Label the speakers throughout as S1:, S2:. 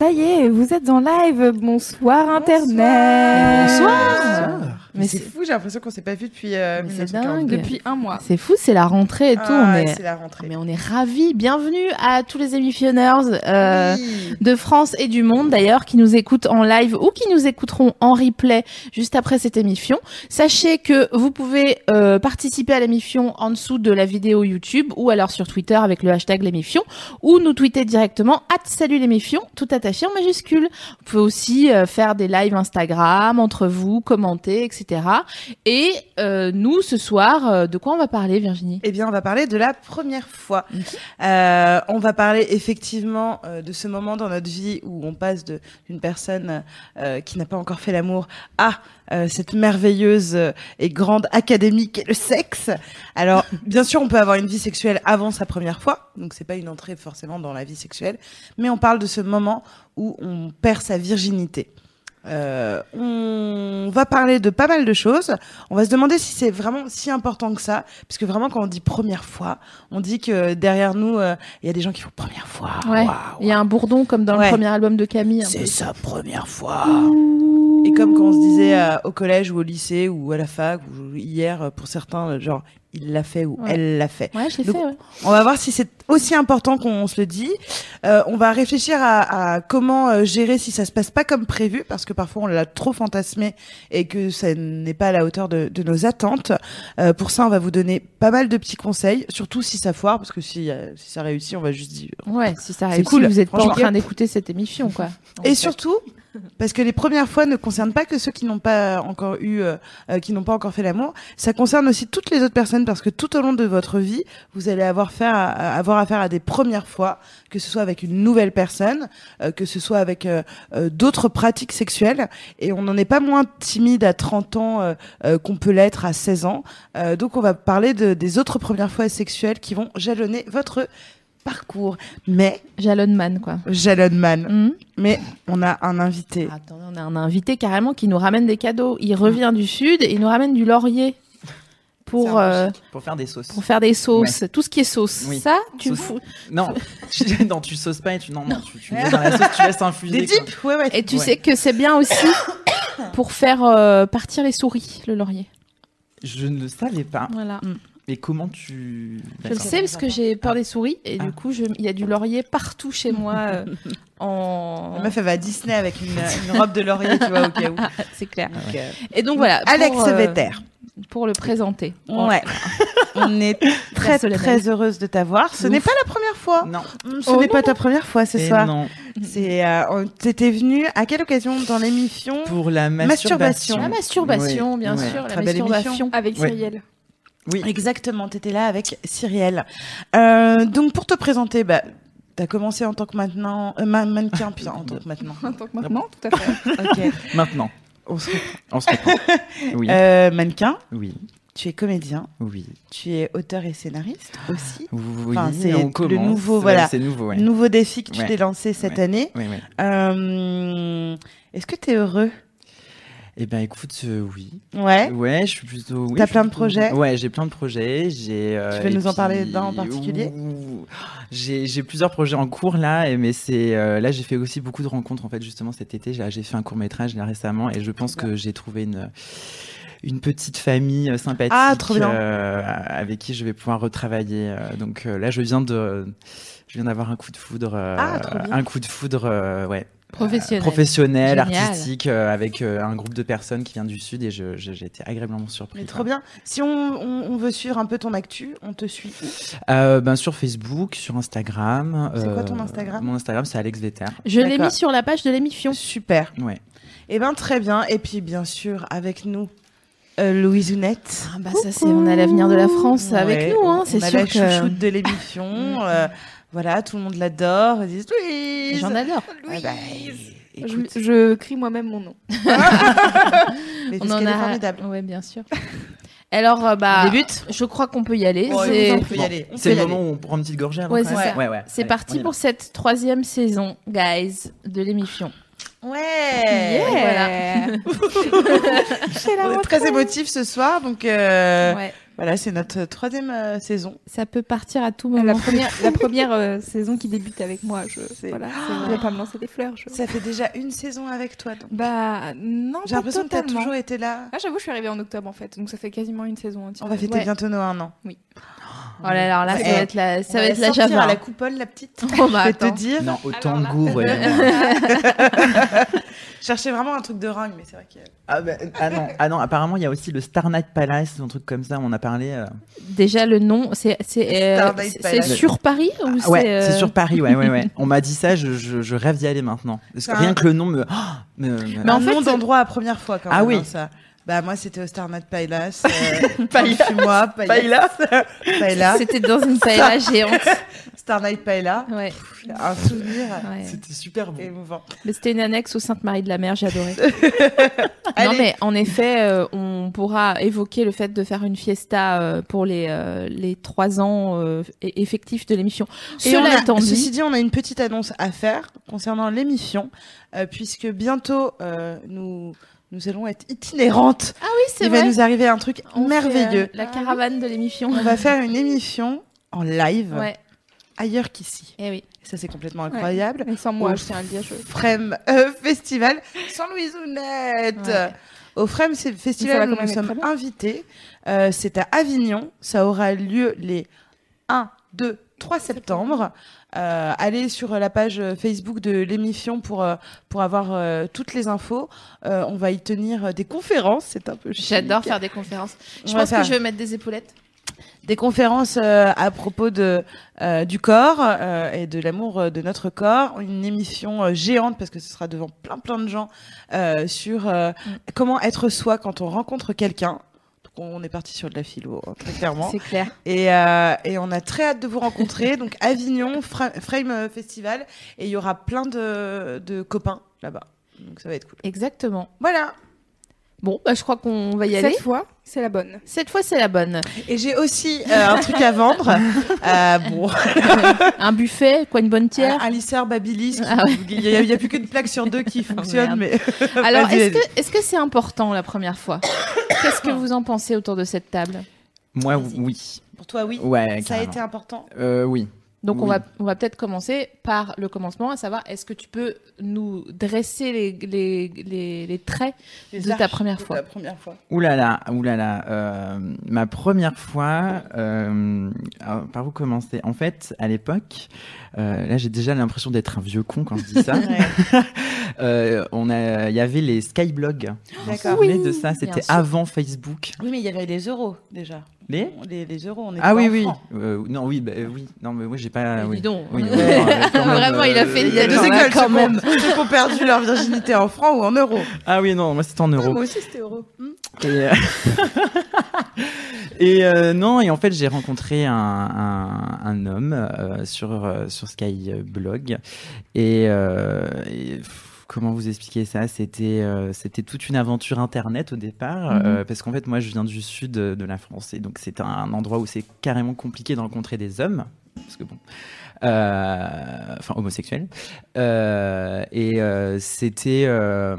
S1: Ça y est, vous êtes en live. Bonsoir Internet.
S2: Bonsoir. Mais c'est
S1: c'est-
S2: fou, j'ai l'impression qu'on s'est pas vu depuis euh,
S1: Mais c'est dingue.
S2: 1940. depuis un mois.
S1: C'est fou, c'est la rentrée et tout.
S2: Ah,
S1: on est...
S2: C'est la rentrée.
S1: Mais on est ravis. Bienvenue à tous les émissionneurs euh,
S2: Oui.
S1: de France et du monde d'ailleurs qui nous écoutent en live ou qui nous écouteront en replay juste après cette émission. Sachez que vous pouvez euh, participer à l'émission en dessous de la vidéo YouTube ou alors sur Twitter avec le hashtag l'émission ou nous tweeter directement at salut l'émission tout attaché en majuscule. Vous pouvez aussi euh, faire des lives Instagram entre vous, commenter, etc. Et euh, nous ce soir, euh, de quoi on va parler Virginie
S2: Eh bien, on va parler de la première fois.
S1: Mhm.
S2: Euh, on va parler effectivement euh, de ce moment dans notre vie où on passe de- d'une personne euh, qui n'a pas encore fait l'amour à euh, cette merveilleuse euh, et grande académie qu'est le sexe. Alors, bien sûr, on peut avoir une vie sexuelle avant sa première fois, donc c'est pas une entrée forcément dans la vie sexuelle, mais on parle de ce moment où on perd sa virginité. Euh, on va parler de pas mal de choses. On va se demander si c'est vraiment si important que ça, parce que vraiment quand on dit première fois, on dit que derrière nous, euh, il y a des gens qui font première fois.
S1: Ouais.
S2: waouh,
S1: Il y a un bourdon comme dans
S2: Ouais.
S1: le premier album de Camille. un peu.
S2: c'est sa première fois. Et comme quand on se disait euh, au collège ou au lycée ou à la fac ou hier euh, pour certains, euh, genre il l'a fait ou
S1: Ouais.
S2: elle l'a fait.
S1: Ouais, je l'ai
S2: Donc,
S1: fait. ouais.
S2: On va voir si c'est aussi important qu'on se le dit. Euh, on va réfléchir à, à comment euh, gérer si ça se passe pas comme prévu, parce que parfois on l'a trop fantasmé et que ça n'est pas à la hauteur de, de nos attentes. Euh, pour ça, on va vous donner pas mal de petits conseils, surtout si ça foire, parce que si, euh, si ça réussit, on va juste dire.
S1: Ouais, si ça
S2: C'est
S1: réussit,
S2: cool,
S1: vous êtes pas en
S2: franchement.
S1: train d'écouter cette émission, quoi.
S2: Et surtout, parce que les premières fois ne concernent pas que ceux qui n'ont pas encore eu, euh, euh, qui n'ont pas encore fait l'amour. Ça concerne aussi toutes les autres personnes parce que tout au long de votre vie, vous allez avoir faire à- à, avoir affaire à des premières fois, que ce soit avec une nouvelle personne, euh, que ce soit avec euh, euh, d'autres pratiques sexuelles. Et on n'en est pas moins timide à 30 ans euh, euh, qu'on peut l'être à 16 ans. Euh, donc on va parler de, des autres premières fois sexuelles qui vont jalonner votre parcours. Mais
S1: Jalon Man, quoi.
S2: jalonne man.
S1: Mhm.
S2: Mais on a un invité.
S1: Attendez, Ah, on a un invité carrément qui nous ramène des cadeaux. Il revient du sud et il nous ramène du laurier pour, euh,
S3: Pour faire des sauces.
S1: pour faire des sauces. Tout ce qui est sauce.
S3: Oui.
S1: Ça, tu
S3: Sauce.
S1: fous.
S3: Non, tu, non, tu sauces pas et tu, non, non, tu, tu mets dans la sauce, tu laisses infuser.
S2: Des
S3: quoi.
S2: dips Ouais, ouais.
S1: Et tu
S3: Ouais.
S1: sais que c'est bien aussi pour faire euh, partir les souris, le laurier.
S3: Je ne le savais pas.
S1: Voilà.
S3: Mais comment tu.
S1: Je le
S3: D'accord.
S1: sais parce que j'ai peur des souris et
S3: Ah.
S1: du coup, je- il y a du laurier partout chez moi. euh, en...
S2: La meuf, elle va à Disney avec une, une robe de laurier, tu vois, au cas où.
S1: C'est clair.
S2: Donc, euh,
S1: Et donc Ah voilà. pour,
S2: Alex
S1: euh,
S2: Vetter.
S1: pour le présenter.
S2: Ouais. On est très,
S1: solennelle.
S2: très heureuse de t'avoir. Ce
S1: Ouf.
S2: n'est pas la première fois.
S3: Non,
S2: Ce
S1: Oh,
S2: n'est
S1: non,
S2: pas ta première fois ce
S3: et
S2: soir.
S3: non.
S2: C'est, euh, on- T'étais venue à quelle occasion dans l'émission
S3: Pour la
S2: Masturbation.
S3: masturbation.
S1: La masturbation,
S3: Ouais,
S1: bien
S3: ouais.
S1: sûr, la
S2: Très belle
S1: masturbation.
S4: Avec
S3: Ouais.
S4: Cyrielle.
S3: Oui.
S2: Exactement, t'étais là avec Cyrielle. Euh, donc pour te présenter, bah, t'as commencé en tant que maintenant euh, ma- mannequin, puis en tant que maintenant.
S4: En tant que maintenant, tout à fait.
S2: Ok.
S3: Maintenant,
S2: On se-
S3: on se reprend. Oui,
S2: Euh, mannequin,
S3: oui,
S2: tu es comédien,
S3: oui.
S2: tu es auteur et scénariste aussi.
S3: Oui,
S2: Enfin, c'est
S3: on
S2: le
S3: commence.
S2: nouveau,
S3: Ouais,
S2: voilà.
S3: C'est nouveau, ouais.
S2: Nouveau défi que tu
S3: Ouais.
S2: t'es lancé cette
S3: Ouais.
S2: année.
S3: Ouais, ouais.
S2: Euh, Est-ce que t'es heureux
S3: Eh ben écoute, euh, oui.
S2: Ouais.
S3: Ouais, je suis plutôt. oui,
S2: T'as
S3: je suis
S2: plein de
S3: plutôt-
S2: projets
S3: Ouais, j'ai plein de projets. J'ai. euh,
S2: Tu veux
S3: et
S2: nous en
S3: puis-
S2: parler d'un en particulier
S3: Ouh, J'ai j'ai plusieurs projets en cours là, et- mais c'est euh, là j'ai fait aussi beaucoup de rencontres en fait justement cet été. J'ai j'ai fait un court métrage là récemment, et je pense que j'ai trouvé une une petite famille euh, sympathique
S2: Ah, trop bien.
S3: euh, avec qui je vais pouvoir retravailler. euh, donc euh, là, je viens de je viens d'avoir un coup de foudre, euh,
S2: Ah, trop bien.
S3: un coup de foudre, euh, ouais,
S1: Professionnel.
S3: professionnel,
S1: Génial.
S3: artistique, euh, avec euh, un groupe de personnes qui vient du sud et je- je- j'ai été agréablement surpris.
S2: Mais trop bien. Si on, on- on veut suivre un peu ton actu, on te suit. où
S3: Euh, ben, sur Facebook, sur Instagram.
S2: C'est quoi
S3: euh,
S2: ton Instagram
S3: Mon Instagram, c'est Alex Vetter.
S1: Je l'ai mis
S2: D'accord.
S1: sur la page de l'émission.
S2: Super.
S3: Ouais.
S2: Eh ben très bien. Et puis bien sûr avec nous euh, Louise Ounette.
S1: Ah bah ça c'est on a l'avenir de la France
S2: Ouais,
S1: avec nous hein,
S2: on-
S1: c'est
S2: on a
S1: sûr
S2: la
S1: que
S2: chouchoute de l'émission. euh, Voilà, tout le monde l'adore. Ils disent Louise.
S1: J'en adore.
S2: Ah bah, écoute,
S4: Je, je crie moi-même mon nom.
S2: mais parce qu'elle est formidable.
S1: Ouais, bien sûr. Alors, euh,
S2: Ah.
S1: bah, je crois qu'on peut y aller.
S2: Ouais,
S1: C'est-
S2: on peut y aller. on
S3: C'est
S2: peut y
S3: le
S2: aller.
S3: moment où on prend une petite gorgée avant
S1: Ouais,
S3: quand
S1: c'est
S3: même
S1: ça.
S3: Ouais, ouais.
S1: C'est
S3: Allez, on
S1: parti
S3: y va.
S1: pour cette troisième saison, guys, de l'émission.
S2: Ouais.
S1: Yeah.
S2: Eh.
S4: C'est la
S2: On est
S4: rentrée.
S2: très émotif ce soir, donc euh,
S4: Ouais.
S2: voilà, c'est notre troisième euh, saison.
S4: Ça peut partir à tout moment. La première, la première euh, saison qui débute avec moi, je
S2: C'est-
S4: voilà, je vais pas me lancer des fleurs. je-
S2: Ça fait déjà une saison avec toi, donc.
S4: Bah non,
S1: Ah,
S2: J'ai
S4: pas
S2: l'impression que t'as
S4: totalement.
S2: toujours été là.
S4: Ah, j'avoue, je suis arrivée en octobre en fait, donc ça fait quasiment une saison entière.
S2: On va fêter
S1: Ouais.
S2: bientôt nos un an.
S1: Oh là là, alors là, ça
S2: Ouais.
S1: va être la, ça
S2: On
S1: va être la
S2: sortir
S1: Java.
S2: à la coupole, la petite.
S1: Oh, bah,
S2: je vais te
S1: attends.
S2: dire.
S3: Non, au
S4: Alors
S3: tango,
S4: là.
S3: voyons.
S2: Cherchez vraiment un truc de ringue, mais c'est vrai qu'il y a-
S3: Ah, bah, ah non, ah non, apparemment, il y a aussi le Star Night Palace, un truc comme ça, on en a parlé. euh.
S1: Déjà, le nom, c'est c'est, euh,
S2: Starlight
S1: c'est-
S2: Palace.
S1: c'est sur Paris ou
S3: Ah, ouais,
S1: euh,
S3: c'est sur Paris, ouais, ouais, ouais. on m'a dit ça, je, je- je rêve d'y aller maintenant. Parce que
S2: Ça-
S3: rien que le nom me. oh, me- me-
S2: Mais
S1: en
S2: un
S1: fait,
S2: nom
S1: c'est-
S2: d'endroit à première fois quand
S3: Ah
S2: même.
S3: oui.
S2: hein, ça. Bah moi c'était au Starnat Palace. Euh, moi Paella. Paella.
S1: C'était dans une paella géante.
S2: Starlight Paella.
S1: Ouais,
S2: Un souvenir
S1: ouais.
S3: C'était super bon.
S2: émouvant.
S1: Mais C'était une annexe au Sainte-Marie-de-la-Mer, j'adorais. non,
S2: Allez.
S1: mais en effet, euh, on pourra évoquer le fait de faire une fiesta euh, pour les, euh, les trois ans euh, e- effectifs de l'émission.
S2: Et on
S1: Cela
S2: a-
S1: étant dit,
S2: Ceci dit, on a une petite annonce à faire concernant l'émission, euh, puisque bientôt euh, nous nous allons être itinérantes.
S1: ah oui,
S2: Il va nous arriver un truc merveilleux.
S1: euh, la caravane de l'émission.
S2: On va faire une émission en live
S1: Ouais,
S2: ailleurs qu'ici.
S1: eh oui.
S2: Ça c'est complètement incroyable.
S4: Mais sans moi,
S2: Au
S4: je tiens à le dire, je...
S2: Frem euh, Festival sans Louise Ounette.
S1: Ouais.
S2: Au Frem c'est-
S4: Ça va
S2: Festival,
S4: quand
S2: où nous
S4: même être
S2: sommes
S4: très bien.
S2: invités. Euh, c'est à Avignon. Ça aura lieu les 1, 2, 3 septembre. Euh, allez sur la page euh, Facebook de l'émission pour, euh, pour avoir euh, toutes les infos. Euh, on va y tenir euh, des conférences. C'est un peu chic.
S1: J'adore faire des conférences. Je
S2: On va
S1: pense
S2: faire-
S1: que je vais mettre des épaulettes.
S2: des conférences euh, à propos de euh, du corps euh, et de l'amour euh, de notre corps, une émission euh, géante parce que ce sera devant plein plein de gens euh, sur euh, comment être soi quand on rencontre quelqu'un. Donc, On est parti sur de la philo, hein, très clairement.
S1: C'est clair.
S2: Et, euh, et on a très hâte de vous rencontrer. Donc Avignon, Fra- Frame euh, Festival. Et il y aura plein de, de copains là-bas. Donc ça va être cool.
S1: Exactement.
S2: Voilà.
S1: Bon, bah, je crois qu'on va y aller.
S4: Cette fois, c'est la bonne.
S1: Cette fois, c'est la bonne.
S2: Et j'ai aussi euh, un truc à vendre. Euh, bon,
S1: Un buffet, quoi, une bonne tière.
S2: Un, un lisseur Babilis. qui-
S1: Ah ouais. Oh,
S2: Il n'y a, il y a plus qu'une plaque sur deux qui fonctionne.
S1: merde.
S2: mais...
S1: Alors,
S2: Ah, Vas-y,
S1: est-ce
S2: vas-y.
S1: que est-ce que c'est important la première fois Qu'est-ce que vous en pensez autour de cette table
S3: Moi,
S2: Vas-y.
S3: oui.
S2: Pour toi, oui.
S3: Ouais,
S2: ça a
S3: carrément.
S2: été important.
S3: Euh, oui.
S1: Donc, on
S3: Oui.
S1: va on va peut-être commencer par le commencement, à savoir est-ce que tu peux nous dresser les les les, les traits de ta première fois.
S2: La première fois.
S3: Ouh là là, ouh là là. euh, ma première fois, euh, alors, par où commencer En fait, à l'époque, euh, là j'ai déjà l'impression d'être un vieux con quand je dis ça. Euh, on a, il y avait les skyblogs. Vous vous
S2: D'accord.
S3: souvenez de ça
S1: bien
S3: C'était
S1: sûr.
S3: avant Facebook.
S2: Oui, mais il y avait les euros déjà.
S3: Les
S2: Les, les euros, on est
S3: Ah
S2: pas
S3: oui
S2: en
S3: oui.
S2: francs.
S3: Euh, non oui bah, euh, oui non mais oui j'ai pas.
S1: Mais
S3: oui.
S1: dis donc.
S3: Oui,
S1: Ouais.
S3: oui, euh, quand même,
S1: Vraiment, il a fait-
S2: Il y a deux
S3: non,
S1: écoles.
S3: là-
S2: écoles
S1: quand
S2: ceux qui ont-
S1: même.
S2: Ceux qui ont perdu leur virginité en francs ou en euros.
S3: Ah oui non moi c'était en euros.
S2: aussi, c'était euros.
S3: Et, euh, et, euh, non, et en fait, j'ai rencontré un, un, un homme euh, sur, euh, sur Skyblog. Et, euh, et, pff, comment vous expliquer ça C'était euh, c'était toute une aventure internet au départ.
S1: Mhm.
S3: euh, parce qu'en fait, moi, je viens du sud euh, de la France. Et donc, c'est un, un endroit où c'est carrément compliqué de rencontrer des hommes. Parce que bon. euh, Enfin, homosexuels. Euh, et euh, c'était euh,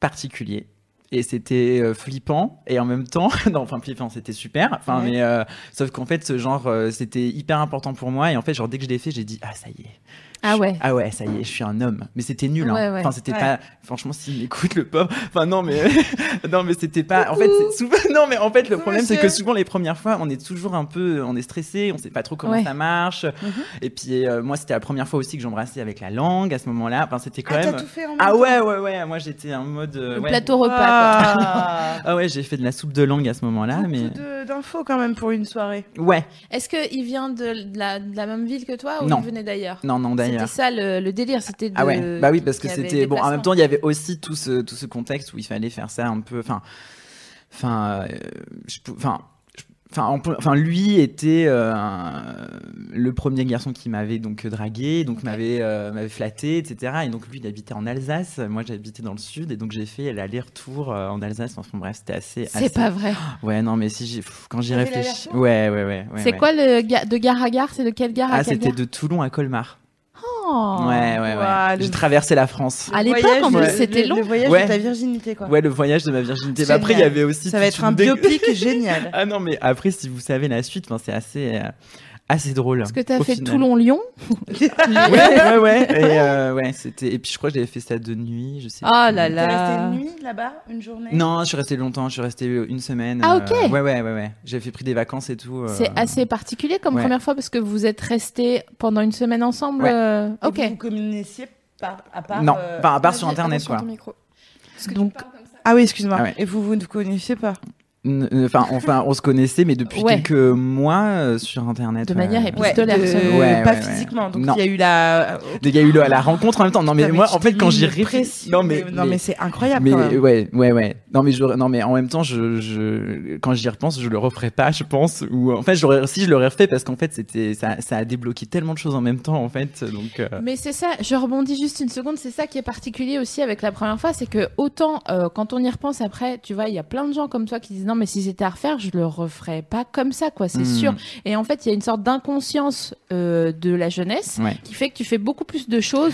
S3: particulier et c'était euh, flippant et en même temps non enfin flippant c'était super enfin
S2: Ouais.
S3: mais euh, sauf qu'en fait ce genre euh, c'était hyper important pour moi et en fait genre dès que je l'ai fait j'ai dit ah ça y est
S1: Ah
S3: Je suis-
S1: ouais.
S3: ah ouais ça y est je suis un homme mais c'était nul hein.
S1: Ouais, ouais.
S3: enfin c'était
S2: Ouais.
S3: pas franchement s'il m'écoute le pauvre enfin non mais non mais c'était pas en fait c'est souvent non mais en fait le
S2: Coucou,
S3: problème c'est que
S2: monsieur.
S3: souvent les premières fois on est toujours un peu on est stressé on sait pas trop comment
S1: Ouais.
S3: ça marche
S2: Mhm.
S3: et puis euh, moi c'était la première fois aussi que j'embrassais avec la langue à ce moment-là enfin c'était quand
S2: Ah, t'as
S3: même
S2: tout fait en même
S3: ah
S2: temps.
S3: ouais ouais ouais moi j'étais en mode euh,
S1: Le
S3: ouais.
S1: plateau repas. quoi.
S2: Ah.
S3: Ah ouais, j'ai fait de la soupe de langue à ce moment-là,
S2: Beaucoup
S3: mais
S2: de- d'infos quand même pour une soirée.
S3: ouais,
S1: Est-ce que il vient de de la, de la même ville que toi ou
S3: Non.
S1: il venait d'ailleurs
S3: non non
S1: C'était
S3: d'ailleurs.
S1: ça le, le délire, c'était de...
S3: Ah ouais, bah oui parce que
S1: qu'il y avait
S3: c'était
S1: des
S3: bon. En même
S1: placements.
S3: temps, il y avait aussi tout ce tout ce contexte où il fallait faire ça un peu, enfin, enfin, euh, je pou- enfin. je- Enfin, en- enfin, lui était euh, un- le premier garçon qui m'avait donc dragué, donc m'avait euh, m'avait flatté, etc. Et donc lui, il habitait en Alsace, moi j'habitais dans le sud, et donc j'ai fait l'aller-retour euh, en Alsace. Enfin bref, c'était assez. assez-
S1: C'est pas vrai.
S3: Ouais, non, mais si j'ai pff, quand j'y
S2: T'as fait
S3: réfléchis.
S2: l'aller-retour
S3: Ouais, ouais, ouais. ouais,
S1: c'est
S3: ouais.
S1: quoi le ga- de gare à gare C'est de quelle gare à
S3: Ah,
S1: quelle
S3: c'était
S1: gare
S3: de Toulon à Colmar.
S1: Oh.
S3: ouais, ouais,
S2: Ouah,
S3: ouais.
S2: le-
S3: J'ai traversé la France.
S1: À l'époque, en plus, c'était
S2: le-
S1: long.
S2: Le voyage
S3: Ouais.
S2: de ta virginité, quoi.
S3: Ouais, le voyage de ma virginité. Bah, après, il y
S2: Génial.
S3: avait aussi.
S2: Ça va
S3: toute
S2: être un
S3: une dé-
S2: biopic génial.
S3: Ah non, mais après, si vous savez la suite, ben, c'est assez, euh, assez drôle.
S1: Parce que t'as
S3: au
S1: fait
S3: final.
S1: Toulon-Lyon.
S3: Ouais, ouais, ouais. Et, euh, ouais, c'était... et puis, je crois que j'avais fait ça de nuit. Je sais
S1: Oh
S3: plus.
S1: là
S2: T'es resté
S1: là.
S2: une nuit là-bas, une journée.
S3: Non, je suis resté longtemps, je suis resté une semaine.
S1: Ah,
S3: euh,
S1: ok.
S3: ouais, ouais, ouais, ouais. J'avais pris des vacances et tout. euh,
S1: C'est assez particulier comme
S3: ouais.
S1: première fois parce que vous êtes restés pendant une semaine ensemble.
S3: Ouais.
S1: euh,
S2: Et
S1: Ok.
S2: Vous, vous communiquiez par, à part.
S3: Non,
S2: euh,
S3: enfin, à part sur internet,
S4: Attention à
S3: quoi.
S4: ton micro. Parce que
S1: Donc-
S4: tu parles comme ça.
S2: Ah oui, excuse-moi.
S3: Ah ouais.
S2: Et vous, vous ne vous connaissiez pas.
S3: n- n- Enfin, enfin, on se connaissait, mais depuis
S1: Ouais.
S3: quelques mois euh, sur Internet.
S1: De manière
S3: ouais.
S1: épistolaire.
S2: de-
S1: seulement.
S3: Ouais,
S2: pas
S3: ouais, ouais.
S2: physiquement. Donc
S3: Non.
S2: il y a eu la.
S3: Il y a eu le- la rencontre en même temps. Non, mais
S2: Putain,
S3: moi,
S2: tu
S3: en fait, quand j'y
S2: t'imagines précis.
S3: réfléchis.
S2: non, mais c'est incroyable.
S3: Mais euh,
S2: quand même.
S3: ouais, ouais, ouais. Non, mais je, non, mais en même temps, je, je, quand j'y repense, je le referai pas, je pense. Ou en fait, j'aurais, si je l'aurais refait, parce qu'en fait, c'était, ça, ça a débloqué tellement de choses en même temps, en fait. Donc, euh,
S1: Mais c'est ça, je rebondis juste une seconde, c'est ça qui est particulier aussi avec la première fois, c'est que autant euh, quand on y repense après, tu vois, il y a plein de gens comme toi qui disent non mais si c'était à refaire, je le referais pas comme ça quoi, c'est
S3: Mm.
S1: sûr. Et en fait, il y a une sorte d'inconscience euh, de la jeunesse
S3: Ouais.
S1: qui fait que tu fais beaucoup plus de choses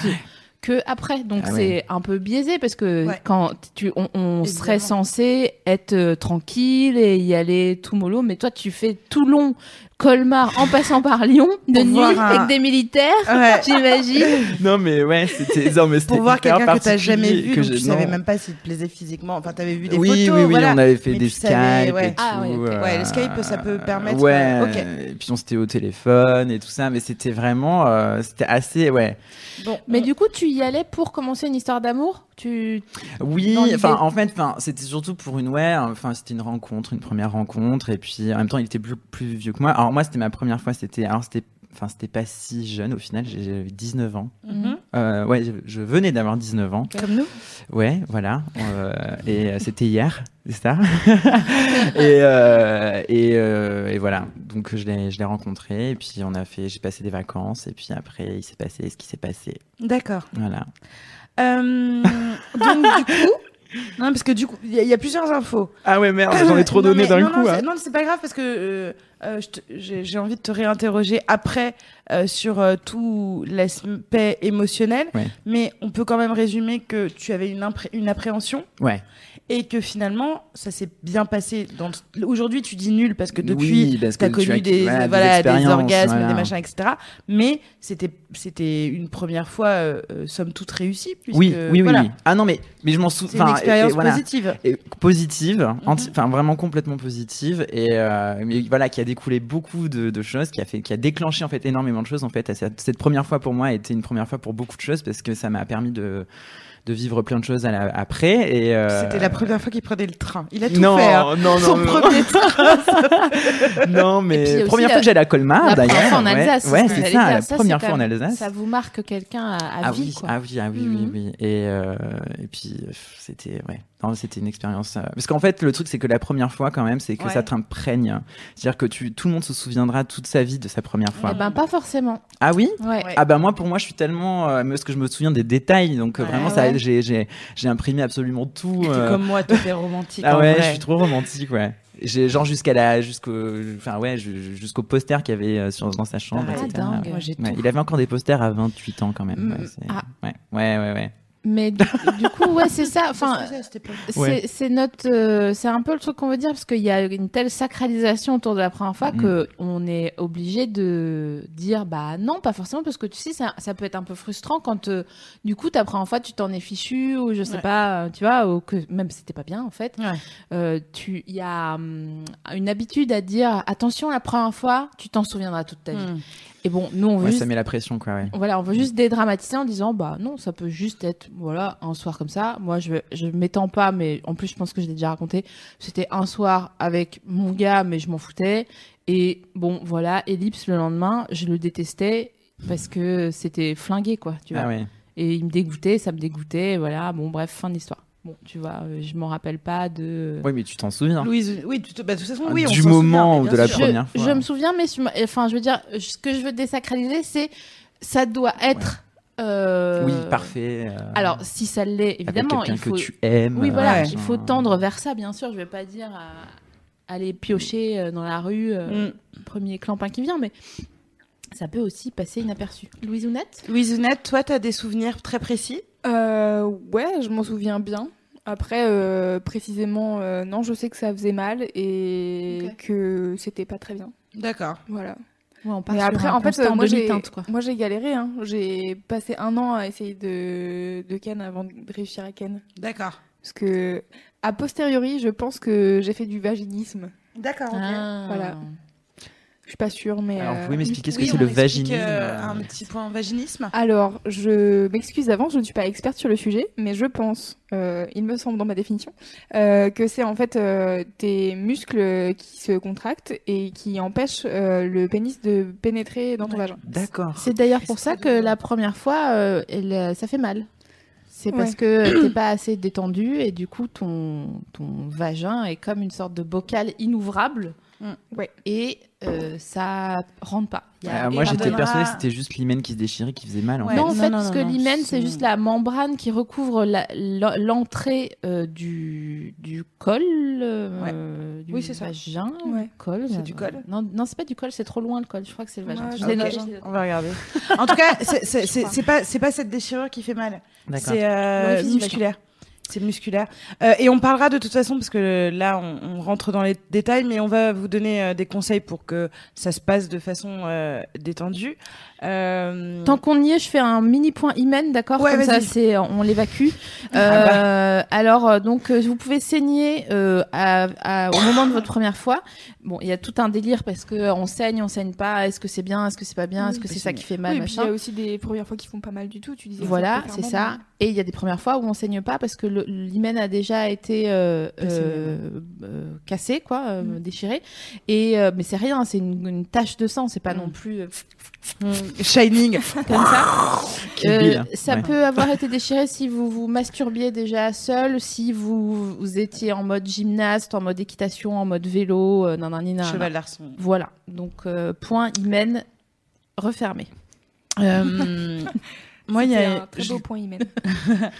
S1: que après. Donc
S3: Ah
S1: c'est
S3: ouais.
S1: un peu biaisé parce que
S2: Ouais.
S1: quand tu on, on serait
S2: Évidemment.
S1: censé être euh, tranquille et y aller tout mollo, mais toi tu fais Toulon, Colmar en passant par Lyon de
S2: Pour
S1: nuit
S2: voir un-
S1: avec des militaires.
S2: Ouais.
S1: J'imagine.
S3: non, mais ouais, c'était, non, mais c'était
S2: Pour voir
S3: hyper
S2: quelqu'un que t'as jamais
S3: particulier,
S2: vu,
S3: que
S2: donc tu
S3: je-
S2: savais
S3: non.
S2: même pas s'il te plaisait physiquement. Enfin, t'avais vu des
S3: oui,
S2: photos.
S3: oui, oui,
S2: voilà.
S3: on avait fait
S2: Mais
S3: des
S2: tu
S3: Skype
S2: savais, ouais.
S3: et
S1: Ah,
S3: tout,
S1: ouais, ok.
S3: euh,
S2: Ouais, le Skype, ça peut permettre,
S3: Ouais,
S2: euh, ok.
S3: et puis on s'était au téléphone et tout ça, mais c'était vraiment, euh, c'était assez, ouais.
S2: Bon,
S1: Mais
S2: on-
S1: du coup, tu y allais pour commencer une histoire d'amour Tu
S3: Oui,
S1: dans l'idée.
S3: enfin en fait, enfin c'était surtout pour une ouais, enfin c'était une rencontre, une première rencontre, et puis en même temps il était plus plus vieux que moi. Alors moi c'était ma première fois, c'était alors c'était enfin c'était pas si jeune au final, j'ai- j'avais 19 ans.
S2: Mhm.
S3: Euh, ouais, je, je venais d'avoir 19 ans.
S2: Comme nous.
S3: Ouais, voilà. Euh, et euh, c'était hier, c'est ça. et, euh, et, euh, et voilà. Donc je l'ai je l'ai rencontré, et puis on a fait, j'ai passé des vacances, et puis après il s'est passé ce qui s'est passé.
S2: D'accord.
S3: Voilà.
S2: Euh, donc du coup, non parce que du coup, il y, a- il y a plusieurs infos.
S3: Ah ouais merde,
S2: Non, mais- non, non,
S3: hein.
S2: c'est- Non, c'est pas grave parce que euh, euh, je te- j'ai j'ai envie de te réinterroger après euh, sur euh, tout l'aspect émotionnel.
S3: Ouais.
S2: Mais on peut quand même résumer que tu avais une, impré- une appréhension
S3: Ouais.
S2: et que finalement ça s'est bien passé. dans le- Aujourd'hui, tu dis nul parce que
S3: Oui,
S2: depuis.
S3: parce
S2: T'as
S3: que
S2: connu
S3: as-
S2: des,
S3: voilà, des
S2: voilà, des
S3: expériences,
S2: orgasmes,
S3: voilà.
S2: des machins, etc. Mais c'était c'était une première fois, euh, euh, somme toute réussie. Puisque,
S3: Oui, oui, oui,
S2: voilà,
S3: oui. Ah non, mais, mais je m'en souviens.
S2: C'est une expérience positive.
S3: et positive, anti- enfin vraiment complètement positive, et euh, mais voilà qui a découlé beaucoup de, de choses, qui a fait, qui a déclenché en fait énormément de choses en fait. Cette, cette première fois pour moi a été une première fois pour beaucoup de choses parce que ça m'a permis de de vivre plein de choses à la- après. Et euh,
S2: C'était la première fois qu'il prenait le train. Il a tout
S3: non,
S2: fait. hein.
S3: non, non,
S2: Son
S3: non,
S2: premier train.
S3: non,
S1: Et
S3: mais
S1: puis, il y a aussi
S3: première
S1: la-
S2: euh,
S3: fois que j'allais à Colmar
S1: la
S3: d'ailleurs.
S1: première fois en
S3: ouais.
S1: Alsace.
S3: ouais,
S1: ce que
S3: c'est
S1: j'allais
S3: ça,
S1: dire.
S3: la
S1: c'est
S3: première
S1: quand
S3: fois en
S1: même-
S3: Alsace.
S1: Ça vous marque quelqu'un à, à
S3: ah,
S1: vie,
S3: oui,
S1: quoi.
S3: ah oui, ah oui, oui,
S1: Mhm.
S3: oui. Et, euh, et puis, euh, pff, c'était, ouais. Non, c'était une expérience. euh, Parce qu'en fait, le truc, c'est que la première fois, quand même, c'est que
S2: Ouais.
S3: ça t'imprègne. C'est-à-dire que tu, tout le monde se souviendra toute sa vie de sa première fois.
S1: Eh ben, pas forcément.
S3: Ah oui?
S1: Ouais.
S2: Ouais.
S3: Ah bah moi pour moi je suis tellement euh, parce que je me souviens des détails donc euh,
S2: Ouais.
S3: vraiment
S1: Ah
S3: ça
S1: ouais.
S3: j'ai j'ai j'ai imprimé absolument tout
S2: T'es
S3: euh,
S2: comme moi, toi, t'es romantique.
S3: ah
S2: en
S3: ouais
S2: vrai.
S3: je suis trop romantique ouais j'ai genre jusqu'à la jusqu'au enfin ouais ju- jusqu'au poster qu'il y avait euh, sur dans sa chambre
S2: Ah,
S3: etc.
S1: dingue.
S2: Moi, j'ai tout.
S3: Ouais, il avait encore des posters à 28 ans quand même
S1: Mm,
S3: ouais, c'est-
S1: ah.
S3: ouais ouais ouais, ouais.
S1: Mais du, du coup, ouais, c'est ça. Enfin,
S2: Qu'est-ce que c'est, c'était pas-
S1: c'est
S3: Ouais.
S1: c'est notre, euh, c'est un peu le truc qu'on veut dire parce qu'il y a une telle sacralisation autour de la première fois
S3: Mhm.
S1: que on est obligé de dire bah non, pas forcément parce que tu sais ça, ça peut être un peu frustrant quand euh, du coup ta première fois tu t'en es fichu ou je sais
S2: Ouais.
S1: pas, euh, tu vois, ou que même c'était pas bien en fait.
S2: Ouais.
S1: Euh, tu, il y a hum, une habitude à dire attention la première fois tu t'en souviendras toute ta vie.
S2: Hmm.
S1: Et bon, nous on veut
S3: Ouais,
S1: juste
S3: ça met la pression, quoi, ouais.
S1: Voilà, on veut juste dédramatiser en disant bah non, ça peut juste être voilà un soir comme ça. Moi, je je m'étends pas, mais en plus je pense que je l'ai déjà raconté. C'était un soir avec mon gars, mais je m'en foutais. Et bon, voilà, ellipse le lendemain, je le détestais parce que c'était flingué quoi, tu vois.
S3: Ah ouais.
S1: Et il me dégoûtait, ça me dégoûtait, voilà. Bon, bref, fin de l'histoire. Bon, tu vois, euh, je m'en rappelle pas de.
S3: Oui, mais tu t'en souviens.
S2: Louise, oui, tu te- bah, de toute façon, oui, on
S3: Ah, du
S2: s'en
S3: moment
S2: souvient,
S3: ou de
S2: bien
S3: la
S2: sûr.
S1: je,
S3: première fois.
S1: je me souviens, mais sur ma- enfin, je veux dire, je- ce que je veux désacraliser, c'est ça doit être. euh,
S3: Oui, parfait. euh,
S2: Ah,
S1: Alors, si ça l'est, évidemment,
S3: avec
S1: il
S3: quelqu'un
S1: faut.
S3: que tu aimes. euh,
S1: Oui, voilà,
S2: ouais.
S1: il faut
S3: machin.
S1: tendre vers ça, bien sûr. Je vais pas dire à aller piocher euh, dans la rue euh,
S2: Mm.
S1: premier clampin qui vient, mais ça peut aussi passer inaperçu. Louise Ounette
S2: Louise Ounette, toi, t'as des souvenirs très précis
S4: Euh, ouais, je m'en souviens bien. Après, euh, précisément, euh, non, je sais que ça faisait mal et
S1: Ok.
S4: que c'était pas très bien.
S2: D'accord.
S4: Voilà.
S1: ouais, on
S4: Mais après, en fait, euh,
S1: en
S4: moi j'ai,
S1: demi-teinte, quoi.
S4: moi j'ai galéré. Hein. J'ai passé un an à essayer de, de Ken avant de réussir à Ken.
S2: D'accord.
S4: Parce que, a posteriori, je pense que j'ai fait du vaginisme.
S2: D'accord.
S4: Voilà. Je suis pas sûre, mais.
S3: Alors,
S4: euh,
S3: vous pouvez m'expliquer ce que
S2: Oui,
S3: c'est
S2: on
S3: le
S2: explique,
S3: vaginisme
S2: euh,
S3: euh,
S2: Un petit point vaginisme.
S4: Alors, je m'excuse avant, je ne suis pas experte sur le sujet, mais je pense, euh, il me semble dans ma définition, euh, que c'est en fait euh, tes muscles qui se contractent et qui empêchent euh, le pénis de pénétrer dans ton vagin.
S3: D'accord.
S1: C'est d'ailleurs pour ça que la première fois, euh, elle, euh, ça fait mal. C'est parce que t'es pas assez détendu et du coup ton, ton vagin est comme une sorte de bocal inouvrable.
S2: Mm.
S4: Ouais.
S1: Et euh, ça rentre pas. Il y a-
S3: Ah, moi,
S2: Et
S3: j'étais
S2: pardonnera-
S3: persuadée que c'était juste l'hymen qui se déchirait, qui faisait mal. En
S2: Ouais.
S3: fait.
S1: Non, en
S2: non,
S1: fait,
S2: non,
S1: parce
S2: non,
S1: que
S2: non,
S1: l'hymen,
S2: c'est-
S1: c'est juste la membrane qui recouvre la- l'en- l'entrée euh, du, du col, euh, du
S2: Oui, c'est ça.
S1: vagin,
S4: Ouais.
S1: col. euh,
S2: C'est du col
S1: Non, non c'est pas du col, c'est trop loin le col. Je crois que c'est le vagin.
S4: Ouais,
S1: Je
S4: ok.
S1: l'ai
S4: Ok.
S1: noté.
S2: On va regarder. En tout cas, c'est- c'est c'est- c'est pas, c'est pas cette déchirure qui fait mal.
S3: D'accord.
S2: C'est euh,
S1: L'orifice du
S2: musculaire. C'est musculaire. Euh, et on parlera de toute façon, parce que euh, là, on, on rentre dans les détails, mais on va vous donner euh, des conseils pour que ça se passe de façon euh, détendue. Euh,
S1: Tant qu'on y est, je fais un mini point hymen, d'accord
S2: Ouais,
S1: Comme ça,
S2: vas-y. Ah bah.
S1: c'est on l'évacue. Euh, Alors, euh, donc, euh, vous pouvez saigner euh, à- à- au moment de votre première fois. Bon, il y a tout un délire parce que euh, on saigne, on saigne pas. Est-ce que c'est bien Est-ce que c'est pas bien Est-ce que c'est ça qui fait mal
S4: Oui, et puis il y
S1: machin
S4: a aussi des premières fois qui font pas mal du tout, tu disais. que
S1: Voilà,
S4: ça
S1: c'est
S4: peut faire
S1: ça.
S4: mal,
S1: Et il y a des premières fois où on saigne pas parce que le- l'hymen a déjà été euh, euh, euh, cassé, quoi, euh,
S4: Mm.
S1: déchiré. Et euh, mais c'est rien, c'est une, une tache de sang, c'est pas non plus euh,
S2: hum, Shining.
S1: comme ça.
S2: euh,
S3: Kill Bill.
S1: ça
S3: hein. Ouais.
S1: peut avoir été déchiré si vous vous masturbiez déjà seul, si vous, vous étiez en mode gymnaste, en mode équitation, en mode vélo, euh, nanani, nanana.
S2: Cheval d'arçon.
S1: Voilà. Donc euh, point hymen refermé.
S2: Euh, moi, il y
S4: C'est
S2: a.
S4: un très beau point hymen.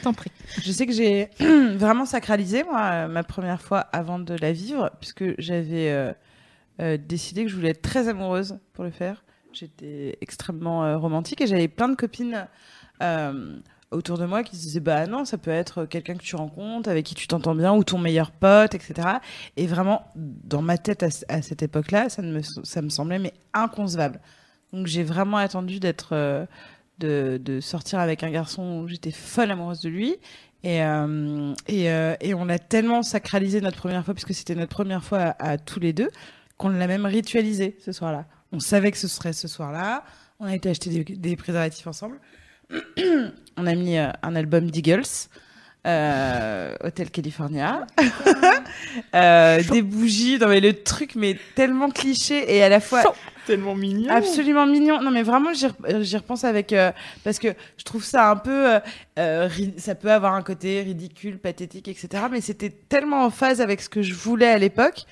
S1: T'en prie.
S2: Je sais que j'ai vraiment sacralisé moi euh, ma première fois avant de la vivre puisque j'avais euh, euh, décidé que je voulais être très amoureuse pour le faire. J'étais extrêmement euh, romantique et j'avais plein de copines euh, autour de moi qui se disaient bah non ça peut être quelqu'un que tu rencontres avec qui tu t'entends bien ou ton meilleur pote etc. Et vraiment dans ma tête à, c- à cette époque-là ça ne me ça me semblait mais inconcevable. Donc j'ai vraiment attendu d'être euh, de, de sortir avec un garçon où j'étais folle amoureuse de lui. Et, euh, et, euh, et on a tellement sacralisé notre première fois, puisque c'était notre première fois à, à tous les deux, qu'on l'a même ritualisé ce soir-là. On savait que ce serait ce soir-là. On a été acheter des, des préservatifs ensemble. on a mis euh, un album d'Eagles, euh, Hotel California, Euh, des bougies, non mais le truc, mais tellement cliché et à la fois
S3: Tellement mignon.
S2: Absolument mignon. Non, mais vraiment, j'y rep- j'y repense avec. euh, parce que je trouve ça un peu. euh, euh, ri- ça peut avoir un côté ridicule, pathétique, etc. Mais c'était tellement en phase avec ce que je voulais à l'époque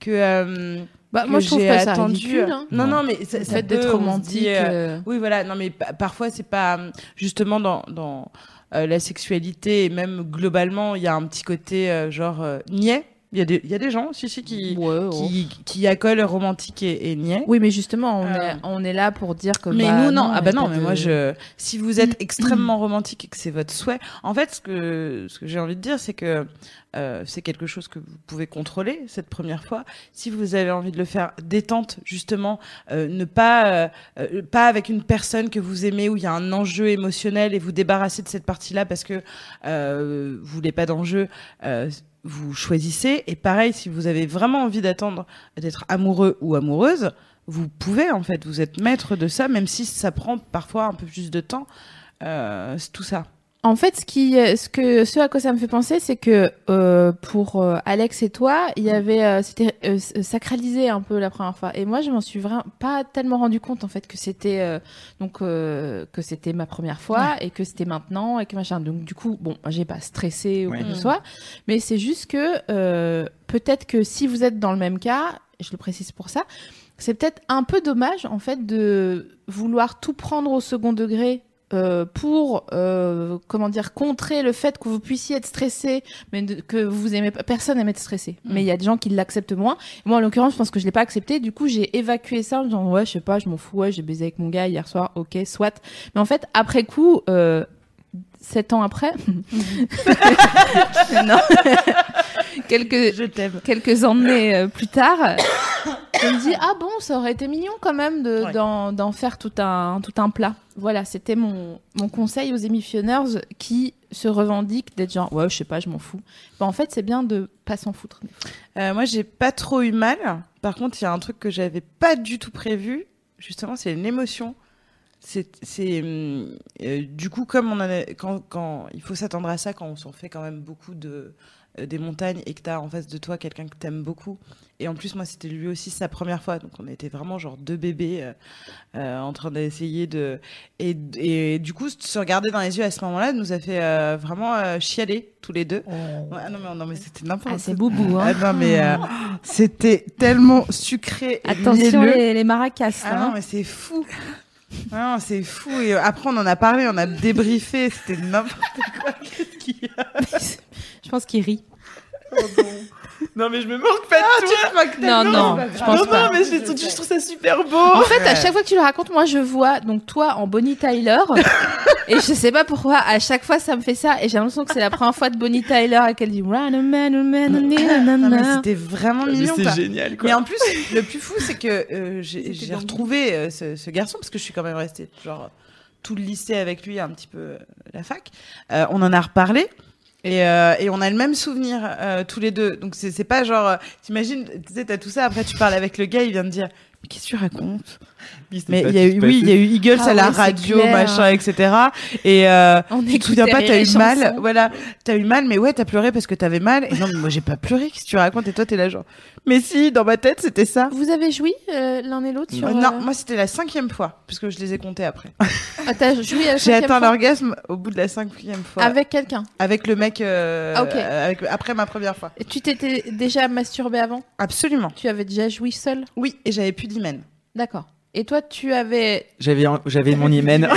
S2: que. euh,
S1: Bah,
S2: que
S1: moi, je trouve
S2: j'ai
S1: pas ça
S2: attendu,
S1: ridicule.
S2: euh,
S1: hein.
S2: Non, non, mais ça,
S1: Le
S2: ça
S1: fait
S2: peut,
S1: d'être
S2: on se
S1: romantique.
S2: dit, euh,
S1: euh,
S2: oui, voilà. Non, mais pa- parfois, c'est pas euh, justement dans, dans euh, la sexualité et même globalement, il y a un petit côté euh, genre euh, niais. Il y, a des- il y a des gens, si, si, qui,
S1: ouais, oh.
S2: qui, qui accolent romantique et, et niais.
S1: Oui, mais justement, on,
S2: Euh,
S1: est, on est là pour dire que.
S2: Mais
S1: bah,
S2: nous, non. Ah bah
S1: y a
S2: non,
S1: pas
S2: mais
S1: de- Mm,
S2: moi, je. Si vous êtes extrêmement romantique et que c'est votre souhait, en fait, ce que ce que j'ai envie de dire, c'est que euh, c'est quelque chose que vous pouvez contrôler cette première fois. Si vous avez envie de le faire détente, justement, euh, ne pas euh, euh, pas avec une personne que vous aimez où il y a un enjeu émotionnel et vous débarrasser de cette partie-là parce que euh, vous voulez pas d'enjeu. euh, vous choisissez et pareil si vous avez vraiment envie d'attendre d'être amoureux ou amoureuse vous pouvez en fait, vous êtes maître de ça, même si ça prend parfois un peu plus de temps, euh, c'est tout ça.
S1: En fait, ce qui, ce que, ce à quoi ça me fait penser, c'est que euh, pour euh, Alex et toi, il y avait, euh, c'était euh, s- sacralisé un peu la première fois. Et moi, je m'en suis vraiment pas tellement rendu compte en fait que c'était euh, donc euh, que c'était ma première fois et que c'était maintenant et que machin. Donc du coup, bon, j'ai pas stressé ou quoi
S3: Ouais.
S1: que ce
S2: Mm.
S1: soit, mais c'est juste que euh, peut-être que si vous êtes dans le même cas, je le précise pour ça, c'est peut-être un peu dommage en fait de vouloir tout prendre au second degré euh, pour euh, comment dire contrer le fait que vous puissiez être stressé mais de- que vous aimez pas personne aime être stressé mais il y a des gens qui l'acceptent moins moi en l'occurrence je pense que je l'ai pas accepté du coup j'ai évacué ça en disant ouais je sais pas je m'en fous ouais j'ai baisé avec mon gars hier soir ok soit mais en fait après coup euh, sept ans après non quelques
S2: Je t'aime.
S1: quelques années euh, plus tard, je me dis ah bon, ça aurait été mignon quand même de-
S2: Ouais.
S1: d'en d'en faire tout un tout un plat. Voilà, c'était mon mon conseil aux émissionneurs qui se revendiquent d'être genre ouais je sais pas, je m'en fous. Bah, en fait, c'est bien de pas s'en foutre.
S2: Euh, moi, j'ai pas trop eu mal. Par contre, il y a un truc que j'avais pas du tout prévu. Justement, c'est une émotion. C'est, c'est hum, euh, du coup comme on en a, quand, quand il faut s'attendre à ça quand on s'en fait quand même beaucoup de euh, des montagnes et que t'as en face de toi quelqu'un que t'aimes beaucoup. Et en plus, moi, c'était lui aussi sa première fois, donc on était vraiment genre deux bébés euh, euh, en train d'essayer de et, et du coup se regarder dans les yeux à ce moment-là nous a fait euh, vraiment euh, chialer tous les deux. Ouais, ah non mais non mais c'était n'importe
S1: Oh. Ah c'est boubou hein.
S2: ah non, mais euh, c'était tellement sucré.
S1: Ah,
S2: et
S1: Attention
S2: mielleux.
S1: les, les maracas. hein.
S2: Ah non, mais c'est fou. Ah non, c'est fou. Et euh, après, on en a parlé, on a débriefé. C'était n'importe quoi. Qu'est-ce qu'il y a
S1: je pense qu'il rit.
S3: Non, mais je me moque pas de
S2: Ah, tu te moques
S1: Non,
S2: tellement,
S1: non,
S2: c'est pas
S1: je
S2: grave.
S1: pense pas.
S3: mais je, les trouve- je trouve ça super beau.
S1: En fait, à
S2: Ouais.
S1: chaque fois que tu le racontes, moi je vois donc toi en Bonnie Tyler et je sais pas pourquoi à chaque fois ça me fait ça et j'ai l'impression que c'est la première fois de Bonnie Tyler et qu'elle dit Run a man, a man, a man, a
S2: Non, mais
S1: man.
S2: c'était vraiment
S3: Ah, Mais
S2: mignon.
S3: c'est
S2: quoi.
S3: génial,
S2: Mais
S3: quoi.
S2: en plus, le plus fou, c'est que euh, j'ai
S4: C'était
S2: j'ai
S4: dingue.
S2: retrouvé euh, ce, ce garçon, parce que je suis quand même restée genre tout le lycée avec lui, un petit peu euh, la fac. Euh, on en a reparlé. Et, euh, et on a le même souvenir euh, tous les deux. Donc c'est c'est pas genre, euh, t'imagines, tu sais, t'as tout ça, après tu parles avec le gars, il vient de dire, mais qu'est-ce que tu racontes Mais il y a eu, oui, il y a eu Eagles
S1: Ah
S2: à la
S1: ouais, c'est
S2: radio,
S1: clair.
S2: machin, etc. Et euh,
S1: On
S2: tu te
S1: écoutait
S2: souviens pas, t'as
S1: les
S2: eu mal,
S1: chansons.
S2: voilà, t'as eu mal, mais ouais, t'as pleuré parce que t'avais mal. Et non, mais moi j'ai pas pleuré, qu'est-ce que tu racontes Et toi t'es là genre, mais si, dans ma tête c'était ça.
S1: Vous avez joui euh, l'un et l'autre sur
S2: Euh,
S1: euh,
S2: Non, moi c'était la cinquième fois, parce que je les ai comptés après.
S1: Ah, t'as joui à la
S2: J'ai
S1: cinquième
S2: atteint
S1: fois
S2: l'orgasme au bout de la cinquième fois. Avec,
S1: avec quelqu'un.
S2: le mec, euh,
S1: Ah, ok.
S2: euh, avec- après ma première fois.
S1: Et Tu t'étais déjà masturbé avant
S2: Absolument.
S1: Tu avais déjà joui seul
S2: Oui, et j'avais plus d'hymen.
S1: D'accord. Et toi, tu avais
S3: J'avais, j'avais mon hymen.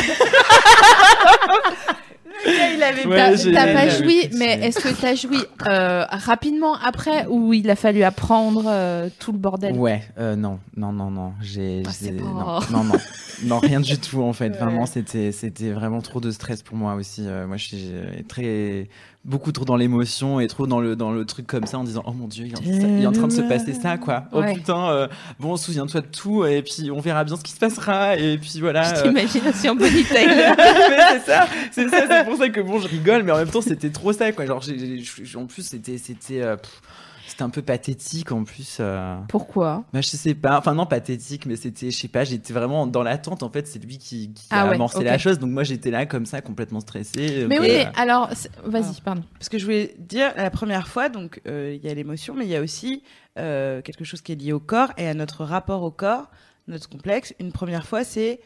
S2: Il avait
S3: Ouais,
S1: t'as
S3: j'ai-
S1: t'as pas
S3: j'avais
S1: joui,
S3: plus de
S1: mais
S3: sexe.
S1: est-ce que t'as joui euh, rapidement après ou il a fallu apprendre euh, tout le bordel
S3: Ouais, euh, non, non, non, non, j'ai,
S1: Ah, c'est
S3: j'ai-
S1: pas-
S3: non, non, non, non, rien du tout en fait. Vraiment, c'était, c'était vraiment trop de stress pour moi aussi. Euh, moi, je suis euh, très, beaucoup trop dans l'émotion et trop dans le, dans le truc comme ça en disant, oh mon dieu, il est en, il est en train de se passer ça, quoi. Oh
S1: Ouais.
S3: putain, euh, bon, souviens-toi de tout et puis on verra bien ce qui se passera et puis voilà.
S1: Je
S3: euh,
S1: t'imagine aussi en Bonnie Tyler.
S3: mais c'est ça, c'est ça, c'est pour ça que bon, je rigole, mais en même temps, c'était trop ça, quoi. Genre, j'ai- j'ai- j'ai- en plus, c'était, c'était, euh, pff, c'était un peu pathétique en plus. euh.
S1: Pourquoi
S3: Bah, je sais pas, enfin non pathétique, mais c'était, je sais pas, j'étais vraiment dans l'attente. En fait, c'est lui qui, qui
S1: Ah
S3: a
S1: ouais,
S3: amorcé
S1: ok.
S3: la chose, donc moi j'étais là comme ça, complètement stressé.
S1: Mais
S3: euh,
S1: oui,
S3: bah,
S1: mais alors, c'est- vas-y, pardon.
S2: Parce que je voulais dire, la première fois, donc euh, il y a l'émotion, mais il y a aussi euh, quelque chose qui est lié au corps et à notre rapport au corps, notre complexe. Une première fois, c'est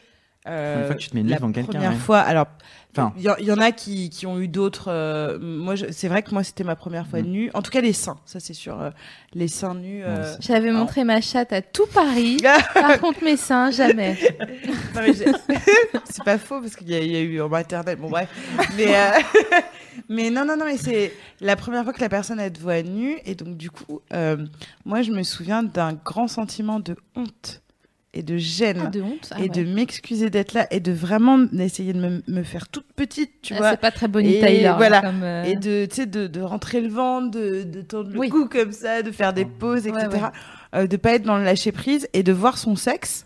S2: euh,
S3: Une fois que tu te mets une
S2: la
S3: livre devant quelqu'un,
S2: première
S3: ouais.
S2: fois. Alors,
S3: Enfin.
S2: il y, en- il y en a qui, qui ont eu d'autres. euh, moi, je- c'est vrai que moi, c'était ma première fois
S3: Mm.
S2: nue. En tout cas, les seins, ça c'est sûr, euh, les seins nus. euh,
S1: J'avais
S2: alors-
S1: montré ma chatte à tout Paris. Par contre, mes seins, jamais.
S2: Non, mais j'ai- c'est pas faux parce qu'il y, a- il y a eu en maternelle. Bon bref, mais euh, mais non non non mais c'est la première fois que la personne elle te voit nue et donc du coup euh, moi je me souviens d'un grand sentiment de honte et de gêne.
S1: Ah, de honte. ah
S2: et de
S1: ouais.
S2: m'excuser d'être là et de vraiment essayer de me, me faire toute petite, tu
S1: Ah,
S2: vois.
S1: C'est pas très Bonnie
S2: Et
S1: Tyler. hein,
S2: voilà.
S1: comme, euh,
S2: Et de, tu sais, de, de rentrer le ventre, de, de tendre le
S1: Oui.
S2: cou comme ça, de faire des pauses,
S1: Ouais,
S2: etc. Euh, de pas être dans le lâcher prise et de voir son sexe.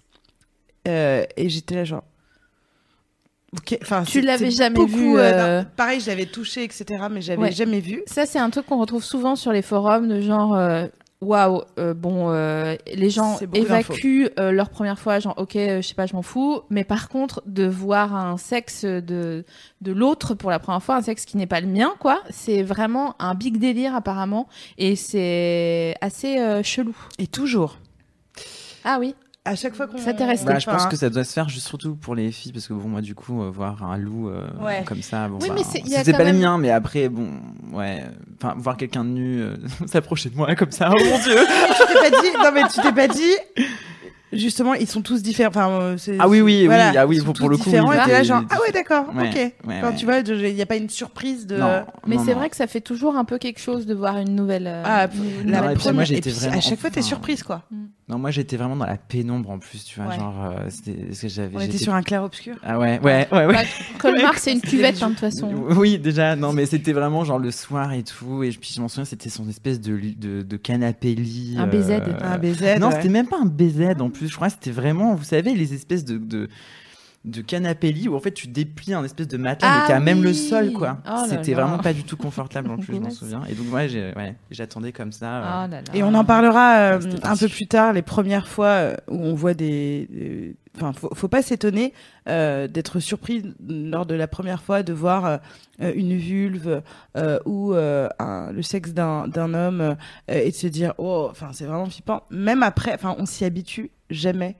S2: Euh, et j'étais là genre. Ok, enfin,
S1: Tu
S2: c'est-
S1: l'avais
S2: c'est
S1: jamais
S2: beaucoup,
S1: vu,
S2: euh,
S1: euh,
S2: non, pareil, je l'avais touché, etc. Mais j'avais
S1: Ouais.
S2: jamais vu.
S1: Ça, c'est un truc qu'on retrouve souvent sur les forums de genre. euh, Waouh, euh, bon, euh, les gens
S2: C'est beaucoup
S1: évacuent euh, leur première fois, genre ok, euh, je sais pas, je m'en fous. Mais par contre, de voir un sexe de de l'autre pour la première fois, un sexe qui n'est pas le mien, quoi, c'est vraiment un big délire apparemment, et c'est assez euh, chelou.
S2: Et toujours.
S1: Ah oui.
S2: À chaque fois qu'on.
S1: Ça t'est resté.
S3: Bah, je pense
S2: Enfin,
S3: que ça doit se faire juste surtout pour les filles parce que bon moi du coup euh, voir un loup euh,
S2: Ouais.
S3: comme ça bon
S1: Oui,
S3: bah,
S1: mais c'est- il y a
S3: c'était
S1: quand
S3: pas
S1: même-
S3: le mien mais après bon ouais enfin voir quelqu'un de nu euh, s'approcher de moi comme ça oh mon dieu
S2: tu t'es pas dit. Non, mais tu t'es pas dit. Justement, ils sont tous différents. Enfin, euh, c'est-
S3: Ah oui, oui, oui,
S2: voilà,
S3: ah oui,
S2: ils sont
S3: pour- pour
S2: tous
S3: le coup,
S2: Différents,
S3: oui,
S2: et t'es là,
S3: oui,
S2: genre,
S3: oui,
S2: ah ouais, d'accord,
S3: Ouais,
S2: ok.
S3: ouais,
S2: Enfin,
S3: ouais.
S2: tu vois, il n'y a pas une surprise de.
S3: Non,
S1: euh, Mais
S3: non,
S1: c'est
S3: non.
S1: vrai que ça fait toujours un peu quelque chose de voir une nouvelle. euh,
S2: Ah,
S1: une
S2: La
S3: Non, et
S1: nouvelle
S3: puis
S2: première-
S3: moi,
S1: première.
S3: j'étais vraiment-
S2: À chaque fois, t'es
S3: enfin,
S2: surprise, quoi.
S3: non moi j'étais vraiment dans la pénombre en plus tu vois
S2: Ouais.
S3: genre euh, c'était ce que j'avais
S2: On était
S3: j'étais-
S2: sur un clair-obscur.
S3: ah ouais ouais ouais, ouais.
S1: Bah, Colmar, c'est une cuvette hein, de toute façon.
S3: Oui, déjà, non, mais c'était vraiment genre le soir et tout. Et puis je m'en souviens, c'était son espèce de, li- de, de canapé-lit.
S1: Un BZ.
S2: Un euh, BZ.
S3: euh, Non,
S2: ouais.
S3: c'était même pas un BZ en plus. Je crois que c'était vraiment, vous savez, les espèces de, de, de canapé-lit où en fait tu déplies un espèce de matelas,
S1: Ah
S3: mais t'as même le
S1: oui.
S3: sol, quoi.
S1: Oh là
S3: c'était
S1: là.
S3: vraiment pas du tout confortable en plus, je m'en
S1: Yes.
S3: souviens. Et donc, moi, j'ai- ouais, j'attendais comme ça. euh,
S1: Ah là là.
S2: Et on en parlera euh,
S3: C'était
S2: un peu
S3: parti.
S2: plus tard, les premières fois euh, où on voit des. euh, Enfin, faut, faut pas s'étonner euh, d'être surpris lors de la première fois de voir euh, une vulve euh, ou euh, un- le sexe d'un d'un homme euh, et de se dire oh, enfin c'est vraiment flippant. Même après, enfin on s'y habitue jamais.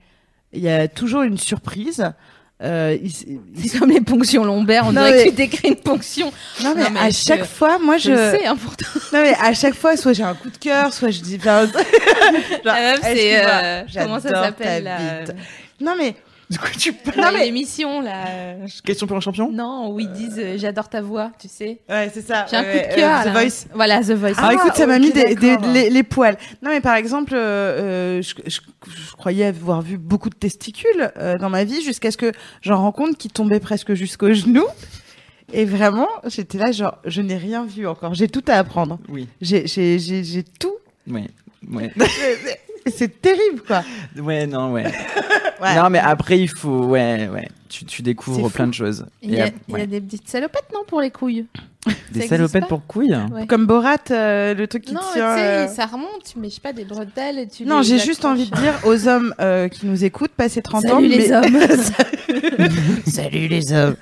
S2: Il y a toujours une surprise. Euh, il s- il s-
S1: C'est comme les ponctions lombaires, on
S2: Non,
S1: dirait
S2: mais-
S1: que tu décris une ponction.
S2: non, mais
S1: Non, mais
S2: à
S1: je-
S2: chaque fois, moi
S1: Je,
S2: je.
S1: le sais, hein, pourtant.
S2: Non mais à chaque fois, soit j'ai un coup de cœur, soit je dis. enfin, genre,
S1: La meuf, c'est.
S2: Bah, excuse-moi,
S1: euh, comment ça
S2: j'adore
S1: s'appelle euh la...
S2: ta bite. Non mais
S3: Du coup, tu parles.
S1: Non, mais l'émission, là. euh,
S3: Question pour un champion
S1: Non, où ils disent euh, j'adore ta voix, tu sais.
S2: Ouais, c'est ça.
S1: J'ai un
S2: Ouais,
S1: coup de cœur.
S2: euh, The
S1: là.
S2: Voice.
S1: Voilà, The Voice.
S2: Ah,
S1: Ah,
S2: écoute, ça m'a
S1: ok,
S2: mis des, des-
S1: d'accord.
S2: les, les poils. Non, mais par exemple, euh, euh, je, je, je croyais avoir vu beaucoup de testicules euh, dans ma vie jusqu'à ce que j'en rencontre qui tombaient presque jusqu'au genou. Et vraiment, j'étais là, genre, je n'ai rien vu encore. J'ai tout à apprendre.
S3: Oui,
S2: J'ai, j'ai, j'ai, j'ai tout.
S3: ouais. Ouais.
S2: Et C'est terrible, quoi.
S3: ouais, non, ouais.
S2: Ouais.
S3: Non, mais après, il faut. Ouais, ouais. Tu, tu
S2: C'est
S3: découvres
S2: fou.
S3: plein de choses.
S1: Il y, a,
S3: ap-
S1: il y a
S3: ouais.
S1: des petites salopettes, non, pour les couilles
S3: Des
S1: existe pas
S3: salopettes pour couilles
S1: Ouais.
S2: Comme Borat, euh, le truc qui
S1: Non, mais tu sais,
S2: tient. euh,
S1: ça remonte, mais je sais pas, des bretelles. et Tu
S2: Non,
S1: les
S2: j'ai juste
S1: accroches.
S2: envie de dire aux hommes euh, qui nous écoutent, passez 30 ans.
S1: Salut les
S2: mais-
S1: hommes.
S2: Salut les hommes.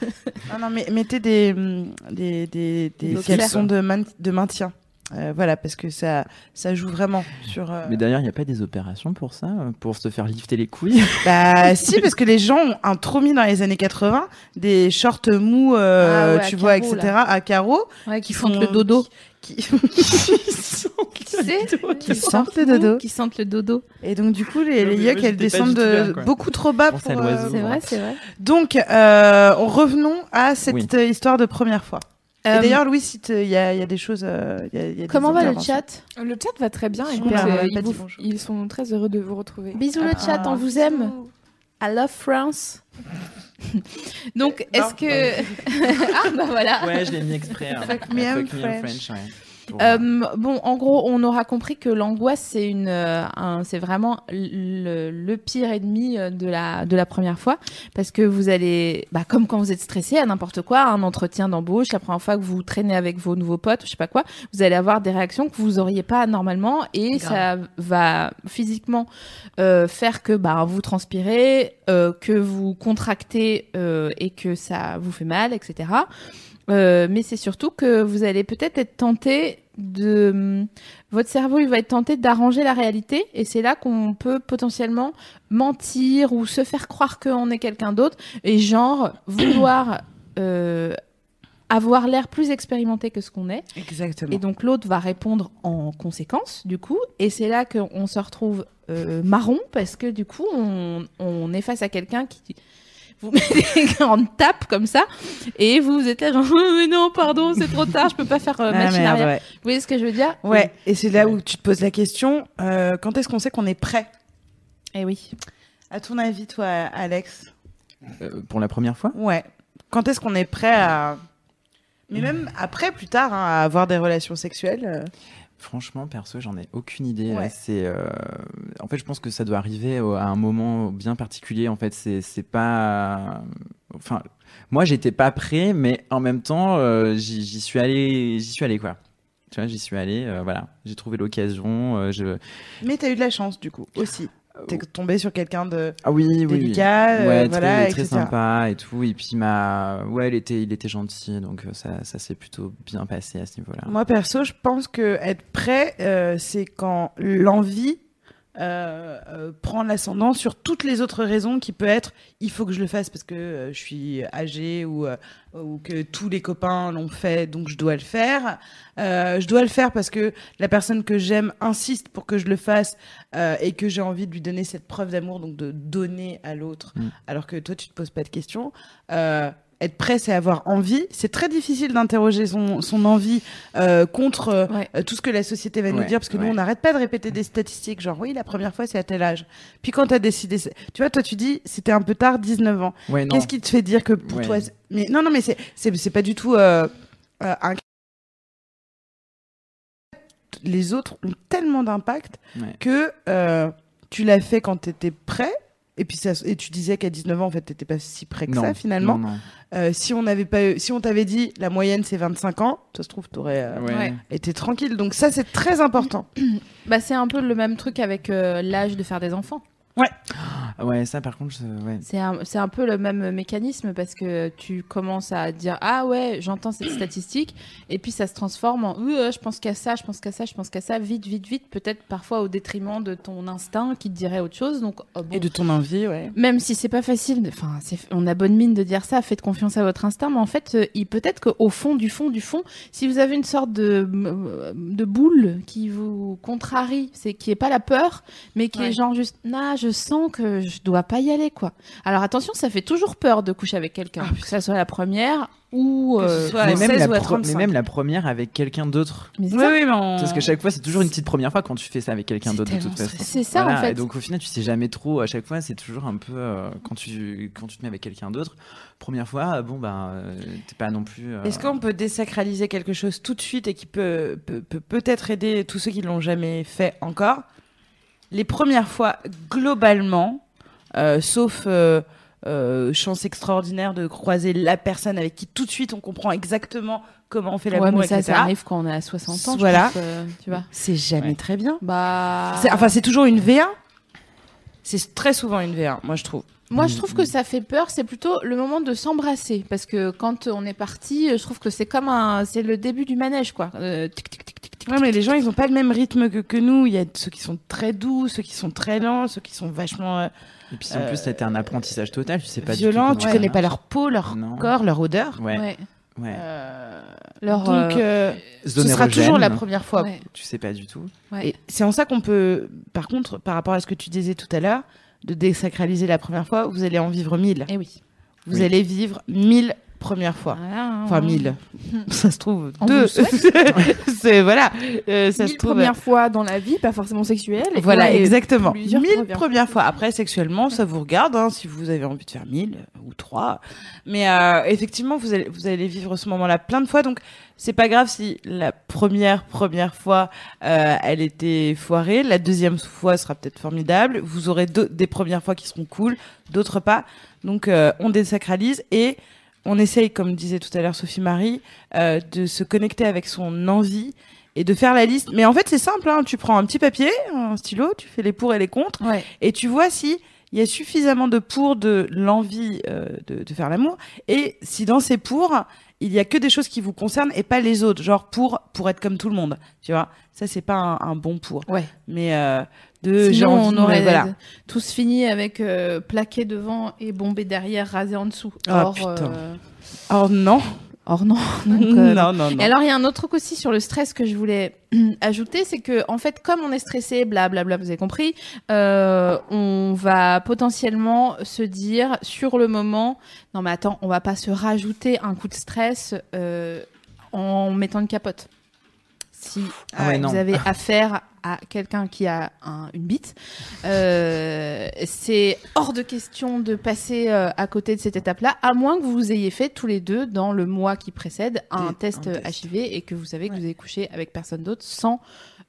S2: Non, non, mais mettez des, hum, des, des, des
S3: Des
S2: caleçons
S3: cuisses.
S2: de, main- de maintien. Euh, voilà, parce que ça, ça joue vraiment sur. euh,
S3: Mais d'ailleurs, il n'y a pas des opérations pour ça, euh, pour se faire lifter les couilles
S2: Bah, si, parce que les gens ont un trop mis dans les années 80, des shorts mous, euh,
S1: Ah ouais, à
S2: tu vois,
S1: carreaux,
S2: etc., à carreaux,
S1: Ouais, qui
S2: Qui
S1: sentent
S2: font-
S1: le dodo.
S2: qui, qui-
S1: Tu sais
S2: Qui sentent le dodo.
S1: Qui sentent le dodo.
S2: Et donc, du coup, les,
S3: Non,
S2: les yeux
S3: mais moi,
S2: elles
S3: j'étais pas
S2: descendent
S3: du tout
S2: de-
S3: bien, quoi.
S2: beaucoup trop bas
S3: Je
S2: pour.
S3: pensais à l'oiseau.
S2: euh,
S1: C'est vrai, c'est vrai.
S2: Donc, euh, revenons à cette
S3: Oui.
S2: euh, histoire de première fois. Et
S1: Euh,
S2: D'ailleurs, Louis, si te- il y, a- il y a des choses. euh, il y a- il y a des
S1: comment va le
S2: interventions.
S1: chat
S4: Le chat va très bien.
S2: Super,
S4: écoute,
S2: on
S4: euh,
S2: a même
S4: ils,
S2: pas dit
S4: vous-
S2: bonjour.
S4: ils sont très heureux de vous retrouver.
S1: Bisous le chat, on vous aime. I love France. Donc,
S2: Non.
S1: est-ce que. ah, bah voilà.
S3: Ouais, je l'ai mis exprès. hein.
S2: Fuck me,
S3: Ouais,
S2: I'm
S3: fuck me, I'm
S2: French.
S3: French, ouais. Pour-
S1: Euh, bon, en gros, on aura compris que l'angoisse, c'est une, euh, un- c'est vraiment le, le pire ennemi euh, de la de la première fois, parce que vous allez, bah, comme quand vous êtes stressé à n'importe quoi, un entretien d'embauche, la première fois que vous traînez avec vos nouveaux potes, je sais pas quoi, vous allez avoir des réactions que vous auriez pas normalement, et ça va physiquement euh, faire que bah vous transpirez, euh, que vous contractez euh, et que ça vous fait mal, etc. Euh, mais c'est surtout que vous allez peut-être être tenté de hum, votre cerveau il va être tenté d'arranger la réalité et c'est là qu'on peut potentiellement mentir ou se faire croire qu'on est quelqu'un d'autre et genre vouloir euh, avoir l'air plus expérimenté que ce qu'on est
S2: Exactement.
S1: et donc l'autre va répondre en conséquence, du coup. Et c'est là qu'on se retrouve euh, marron, parce que du coup, on, on est face à quelqu'un qui vous met des grandes tapes comme ça, et vous vous êtes là genre Oh, mais non, pardon, c'est trop tard, je peux pas faire euh,
S2: Ah,
S1: machine
S2: merde,
S1: arrière.
S2: ouais.
S1: Vous voyez ce que je veux dire
S2: Ouais, et c'est là où tu te poses la question euh, quand est-ce qu'on sait qu'on est prêt
S1: Et oui.
S2: À ton avis, toi, Alex
S3: euh, pour la première fois
S2: Ouais. Quand est-ce qu'on est prêt à. Mais même après, plus tard, hein, à avoir des relations sexuelles. euh,
S3: Franchement, perso, j'en ai aucune idée.
S2: Ouais.
S3: là. C'est, euh, en fait, je pense que ça doit arriver au- à un moment bien particulier. En fait, c'est, c'est pas. Enfin, euh, moi, j'étais pas prêt, mais en même temps, euh, j'y, j'y suis allé, j'y suis allé quoi. Tu vois, j'y suis allée, euh, voilà, j'ai trouvé l'occasion. euh, je...
S2: Mais t'as eu de la chance, du coup, aussi. T'es tombé sur quelqu'un de.
S3: Ah oui, Euh, oui, oui.
S2: Délicat, euh,
S3: ouais, très-
S2: voilà,
S3: très,
S2: etc.
S3: sympa et tout. Et puis ma, ouais, il était, il était gentil, donc euh, ça, ça s'est plutôt bien passé à ce niveau-là.
S2: Moi, perso, je pense que être prêt, euh, c'est quand l'envie euh, euh, prend l'ascendant sur toutes les autres raisons qui peut être il faut que je le fasse parce que euh, je suis âgé ou, euh, ou que tous les copains l'ont fait donc je dois le faire. Euh, je dois le faire parce que la personne que j'aime insiste pour que je le fasse euh, et que j'ai envie de lui donner cette preuve d'amour, donc de donner à l'autre
S3: Mm.
S2: alors que toi tu te poses pas de questions. Euh, être prêt, c'est avoir envie. C'est très difficile d'interroger son, son envie euh, contre euh,
S4: Ouais.
S2: euh, tout ce que la société va nous
S3: Ouais,
S2: dire, parce que nous,
S3: ouais.
S2: on n'arrête pas de répéter des statistiques, genre oui, la première fois, c'est à tel âge. Puis quand t'as décidé, c'est- tu vois, toi, tu dis, c'était un peu tard, 19 ans.
S3: Ouais, non.
S2: Qu'est-ce qui te fait dire que pour
S3: Ouais.
S2: toi, c'est- mais non, non, mais c'est, c'est, c'est pas du tout euh, euh, un. Les autres ont tellement d'impact
S3: Ouais.
S2: que euh, tu l'as fait quand t'étais prêt. Et puis ça, et tu disais qu'à 19 ans, en fait, t'étais pas si prêt que
S3: Non,
S2: ça finalement.
S3: non, non.
S2: Euh, si on n'avait pas, eu- si on t'avait dit la moyenne c'est 25 ans, ça se trouve t'aurais euh,
S3: Ouais.
S1: ouais.
S2: été tranquille. Donc ça c'est très important.
S1: Bah, c'est un peu le même truc avec euh, l'âge de faire des enfants.
S3: Ah ouais, ça par contre, je- ouais.
S1: C'est un, c'est un peu le même mécanisme parce que tu commences à dire Ah ouais, j'entends cette statistique, et puis ça se transforme en Ouh, euh, Je pense qu'à ça, je pense qu'à ça, je pense qu'à ça, vite, vite, vite, peut-être parfois au détriment de ton instinct qui te dirait autre chose. Donc, oh, bon.
S2: Et de ton envie, ouais.
S1: Même si c'est pas facile, enfin, c'est- on a bonne mine de dire ça, faites confiance à votre instinct, mais en fait, euh, il peut-être qu'au fond, du fond, du fond, si vous avez une sorte de, euh, de boule qui vous contrarie, c'est qui est pas la peur, mais qui
S4: Ouais.
S1: est genre juste, nah, je sens que je dois pas y aller, quoi. Alors attention, ça fait toujours peur de coucher avec quelqu'un, que ça soit la première ou.
S2: Ah, Que ce
S1: euh,
S2: soit à
S3: mais, même
S2: 16
S3: la
S2: ou à
S3: pro- mais
S2: 35.
S3: même la première avec quelqu'un d'autre.
S1: mais
S2: Oui,
S1: ça,
S2: oui, mais on-
S3: Parce que chaque fois, c'est toujours une petite première fois quand tu fais ça avec quelqu'un
S2: C'est
S3: d'autre de
S2: tellement
S3: toute façon.
S1: C'est ça,
S3: Voilà,
S1: en fait.
S3: et donc au final, tu sais jamais trop. À chaque fois, c'est toujours un peu euh, quand tu quand tu te mets avec quelqu'un d'autre. Première fois, euh, bon ben, euh, t'es pas non plus. euh,
S2: Est-ce qu'on peut désacraliser quelque chose tout de suite et qui peut peut peut- peut-être aider tous ceux qui l'ont jamais fait encore Les premières fois, globalement, euh, sauf euh, euh, chance extraordinaire de croiser la personne avec qui tout de suite on comprend exactement comment on fait
S1: ouais,
S2: l'amour,
S1: mais ça,
S2: etc.
S1: ça arrive quand on a 60 ans, je
S2: Voilà.
S1: pense, euh, tu vois.
S2: C'est jamais
S3: Ouais.
S2: très bien.
S1: Bah.
S2: C'est- Enfin, c'est toujours une V1. C'est très souvent une V1, moi je trouve.
S1: Moi,
S2: Mm,
S1: je trouve que ça fait peur. C'est plutôt le moment de s'embrasser, parce que quand on est parti, je trouve que c'est comme un, c'est le début du manège, quoi. Euh, tic, tic, tic, tic, tic,
S2: Ouais, mais les gens, ils ont pas le même rythme que, que nous. Il y a ceux qui sont très doux, ceux qui sont très lents, ceux qui sont vachement euh,
S3: Et puis en plus, c'était un apprentissage total. Tu sais pas. du tout
S2: violents.
S3: comment
S2: Tu
S3: ça
S2: connais pas
S3: marche.
S2: leur peau, leur
S3: Non.
S2: corps, leur odeur.
S3: Ouais.
S1: Ouais.
S3: ouais.
S2: Euh,
S1: Leur,
S2: donc,
S1: euh,
S2: euh, ce
S3: Zone
S2: sera toujours
S3: érogène,
S2: la première fois.
S1: ouais.
S3: Tu sais pas du tout.
S1: Ouais.
S2: Et c'est en ça qu'on peut, par contre, par rapport à ce que tu disais tout à l'heure, de désacraliser la première fois, vous allez en vivre mille.
S1: Eh oui.
S2: Vous
S3: Oui.
S2: allez vivre mille premières fois.
S1: Voilà,
S2: Enfin,
S1: hein.
S2: mille. Ça se trouve,
S1: On vous
S2: deux.
S1: le
S2: c'est, voilà. Euh, ça se
S4: Mille
S2: trouve.
S4: premières fois dans la vie, pas forcément sexuelle. et
S2: Voilà,
S4: ouais,
S2: exactement.
S4: plusieurs
S2: Mille
S4: premières
S2: premières fois. Après, sexuellement, ça vous regarde, hein, si vous avez envie de faire mille euh, ou trois. Mais euh, effectivement, vous allez, vous allez vivre ce moment-là plein de fois. Donc, c'est pas grave si la première, première fois, euh, elle était foirée. La deuxième fois sera peut-être formidable. Vous aurez d'au- des premières fois qui seront cool, d'autres pas. Donc, euh, on désacralise et on essaye, comme disait tout à l'heure Sophie-Marie, euh, de se connecter avec son envie et de faire la liste. Mais en fait, c'est simple. hein. Tu prends un petit papier, un stylo, tu fais les pour et les contre,
S1: Ouais.
S2: et tu vois si il y a suffisamment de pour de l'envie euh, de, de faire l'amour, et si dans ces pour il y a que des choses qui vous concernent et pas les autres, genre pour pour être comme tout le monde, tu vois. Ça c'est pas un, un bon pour,
S1: Ouais.
S2: mais euh, de j'ai
S1: Sinon,
S2: envie
S1: on
S2: de-
S1: aurait
S2: voilà.
S1: tous fini avec euh, plaqué devant et bombé derrière, rasé en dessous.
S2: Ah,
S1: or,
S2: putain.
S1: euh,
S2: Oh non,
S1: or non. Donc, euh,
S2: non non non.
S1: Et alors, il y a un autre truc aussi sur le stress que je voulais ajouter, c'est que, en fait, comme on est stressé, blablabla, vous avez compris, euh, on va potentiellement se dire sur le moment, non mais attends, on va pas se rajouter un coup de stress euh, en mettant une capote. Si euh,
S3: Ah ouais,
S1: vous
S3: non.
S1: avez affaire à quelqu'un qui a un- une bite, euh, c'est hors de question de passer euh, à côté de cette étape-là, à moins que vous ayez fait tous les deux dans le mois qui précède un
S3: Des-
S1: test,
S3: un
S1: euh,
S3: test.
S1: HIV et que vous savez que vous avez couché avec personne d'autre sans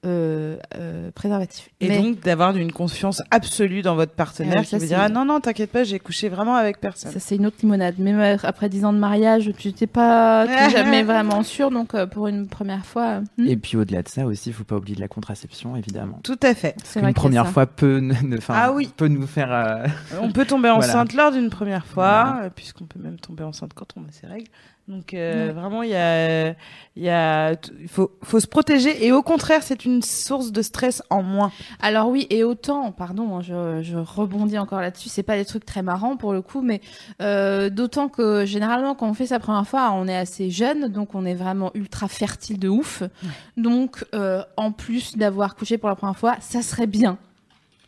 S1: euh, euh, préservatif.
S2: Et
S1: Mais-
S2: donc d'avoir une confiance absolue dans votre
S1: Ah
S2: partenaire
S1: ouais,
S2: qui
S1: ça,
S2: vous
S1: c'est-
S2: dira Ah non non t'inquiète pas j'ai couché vraiment avec personne.
S1: Ça, c'est une autre limonade. Même euh, après 10 ans de mariage, tu t'es pas t'es jamais vraiment sûr. Donc, euh, pour une première fois, euh, hmm,
S3: Et puis au-delà de ça aussi, il faut pas oublier de la contraception, évidemment.
S2: Tout à fait.
S1: c'est
S3: Une
S1: vrai qu'il y a
S3: première
S1: ça.
S3: fois peut, ne- ne- 'fin,
S2: Ah oui.
S3: peut nous faire. euh,
S2: On peut tomber
S3: Voilà.
S2: enceinte lors d'une première fois, euh, puisqu'on peut même tomber enceinte quand on a ses règles. Donc euh,
S1: Ouais.
S2: vraiment, il y a, il y a, t- il faut, faut se protéger. Et au contraire, c'est une source de stress en moins.
S1: Alors oui, et autant, pardon, hein, je, je rebondis encore là-dessus, c'est pas des trucs très marrants pour le coup, mais euh, d'autant que généralement quand on fait sa première fois, on est assez jeune, donc on est vraiment ultra fertile de ouf. Donc euh, en plus d'avoir couché pour la première fois, ça serait bien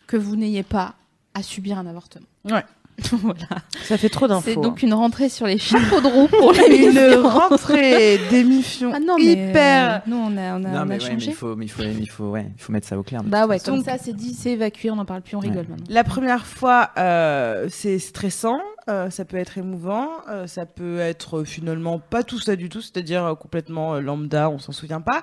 S1: que vous n'ayez pas à subir un avortement.
S2: Ouais.
S1: voilà.
S2: Ça fait trop d'infos.
S1: C'est
S2: hein.
S1: donc une rentrée sur les chapeaux de roue pour les
S2: une
S1: missions.
S2: rentrée d'émission
S1: Ah non, mais
S2: hyper.
S4: euh, Nous, on a, on
S3: non,
S4: a, on
S3: mais,
S4: a
S3: ouais, mais
S4: changé.
S3: il faut, mais il faut, il faut, ouais, il faut mettre ça au clair. de
S1: Bah
S3: toute
S1: ouais,
S3: façon.
S1: comme ça c'est dit, c'est évacué, on n'en parle plus, on rigole
S3: Ouais.
S1: maintenant.
S2: La première fois, euh, c'est stressant, euh, ça peut être émouvant, euh, ça peut être euh, finalement pas tout ça du tout, c'est-à-dire euh, complètement euh, lambda, on s'en souvient pas.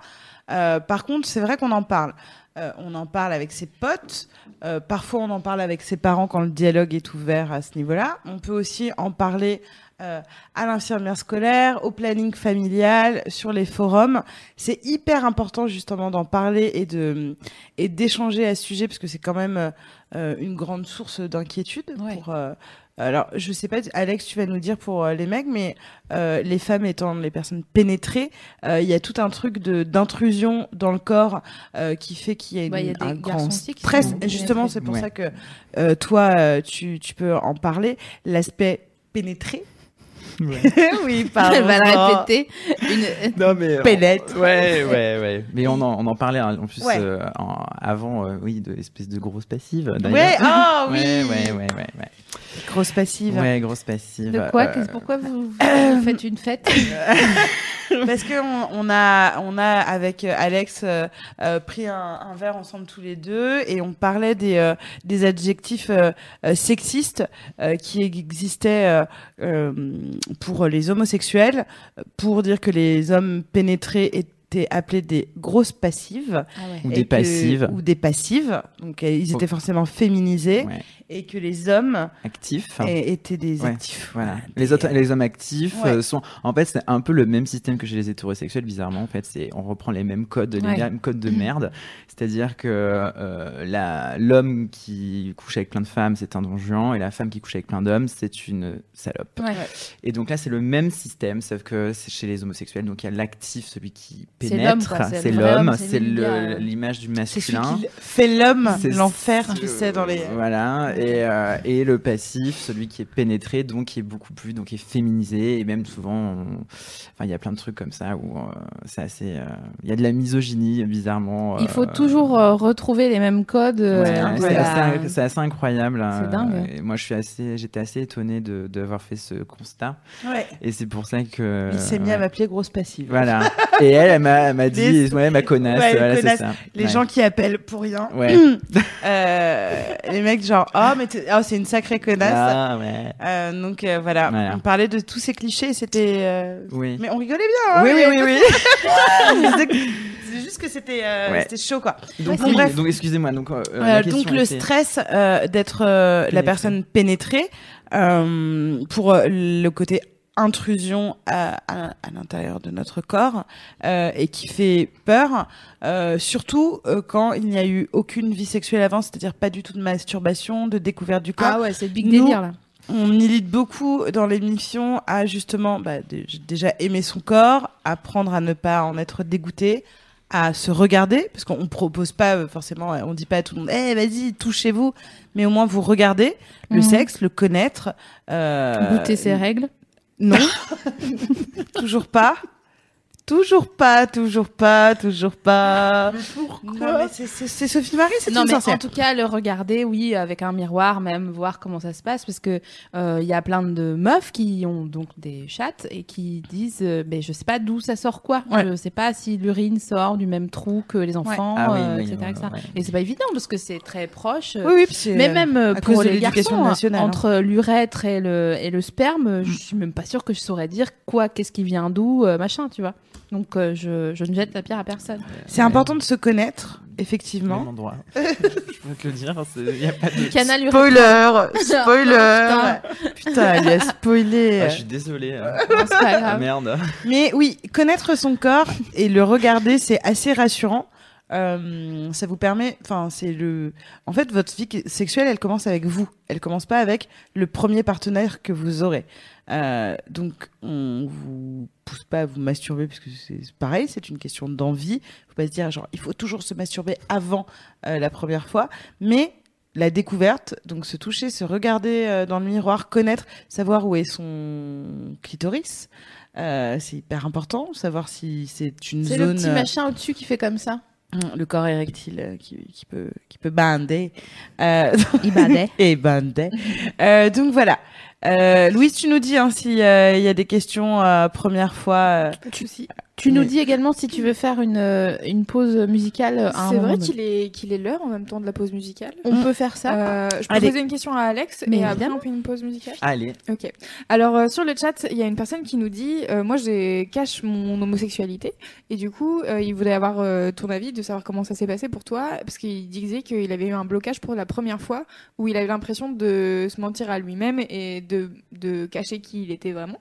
S2: Euh, par contre, c'est vrai qu'on en parle. Euh, on en parle avec ses potes, euh, parfois on en parle avec ses parents quand le dialogue est ouvert à ce niveau-là. On peut aussi en parler euh, à l'infirmière scolaire, au planning familial, sur les forums. C'est hyper important justement d'en parler et de et d'échanger à ce sujet parce que c'est quand même euh, euh, une grande source d'inquiétude.
S1: Ouais.
S2: Pour, euh, alors je sais pas, Alex, tu vas nous dire pour euh, les mecs, mais euh, les femmes étant les personnes pénétrées, euh, il y a tout un truc de d'intrusion dans le corps euh, qui fait qu'il y a, une,
S1: Ouais, Bah, il y a des
S2: un
S1: garçons
S2: grand
S1: aussi qui
S2: stress.
S1: sont
S2: Et justement,
S1: pénétrés.
S2: c'est pour
S3: Ouais.
S2: ça que euh, toi, euh, tu, tu peux en parler. L'aspect pénétré. oui, pardon.
S1: Elle va le répéter. Une... euh,
S3: Non mais euh,
S2: Pellette.
S3: Ouais, ouais, ouais. Mais on en, on en parlait hein, en plus
S2: Ouais.
S3: euh, en- avant, euh, oui, de l'espèce de grosse passive.
S2: Ouais,
S3: d'ailleurs.
S2: ah oui.
S3: ouais, ouais, ouais, ouais, ouais.
S2: Grosse passive.
S3: Ouais, grosse passive.
S1: De quoi
S3: euh,
S1: Qu'est-ce- Pourquoi vous, vous faites une fête
S2: Parce que on, on a, on a avec euh, Alex euh, euh, pris un, un verre ensemble tous les deux et on parlait des, euh, des adjectifs euh, euh, sexistes euh, qui existaient euh, euh, pour les homosexuels pour dire que les hommes pénétrés étaient appelés des grosses passives
S1: Ah
S3: Ou
S2: et
S3: des
S2: que-
S3: passives.
S2: ou des passives donc euh, ils étaient forcément féminisés
S3: ouais,
S2: et que les hommes
S3: Actifs.
S2: euh, étaient des
S3: Ouais,
S2: actifs
S3: Voilà.
S1: Ah,
S2: Des-
S3: Les, autres, les hommes actifs
S2: Ouais.
S3: euh, sont. En fait, c'est un peu le même système que chez les hétérosexuels, bizarrement. En fait, c'est on reprend les mêmes codes, les
S1: Ouais. Mm.
S3: mêmes codes de merde. C'est-à-dire que euh, la- l'homme qui couche avec plein de femmes, c'est un donjon, et la femme qui couche avec plein d'hommes, c'est une salope.
S1: Ouais.
S3: Et donc là, c'est le même système, sauf que c'est chez les homosexuels. Donc il y a l'actif, celui qui
S1: C'est l'homme,
S3: pénètre,
S1: quoi, c'est
S3: c'est
S1: le
S3: l'homme,
S1: homme, c'est
S3: c'est
S1: lui,
S3: le-
S1: euh,
S3: l'image du
S2: c'est celui
S3: masculin.
S2: qui fait l'homme
S3: C'est-
S2: l'enfer
S3: c'est-
S2: tu sais dans les
S3: Voilà, et, euh, et le passif, celui qui est pénétré, donc qui est beaucoup plus, donc qui est féminisé, et même souvent, on- enfin, il y a plein de trucs comme ça où euh, c'est assez. euh, Il y a de la misogynie, bizarrement.
S1: Il faut
S3: euh,
S1: toujours euh, retrouver les mêmes codes.
S3: ouais,
S1: euh,
S3: ouais, c'est
S1: voilà.
S3: assez, c'est assez incroyable. euh,
S1: dingue.
S3: et moi, je suis assez, j'étais assez étonné de d'avoir fait ce constat,
S2: Ouais.
S3: et c'est pour ça que.
S2: Il s'est mis à m'appeler grosse passive.
S3: Voilà. Et elle, elle m'a elle m'a dit,
S2: Les-
S3: ouais, ma connasse,
S2: Ouais,
S3: voilà, c'est
S2: connasse.
S3: ça.
S2: Les
S3: Ouais.
S2: gens qui appellent pour rien.
S3: Ouais.
S2: Euh, les mecs genre oh mais t'es- oh, c'est une sacrée connasse.
S3: Ah, ouais.
S2: Euh, donc euh, voilà.
S3: Voilà.
S2: on parlait de tous ces clichés, c'était. euh,
S3: Oui.
S2: Mais on rigolait bien. hein,
S3: Oui, oui,
S2: mais-
S3: oui, oui.
S2: C'est juste que c'était euh,
S3: Ouais.
S2: c'était chaud quoi.
S3: Donc,
S2: Ouais,
S3: oui,
S2: bref.
S3: donc excusez-moi. Donc, euh,
S2: Euh,
S3: la question
S2: donc le
S3: était-
S2: stress euh, d'être euh, la
S3: Pénétrée.
S2: personne pénétrée euh, pour euh, le côté intrusion à, à- à l'intérieur de notre corps euh, et qui fait peur, euh, surtout euh, quand il n'y a eu aucune vie sexuelle avant, c'est-à-dire pas du tout de masturbation, de découverte du corps.
S1: Ah ouais, c'est big
S2: Nous,
S1: délire là.
S2: On milite beaucoup dans l'émission à justement bah, dé- déjà aimer son corps, apprendre à ne pas en être dégoûté, à se regarder, parce qu'on propose pas euh, forcément, euh, on dit pas à tout le monde, eh vas-y, touchez-vous, mais au moins vous regardez le
S1: Mhm.
S2: sexe, le connaître. euh,
S1: Goûter ses règles.
S2: Non, toujours pas. Toujours pas, toujours pas, toujours pas. Non, mais c'est- c'est c'est Sophie Marie, c'est
S1: Non
S2: une
S1: mais
S2: sorcière.
S1: en tout cas le regarder, oui, avec un miroir même, voir comment ça se passe, parce que euh, il y a plein de meufs qui ont donc des chattes et qui disent, euh, mais je sais pas d'où ça sort quoi,
S2: Ouais.
S1: je sais pas si l'urine sort du même trou que les enfants,
S3: Ah oui,
S1: euh,
S3: oui,
S1: etc.,
S3: ouais,
S1: etc.
S3: ouais.
S1: Et c'est pas évident parce que c'est très proche. euh,
S2: Oui, oui, puis c'est-
S1: Mais même euh,
S2: à
S1: pour
S2: cause de
S1: les
S2: l'éducation
S1: garçons, hein,
S2: nationale, hein.
S1: entre l'urètre et le, et le sperme, euh, je suis même pas sûre que je saurais dire quoi, qu'est-ce qui vient d'où, euh, machin, tu vois. Donc euh, je, je ne jette la pierre à personne.
S2: C'est important de se connaître,
S3: Même
S2: Effectivement.
S3: endroit. je peux te le dire, il n'y a pas de.
S1: Canal Ur-
S2: Spoiler Spoiler
S1: Putain.
S2: Putain, il a spoilé
S3: Ah, je suis désolée. euh.
S1: Non, c'est pas
S3: Ah,
S1: grave.
S3: merde.
S2: Mais oui, connaître son corps et le regarder, c'est assez rassurant. Euh, ça vous permet, enfin, c'est le, en fait, votre vie qui- sexuelle, elle commence avec vous. Elle commence pas avec le premier partenaire que vous aurez. Euh, donc, on vous pousse pas à vous masturber parce que c'est pareil, c'est une question d'envie. Faut pas se dire genre, il faut toujours se masturber avant euh, la première fois, mais la découverte, donc se toucher, se regarder euh, dans le miroir, connaître, savoir où est son clitoris, euh, c'est hyper important. Savoir si c'est une
S1: C'est
S2: zone. euh,
S1: le
S3: euh,
S1: petit machin au-dessus qui fait comme ça.
S2: Mm, le corps érectile euh, qui, qui peut qui peut bander euh,
S1: Il bandait.
S2: et bander. Euh, donc voilà. Euh, Louise, tu nous dis hein, si euh, il y a des questions euh, première fois. euh,
S4: Pas de soucis.
S1: Tu nous
S2: Mais-
S1: dis également si tu veux faire une, euh, une pause musicale euh, à un
S4: C'est
S1: moment donné.
S4: vrai
S1: Mmh.
S4: qu'il est qu'il est l'heure en même temps de la pause musicale.
S1: On peut faire ça.
S4: Euh, je peux
S2: Allez.
S4: poser une question à Alex
S1: Mais
S4: et après
S1: évidemment.
S4: on fait une pause musicale.
S3: Allez.
S4: Ok. Alors euh, sur le chat, il y a une personne qui nous dit euh, moi j'ai cache mon homosexualité et du coup euh, il voudrait avoir euh, ton avis de savoir comment ça s'est passé pour toi parce qu'il disait qu'il avait eu un blocage pour la première fois où il avait l'impression de se mentir à lui-même et de de cacher qui il était vraiment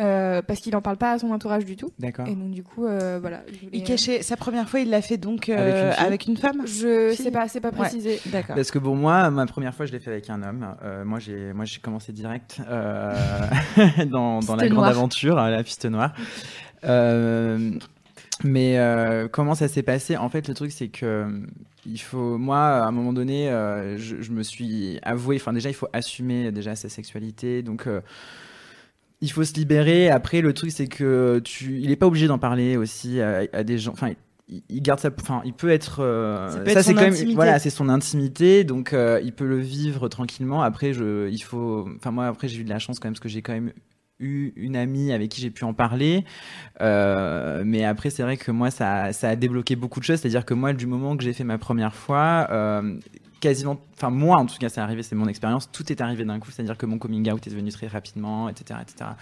S4: euh, parce qu'il en parle pas à son entourage du tout
S3: D'accord.
S4: et donc du coup euh, voilà. je voulais-
S2: Il cachait sa première fois, il l'a fait donc euh,
S3: Avec une fille
S2: avec, une femme.
S4: Je
S2: Fille.
S4: sais pas, c'est pas
S2: Ouais.
S4: précisé.
S2: D'accord.
S3: Parce que pour moi, ma première fois, je l'ai fait avec un homme. Euh, moi, j'ai, moi, j'ai commencé direct euh, dans, dans la
S1: Piste
S3: grande
S1: noire.
S3: aventure, à la piste noire. Euh, mais euh, comment ça s'est passé En fait, le truc, c'est que il faut, moi, à un moment donné, euh, je, je me suis avoué. Enfin, déjà, il faut assumer déjà sa sexualité. Donc euh, il faut se libérer. Après, le truc, c'est que tu, il est pas obligé d'en parler aussi à, à des gens. Enfin, il, il garde ça. Enfin, il peut être. euh,
S2: Ça peut être son intimité.
S3: voilà, c'est son intimité. Donc, euh, il peut le vivre tranquillement. Après, je, il faut. Enfin, moi, après, j'ai eu de la chance quand même parce que j'ai quand même eu une amie avec qui j'ai pu en parler. Euh, mais après, c'est vrai que moi, ça, ça a débloqué beaucoup de choses. C'est-à-dire que moi, du moment que j'ai fait ma première fois, euh, quasiment, enfin moi en tout cas, c'est arrivé, c'est mon expérience. Tout est arrivé d'un coup. C'est-à-dire que mon coming out est devenu très rapidement, etc., etc.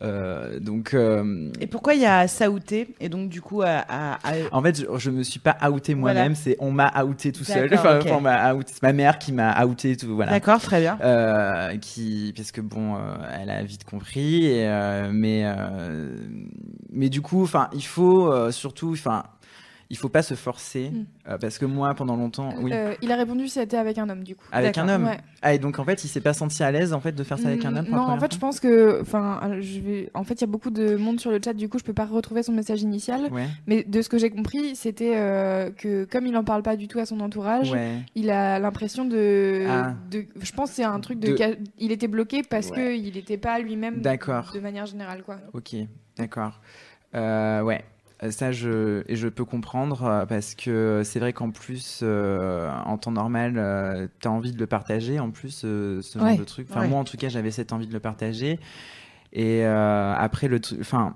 S3: Euh, donc euh,
S2: Et pourquoi il y a Saouté et donc du coup euh, à, à- à-
S3: en fait, je, je me suis pas outé
S2: Voilà.
S3: moi-même, c'est on m'a outé tout seul.
S2: D'accord,
S3: Enfin,
S2: ok.
S3: enfin, on m'a outé. C'est ma mère qui m'a outé, tout voilà.
S2: D'accord, très bien.
S3: Euh, qui parce que bon euh, elle a vite compris et, euh, mais euh, mais du coup enfin il faut euh, surtout enfin il faut pas se forcer
S4: Mm.
S3: euh, parce que moi pendant longtemps oui
S4: Euh, il a répondu si c'était avec un homme du coup.
S3: avec un
S2: d'accord,
S3: homme
S4: ouais.
S3: ah et donc en fait il s'est pas senti à l'aise en fait de faire ça avec un homme pour la
S4: Mm, Non, en
S3: première
S4: fait, je pense que, enfin, je vais, en fait, il y a beaucoup de monde sur le chat, du coup, je peux pas retrouver son message initial.
S3: fois ouais
S4: Mais de ce que j'ai compris, c'était euh, que comme il en parle pas du tout à son entourage,
S3: ouais
S4: il a l'impression de,
S3: Ah.
S4: de- je pense, que c'est un truc de,
S3: De-
S4: ca- il était bloqué parce
S3: Ouais.
S4: que il était pas lui-même.
S3: D'accord.
S4: De manière générale, quoi.
S3: Ok, d'accord. Euh, ouais, Euh, ça je, et je peux comprendre euh, parce que c'est vrai qu'en plus, euh, en temps normal, euh, t'as envie de le partager en plus, euh, ce genre
S1: Ouais,
S3: de truc. Enfin,
S2: ouais.
S3: moi en tout cas, j'avais cette envie de le partager. Et euh, après, le truc. Enfin.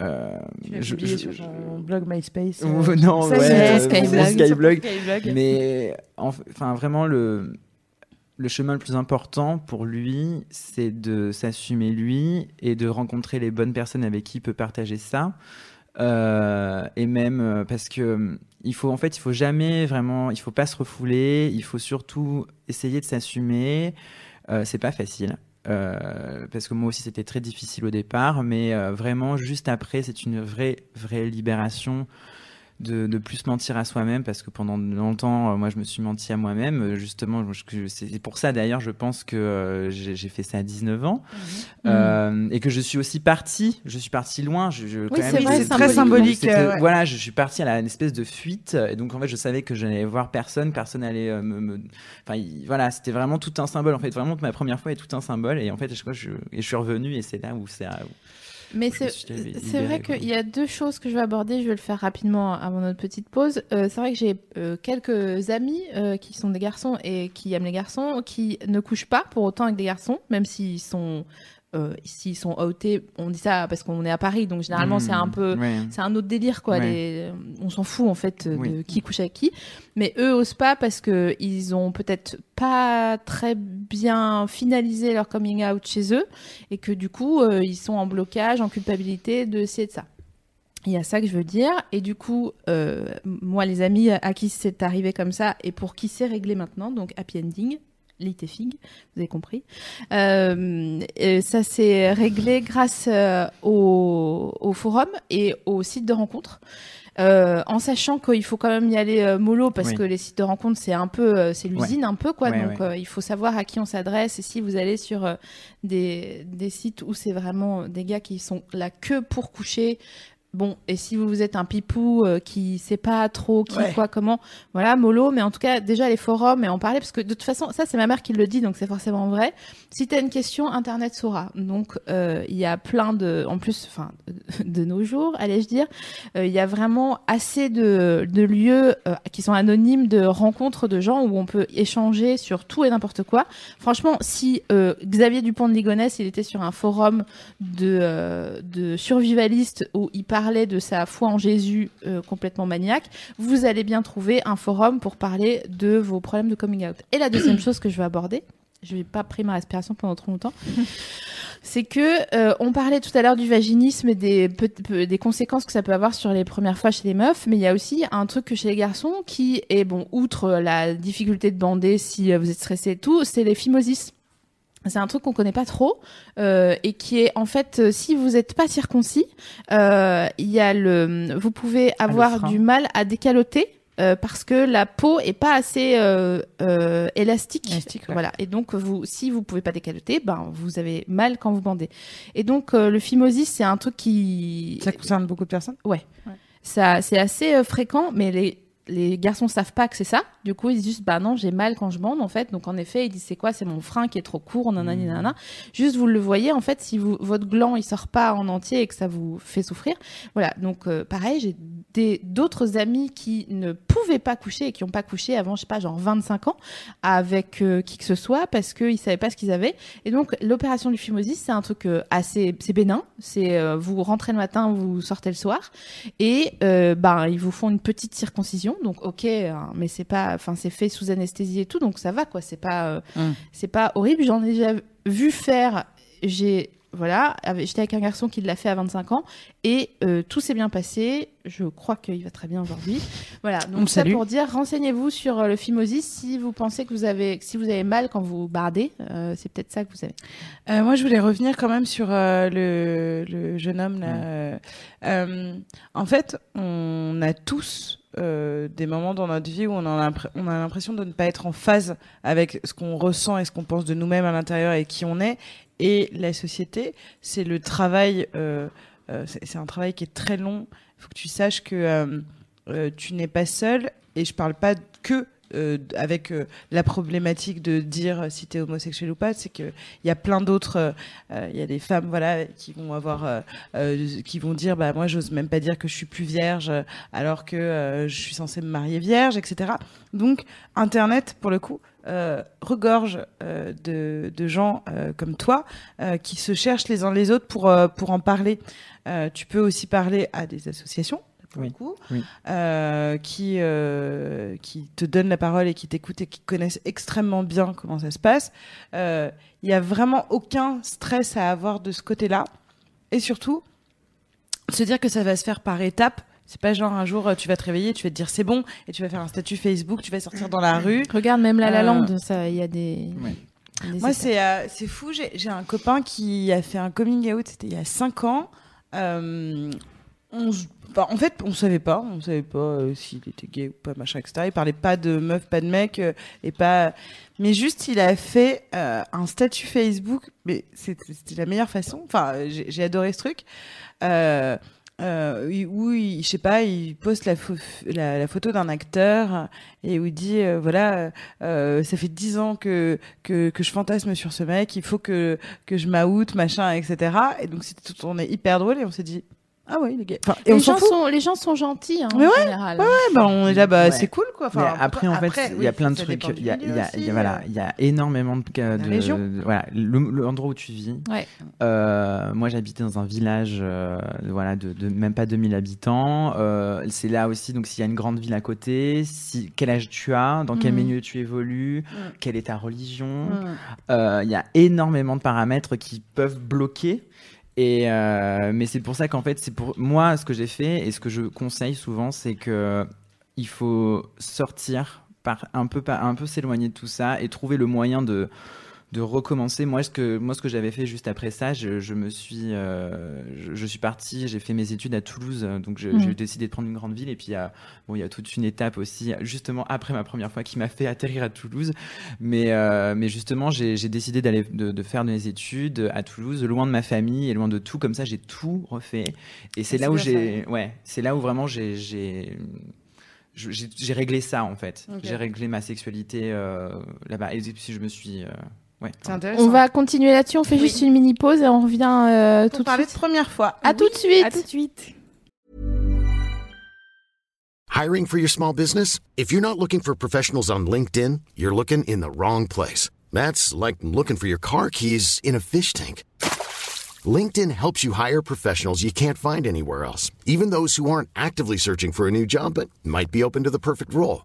S3: euh, je- je- je-
S2: blog MySpace.
S3: Oh, non,
S2: Ça,
S3: ouais,
S2: c'est
S3: euh,
S2: sur
S3: mon
S2: Skyblog.
S3: Skyblog.
S2: Skyblog.
S3: Mais enf- enfin, vraiment, le, le chemin le plus important pour lui, c'est de s'assumer lui et de rencontrer les bonnes personnes avec qui il peut partager ça. Euh, et même euh, parce que euh, il faut en fait il faut jamais vraiment il faut pas se refouler il faut surtout essayer de s'assumer Euh, c'est pas facile euh, parce que moi aussi c'était très difficile au départ mais euh, vraiment juste après c'est une vraie vraie libération de, de plus mentir à soi-même parce que pendant longtemps euh, moi je me suis menti à moi-même Euh, justement je- je- c'est pour ça d'ailleurs je pense que euh, j'ai j'ai fait ça à 19 ans Euh, et que je suis aussi parti je suis parti loin je, je- quand
S1: Oui,
S3: même,
S1: c'est vrai,
S3: j'étais-
S1: symbolique.
S2: très symbolique,
S3: C'était-
S2: euh, ouais.
S3: voilà je suis parti à la, une espèce de fuite euh, et donc en fait je savais que je n'allais voir personne personne allait euh, me, me- enfin il- voilà c'était vraiment tout un symbole en fait vraiment que ma première fois est tout un symbole et en fait à chaque fois, je, et je suis revenu et c'est là où c'est
S1: Mais
S3: Je
S1: c'est
S3: me suis libéré,
S1: c'est vrai
S3: quoi.
S1: qu'il y a deux choses que je vais aborder. Je vais le faire rapidement avant notre petite pause. Euh, c'est vrai que j'ai euh, quelques amis euh, qui sont des garçons et qui aiment les garçons, qui ne couchent pas pour autant avec des garçons, même s'ils sont euh, s'ils sont outés. On dit ça parce qu'on est à Paris, donc généralement c'est
S3: Hmm.
S1: un peu c'est un autre délire, quoi.
S3: Mm. Ouais.
S1: les- euh, On s'en fout, en fait, euh,
S3: Oui.
S1: de qui couche avec qui. Mais eux osent pas parce que ils ont peut-être pas très bien finalisé leur coming out chez eux et que du coup, euh, ils sont en blocage, en culpabilité de ci et de ça. Il y a ça que je veux dire. Et du coup, euh, moi, les amis à- à qui c'est arrivé comme ça et pour qui c'est réglé maintenant, donc happy ending, lit et fig, vous avez compris. Euh, et ça s'est réglé grâce euh, au, au forum et au site de rencontre. Euh, en sachant qu'il faut quand même y aller euh, mollo parce
S3: Oui.
S1: que les sites de rencontre c'est un peu euh, c'est l'usine un peu quoi
S3: Ouais,
S1: donc
S3: ouais.
S1: euh, il faut savoir à qui on s'adresse et si vous allez sur euh, des, des sites où c'est vraiment des gars qui sont là que pour coucher Bon, et si vous êtes un pipou euh, qui sait pas trop qui,
S2: Ouais.
S1: quoi, comment, voilà, mollo, mais en tout cas, déjà les forums et en parler, parce que de toute façon, ça c'est ma mère qui le dit, donc c'est forcément vrai. Si t'as une question, Internet saura. Donc, euh, il y a plein de, en plus, enfin, de nos jours, allais-je dire, euh, il y a vraiment assez de, de lieux euh, qui sont anonymes, de rencontres de gens où on peut échanger sur tout et n'importe quoi. Franchement, si euh, Xavier Dupont de Ligonnès, il était sur un forum de, euh, de survivalistes où il parlait de sa foi en Jésus euh, complètement maniaque, vous allez bien trouver un forum pour parler de vos problèmes de coming out. Et la deuxième chose que je vais aborder, je n'ai pas pris ma respiration pendant trop longtemps, c'est que euh, on parlait tout à l'heure du vaginisme et des, peut- peu- des conséquences que ça peut avoir sur les premières fois chez les meufs, mais il y a aussi un truc que chez les garçons qui est bon, outre la difficulté de bander si euh, vous êtes stressé et tout, c'est les phimosis. C'est un truc qu'on connaît pas trop euh, et qui est en fait euh, si vous n'êtes pas circoncis, euh, il y a le, vous pouvez avoir
S3: frein.
S1: du mal à décaloter. euh, parce que la peau est pas assez euh, euh, élastique,
S3: Élastique, ouais.
S1: voilà. Et donc vous, si vous pouvez pas décaloter, ben vous avez mal quand vous bandez. Et donc euh, le phimosis, c'est un truc qui
S2: Ça concerne beaucoup de personnes.
S1: ça, c'est assez euh, fréquent, mais les, les garçons savent pas que c'est ça. Du coup, ils se disent, bah non, j'ai mal quand je bande, en fait. Donc, en effet, ils disent, c'est quoi C'est mon frein qui est trop court, nanana,
S3: Mhm.
S1: nanana. Juste, vous le voyez, en fait, si vous, votre gland, il sort pas en entier et que ça vous fait souffrir. Voilà. Donc, euh, pareil, j'ai des- d'autres amis qui ne pouvaient pas coucher et qui ont pas couché avant, je sais pas, genre 25 ans avec euh, qui que ce soit parce qu'ils savaient pas ce qu'ils avaient. Et donc, l'opération du phimosis, c'est un truc euh, assez, c'est bénin. C'est, euh, vous rentrez le matin, vous sortez le soir et euh, ben ils vous font une petite circoncision donc ok hein, mais c'est pas enfin c'est fait sous anesthésie et tout donc ça va quoi c'est pas euh,
S2: Mm.
S1: c'est pas horrible j'en ai déjà vu faire j'ai voilà avec- j'étais avec un garçon qui l'a fait à 25 ans et euh, tout s'est bien passé je crois qu'il va très bien aujourd'hui voilà
S2: On le
S1: donc ça
S2: salue.
S1: pour dire renseignez-vous sur euh, le phimosis si vous pensez que vous avez si vous avez mal quand vous bardez euh, c'est peut-être ça que vous avez
S2: Euh, moi, je voulais revenir quand même sur euh, le, le jeune homme. Là, euh, euh, en fait, on a tous euh, des moments dans notre vie où on a l'impr- on a l'impression de ne pas être en phase avec ce qu'on ressent et ce qu'on pense de nous-mêmes à l'intérieur et qui on est. Et la société, c'est le travail. euh, euh, c'est c'est un travail qui est très long. Il faut que tu saches que euh, euh, tu n'es pas seul. Et je parle pas que euh, d- avec euh, la problématique de dire euh, si tu es homosexuel ou pas. C'est que il y a plein d'autres euh, euh, il y a des femmes voilà qui vont avoir euh, euh, qui vont dire bah moi j'ose même pas dire que je suis plus vierge euh, alors que euh, je suis censée me marier vierge etc donc internet pour le coup euh, regorge euh, de, de gens euh, comme toi euh, qui se cherchent les uns les autres pour euh, pour en parler Euh, tu peux aussi parler à des associations pour
S3: Oui.
S2: le coup,
S3: Oui.
S2: euh, qui euh, qui te donnent la parole et qui t'écoutent et qui connaissent extrêmement bien comment ça se passe euh, il n'y a vraiment aucun stress à avoir de ce côté-là. Et surtout, se dire que ça va se faire par étapes. C'est pas genre un jour euh, tu vas te réveiller, tu vas te dire c'est bon, et tu vas faire un statut Facebook, tu vas sortir dans la rue.
S1: regarde même la la
S2: Euh,
S1: lande ça il y a des,
S3: Ouais.
S1: des
S2: Moi, c'est euh, c'est fou. J'ai j'ai un copain qui a fait un coming out, c'était il y a 5 ans. Euh, on s- bah, en fait, on savait pas. On savait pas euh, s'il était gay ou pas, machin, etc. Il parlait pas de meuf, pas de mec, euh, et pas. Mais juste, il a fait euh, un statut Facebook. Mais c'est- c'était la meilleure façon. Enfin, euh, j'ai j'ai adoré ce truc. Euh, euh, il- où il, je sais pas, il poste la, pho- la, la photo d'un acteur et où il dit euh, voilà, euh, ça fait dix ans que, que que je fantasme sur ce mec, il faut que que je m'aoute, machin, etc. Et donc c'était tout tourné hyper drôle et on s'est dit ah ouais les gars. Enfin, et
S1: les
S2: on s'en
S1: gens
S2: fout.
S1: sont les gens sont gentils hein,
S2: Mais
S1: en
S2: ouais,
S1: général
S2: Ouais, bah, on est là bah
S3: Ouais.
S2: c'est cool quoi. Enfin,
S3: Mais après, en fait,
S2: après,
S3: il
S2: oui,
S3: y a plein de
S2: ça
S3: trucs.
S2: dépend du
S3: Il y a, il y
S2: milieu
S3: a- il y a- voilà,
S2: aussi, euh.
S3: il y a énormément de cas
S2: La
S3: de,
S2: région.
S3: de- voilà, le- l'endroit où tu vis.
S1: Ouais.
S3: Euh, moi, j'habitais dans un village, euh, voilà, de, de même pas 2000 habitants. Euh, c'est là aussi, donc s'il y a une grande ville à côté, si quel âge tu as, dans quel
S1: Mhm.
S3: milieu tu évolues,
S2: Mm.
S3: quelle est ta religion.
S2: euh. Mm.
S3: Euh, Il y a énormément de paramètres qui peuvent bloquer. Et euh, mais c'est pour ça qu'en fait, c'est pour moi ce que j'ai fait et ce que je conseille souvent, c'est que il faut sortir par un peu, par, un peu s'éloigner de tout ça et trouver le moyen de de recommencer. Moi, ce que moi ce que j'avais fait juste après ça, je, je me suis euh, je, je suis parti, j'ai fait mes études à Toulouse, euh, donc je-
S1: Mhm.
S3: j'ai décidé de prendre une grande ville. Et puis euh, bon, il y a toute une étape aussi, justement après ma première fois, qui m'a fait atterrir à Toulouse. Mais euh, mais justement, j'ai j'ai décidé d'aller de, de faire mes études à Toulouse, loin de ma famille et loin de tout. Comme ça, j'ai tout refait. Et c'est
S2: C'est
S3: là où
S2: bien
S3: j'ai ouais, c'est là où vraiment j'ai j'ai je- j'ai j'ai réglé ça en fait.
S2: Ok.
S3: J'ai réglé ma sexualité euh, là-bas. Et puis je me suis euh, ouais.
S2: C'est intéressant.
S1: On va continuer là-dessus, on fait
S2: Oui.
S1: juste une mini pause et on revient euh,
S2: Pour
S1: tout de
S2: parler
S1: suite.
S2: de première fois.
S1: À tout de suite.
S4: À tout de suite.
S5: Hiring for your small business? If you're not looking for professionals on LinkedIn, you're looking in the wrong place. That's like looking for your car keys in a fish tank. LinkedIn helps you hire professionals you can't find anywhere else, even those who aren't actively searching for a new job but might be open to the perfect role.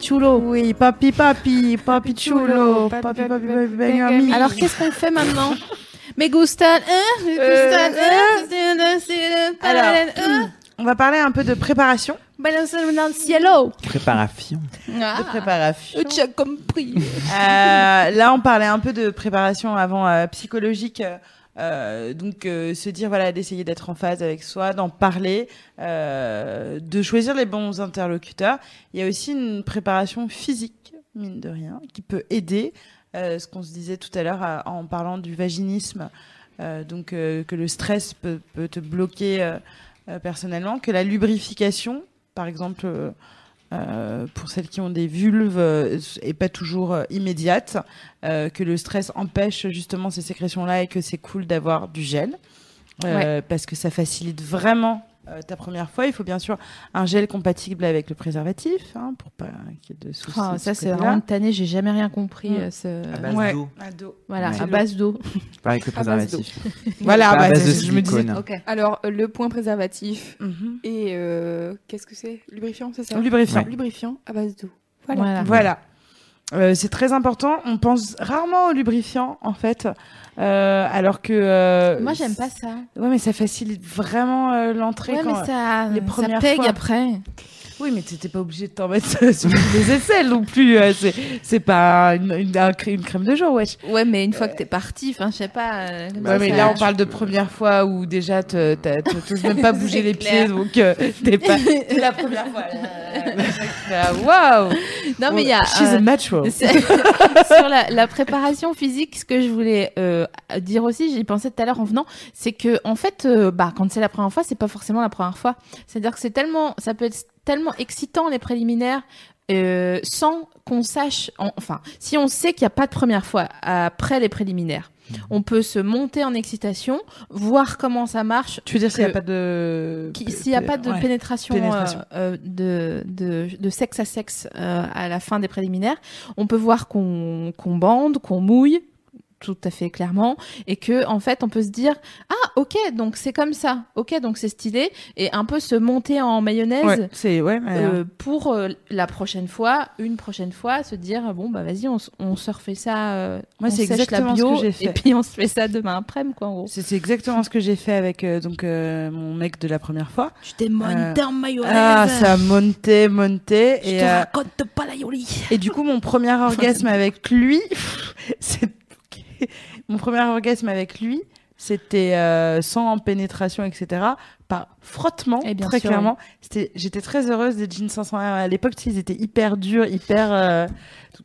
S1: chulo.
S2: Oui, papi, papi, papi chulo,
S4: chulo,
S2: papi,
S4: papi,
S2: papi, papi,
S4: papi,
S2: papi,
S4: papi,
S2: ami.
S1: Alors qu'est-ce qu'on fait maintenant Mais Gustan, hein Mais
S2: Euh,
S1: Gustan, hein C'est- c'est- c'est- c'est-
S2: Alors, Hmm. Bah,
S1: parallèle, hein
S2: on va parler un peu de préparation.
S1: Balance dans le cielo.
S3: Préparation.
S1: Ah,
S2: oh. De préparation.
S1: tu as compris.
S2: Euh, là, on parlait un peu de préparation avant euh, psychologique. euh, euh, donc, euh, se dire, voilà, d'essayer d'être en phase avec soi, d'en parler, euh, de choisir les bons interlocuteurs. Il y a aussi une préparation physique, mine de rien, qui peut aider. euh, ce qu'on se disait tout à l'heure à- en parlant du vaginisme, euh, donc euh, que le stress peut, peut te bloquer euh, euh, personnellement, que la lubrification, par exemple, euh, euh, pour celles qui ont des vulves euh, est pas toujours euh, immédiate, euh, que le stress empêche justement ces sécrétions-là et que c'est cool d'avoir du gel euh, parce que ça facilite vraiment euh, ta première fois. Il faut bien sûr un gel compatible avec le préservatif hein, pour pas qu'il y ait de soucis. de
S1: Oh, Ah, ça
S2: ce
S1: c'est
S2: côté-là.
S1: vraiment tanné, j'ai jamais rien compris.
S2: Mm.
S1: euh, ce-
S3: À base
S2: Ouais.
S3: d'eau,
S2: Ado.
S1: Voilà,
S3: Ouais.
S1: à base d'eau.
S3: pas avec le
S4: À base d'eau.
S3: préservatif.
S2: Voilà,
S3: Pas à
S2: bah,
S3: base
S2: c'est
S3: de
S2: ce que je me disais.
S3: silicone.
S4: Alors, euh, le point préservatif
S2: Mhm.
S4: et euh, qu'est-ce que c'est Lubrifiant, c'est ça
S2: Lubrifiant.
S4: Lubrifiant à base d'eau.
S1: Voilà.
S4: Voilà.
S2: Voilà. Euh, c'est très important. On pense rarement au lubrifiant, en fait, euh, alors que. euh,
S1: Moi j'aime pas ça.
S2: Ouais, mais ça facilite vraiment euh, l'entrée.
S1: Ouais,
S2: quand-
S1: mais ça,
S2: les
S1: ça
S2: premières
S1: pègue
S2: fois.
S1: après.
S2: Oui, mais t'étais pas obligé de t'en mettre euh, sur les aisselles non plus. euh, c'est, c'est pas une, une, un cré- une crème de jour, wesh.
S1: Ouais, mais une fois que t'es parti, enfin, je sais pas. euh, comme
S3: Bah
S1: ça,
S2: ouais, Euh. mais
S1: ça-
S2: là, on
S3: tu
S2: parle de
S3: peux-
S2: première fois où déjà te- t'as- te- t'oses même pas bouger
S1: C'est
S2: les
S1: clair.
S2: pieds, donc euh, t'es pas. C'est la première fois. là. Waouh!
S1: Non, mais il y a.
S2: She's
S1: euh,
S2: a natural.
S1: c'est- sur la, la préparation physique, ce que je voulais euh, dire aussi, j'y pensais tout à l'heure en venant, c'est que en fait, euh, bah, quand c'est la première fois, c'est pas forcément la première fois. C'est-à-dire que c'est tellement, ça peut être tellement excitant les préliminaires. euh, sans qu'on sache, en- enfin, si on sait qu'il n'y a pas de première fois après les préliminaires, on peut se monter en excitation, voir comment ça marche,
S2: Tu veux dire s'il n'y a
S1: que-
S2: pas de.
S1: euh, Qui- S'il n'y a pas de
S2: Ouais.
S1: pénétration,
S2: Pénétration.
S1: euh, euh, de, de, de sexe à sexe euh, à la fin des préliminaires, on peut voir qu'on qu'on bande, qu'on mouille tout à fait clairement et que en fait on peut se dire ah ok donc c'est comme ça ok donc c'est stylé et un peu se monter en mayonnaise
S2: Ouais, c'est ouais, mais,
S1: euh, pour euh, la prochaine fois une prochaine fois se dire bon bah vas-y on, s- on se refait ça euh,
S2: Moi,
S1: on
S2: c'est
S1: sèche la
S2: exactement ce
S1: bio
S2: que j'ai fait.
S1: et puis on se fait ça demain après quoi en gros
S2: C'est c'est exactement ce que j'ai fait avec euh, donc euh, mon mec de la première fois.
S1: tu t'es monté en mayonnaise
S2: Ah, ça montait, montait.
S1: je
S2: Et,
S1: te
S2: euh,
S1: raconte pas la Yoli
S2: et du coup, mon premier orgasme avec lui, c'est ok. mon premier orgasme avec lui, c'était euh, sans pénétration, etc. Par frottement,
S1: Eh bien
S2: très
S1: sûr,
S2: clairement. C'était, j'étais très heureuse des jeans 501. À l'époque, tu sais, ils étaient hyper durs, hyper. euh,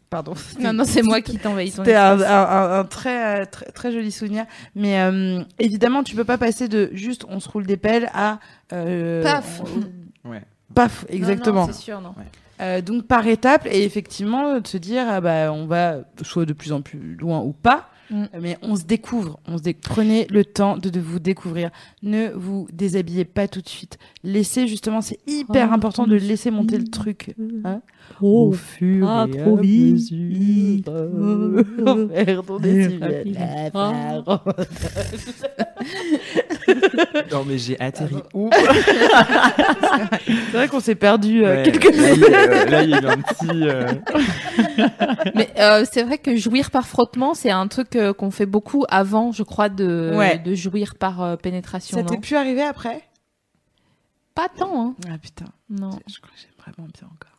S2: Pardon.
S1: Non, non, c'est moi qui t'envahis ton
S2: C'était un,
S1: espace.
S2: un- un- un très, euh, très, très joli souvenir. Mais euh, évidemment, tu peux pas passer de juste on se roule des pelles à. euh,
S1: Paf.
S2: on-
S3: Ouais.
S2: Paf, exactement.
S1: Non, non, c'est sûr, non.
S2: Euh, donc par étapes, et effectivement, de se dire, ah bah, on va soit de plus en plus loin ou pas.
S1: Mm.
S2: Mais on se découvre, on se dé- prenez le temps de, de vous découvrir. Ne vous déshabillez pas tout de suite. Laissez justement, c'est hyper
S1: Prends
S2: important
S1: ton
S2: de laisser monter
S1: Mm.
S2: le truc. Hein
S1: Oh,
S2: fur
S1: ah,
S2: et
S1: trop
S2: à
S1: vite.
S2: mesure,
S1: Euh,
S2: on perd ton
S1: Ah,
S2: décibel.
S1: rapide.
S2: bah, La parole.
S3: Non, mais j'ai atterri.
S2: C'est vrai qu'on s'est perdu euh,
S3: Ouais,
S2: quelques
S3: là, il y a, euh, là, il y a eu un petit. euh,
S1: Mais euh, c'est vrai que jouir par frottement, c'est un truc euh, qu'on fait beaucoup avant, je crois, de,
S2: Ouais.
S1: de jouir par euh, pénétration.
S2: Ça
S1: Non
S2: t'est plus arrivé après
S1: Pas tant, hein.
S2: Ah putain,
S1: Non.
S2: je crois que j'aime vraiment bien encore.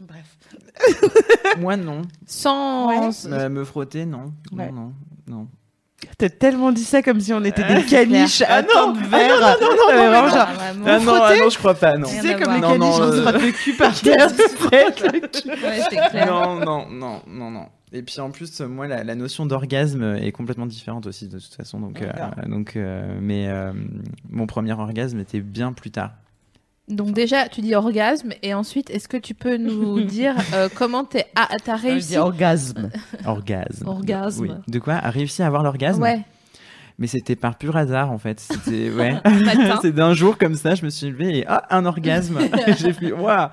S2: Bref.
S3: Moi, non.
S1: Sans.
S2: Ouais.
S3: Euh, me frotter, non.
S2: Ouais.
S3: Non, non, non.
S2: T'as tellement dit ça comme si on était des
S3: C'est
S2: caniches à
S3: Ah non,
S2: temps de
S3: ah
S2: verre.
S3: non, non, non,
S2: Mais
S3: non,
S2: vraiment,
S3: non,
S2: genre,
S1: Ah, vraiment.
S3: Ah non, ah
S2: frotter
S3: non, je crois pas, non.
S2: Tu
S1: Rien
S2: sais,
S1: à
S2: comme les
S3: voir. Non,
S2: caniches,
S3: non,
S2: on se
S3: euh,
S2: frappe le cul par terre. tu sais, avec le cul.
S1: Ouais, c'est clair.
S3: Non, non, non, non, non. Et puis en plus, euh, moi, la, la notion d'orgasme euh, est complètement différente aussi de toute façon. Donc, euh,
S2: D'accord.
S3: donc, euh, mais euh, mon premier orgasme était bien plus tard.
S1: Donc, déjà, tu dis orgasme, et ensuite, est-ce que tu peux nous dire euh, comment t'es- ah, t'as réussi
S2: orgasme.
S3: Orgasme.
S1: Orgasme.
S3: Oui. De quoi A réussi à avoir l'orgasme
S1: Ouais,
S3: Mais c'était par pur hasard en fait. C'était ouais.
S1: matin.
S3: C'est d'un jour comme ça, je me suis levée et ah un orgasme. j'ai fait waouh.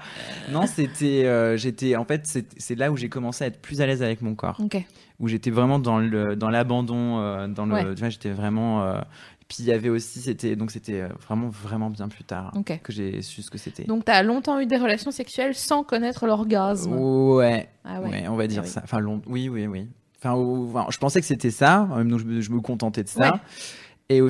S3: Non, c'était euh, j'étais en fait c'est c'est là où j'ai commencé à être plus à l'aise avec mon corps,
S1: Ok.
S3: où j'étais vraiment dans le dans l'abandon, euh, dans le
S1: Ouais.
S3: tu vois j'étais vraiment euh, Puis il y avait aussi, c'était donc c'était euh, vraiment vraiment bien plus tard
S1: Ok.
S3: que j'ai su ce que c'était.
S1: Donc, t'as longtemps eu des relations sexuelles sans connaître l'orgasme.
S3: ouais,
S1: Ah
S3: Oh. ouais,
S1: ouais.
S3: on va dire
S1: Ah oui.
S3: ça. Enfin, long... oui, oui, oui. Enfin, au- enfin, je pensais que c'était ça, en même temps, je me, je me contentais de ça.
S1: Ouais.
S3: Et au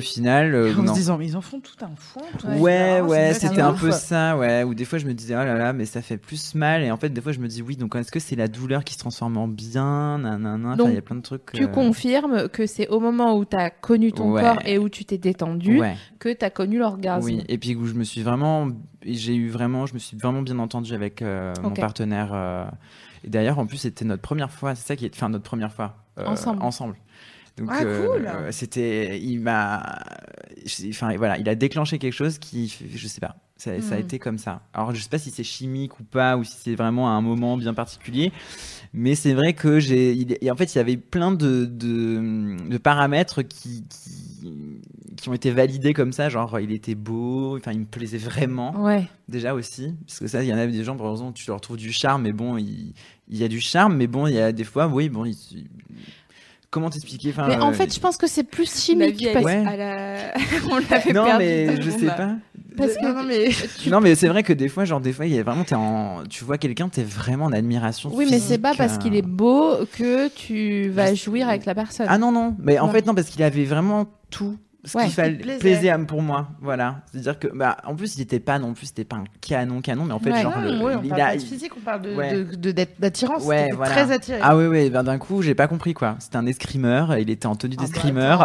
S3: final, euh,
S2: en
S3: non.
S2: se disant, mais ils en font tout un fond. tout un
S3: Ouais,
S2: bazar,
S3: ouais,
S2: c'est
S3: c'était un
S2: ouf.
S3: peu ça, ouais. Ou des fois, je me disais, oh là là, mais ça fait plus mal. Et en fait, des fois, je me dis, oui, donc est-ce que c'est la douleur qui se transforme en bien Nanana. Enfin,
S1: Donc,
S3: il y a plein de trucs.
S1: Tu
S3: euh,
S1: confirmes que c'est au moment où t'as connu ton
S3: Ouais.
S1: corps et où tu t'es détendu
S3: Ouais,
S1: que t'as connu l'orgasme.
S3: oui. Et puis, où je me suis vraiment. J'ai eu vraiment. Je me suis vraiment bien entendu avec euh, mon
S1: Ok.
S3: partenaire. euh, Et d'ailleurs, en plus, c'était notre première fois. C'est ça qui est. Enfin, notre première fois. euh,
S1: Ensemble.
S3: Ensemble. Donc,
S2: Ah, cool.
S3: euh, c'était. Il m'a. j'ai- Enfin, voilà, il a déclenché quelque chose qui. fait- Je sais pas. Ça, ça a
S1: Hmm.
S3: été comme ça. Alors, je sais pas si c'est chimique ou pas, ou si c'est vraiment à un moment bien particulier. Mais c'est vrai que j'ai. il- et En fait, il y avait plein de, de, de paramètres qui, qui, qui ont été validés comme ça. Genre, il était beau, enfin, il me plaisait vraiment
S1: Ouais.
S3: déjà aussi, parce que ça, il y en a des gens, par exemple, tu leur trouves du charme, mais bon, il, il y a du charme, mais bon, il y a des fois, oui, bon, il- il- comment t'expliquer enfin,
S1: Mais en
S3: euh,
S1: fait, je pense que c'est plus
S4: La
S1: chimique
S4: vie, elle
S1: parce,
S3: Ouais.
S4: est à la... on l'avait
S3: non,
S4: perdu
S3: mais
S4: de
S3: je
S4: ce
S3: sais
S4: monde-là.
S3: pas.
S1: parce que
S2: Non, non, mais
S1: tu-
S3: Non, mais c'est vrai que des fois, genre, des fois, il y a vraiment, t'es en, tu vois quelqu'un, t'es vraiment en admiration.
S1: Oui, mais c'est
S3: physique,
S1: pas parce
S3: euh.
S1: qu'il est beau que tu vas
S3: Je-
S1: jouir avec la personne.
S3: Ah non, non, mais en
S1: Non.
S3: fait, non, parce qu'il avait vraiment tout. Ce
S1: Ouais.
S3: qu'il fallait
S2: Il plaisait.
S3: plaisait à- pour moi, voilà. C'est-à-dire que, bah, en plus, il était pas non plus, c'était pas un canon, canon, mais en fait,
S1: Ouais.
S3: genre, le-
S2: Ah, Ouais, on
S3: il
S2: parle
S3: a-
S2: pas de physique, on parle de-
S3: Ouais.
S2: de- de- d'être- d'attirance.
S3: Ouais,
S2: T'étais
S3: voilà.
S2: très attiré.
S3: Ah oui, oui, ben d'un coup, j'ai pas compris quoi. C'était un escrimeur, il était en
S2: Ah,
S3: tenue
S2: bah,
S3: d'escrimeur.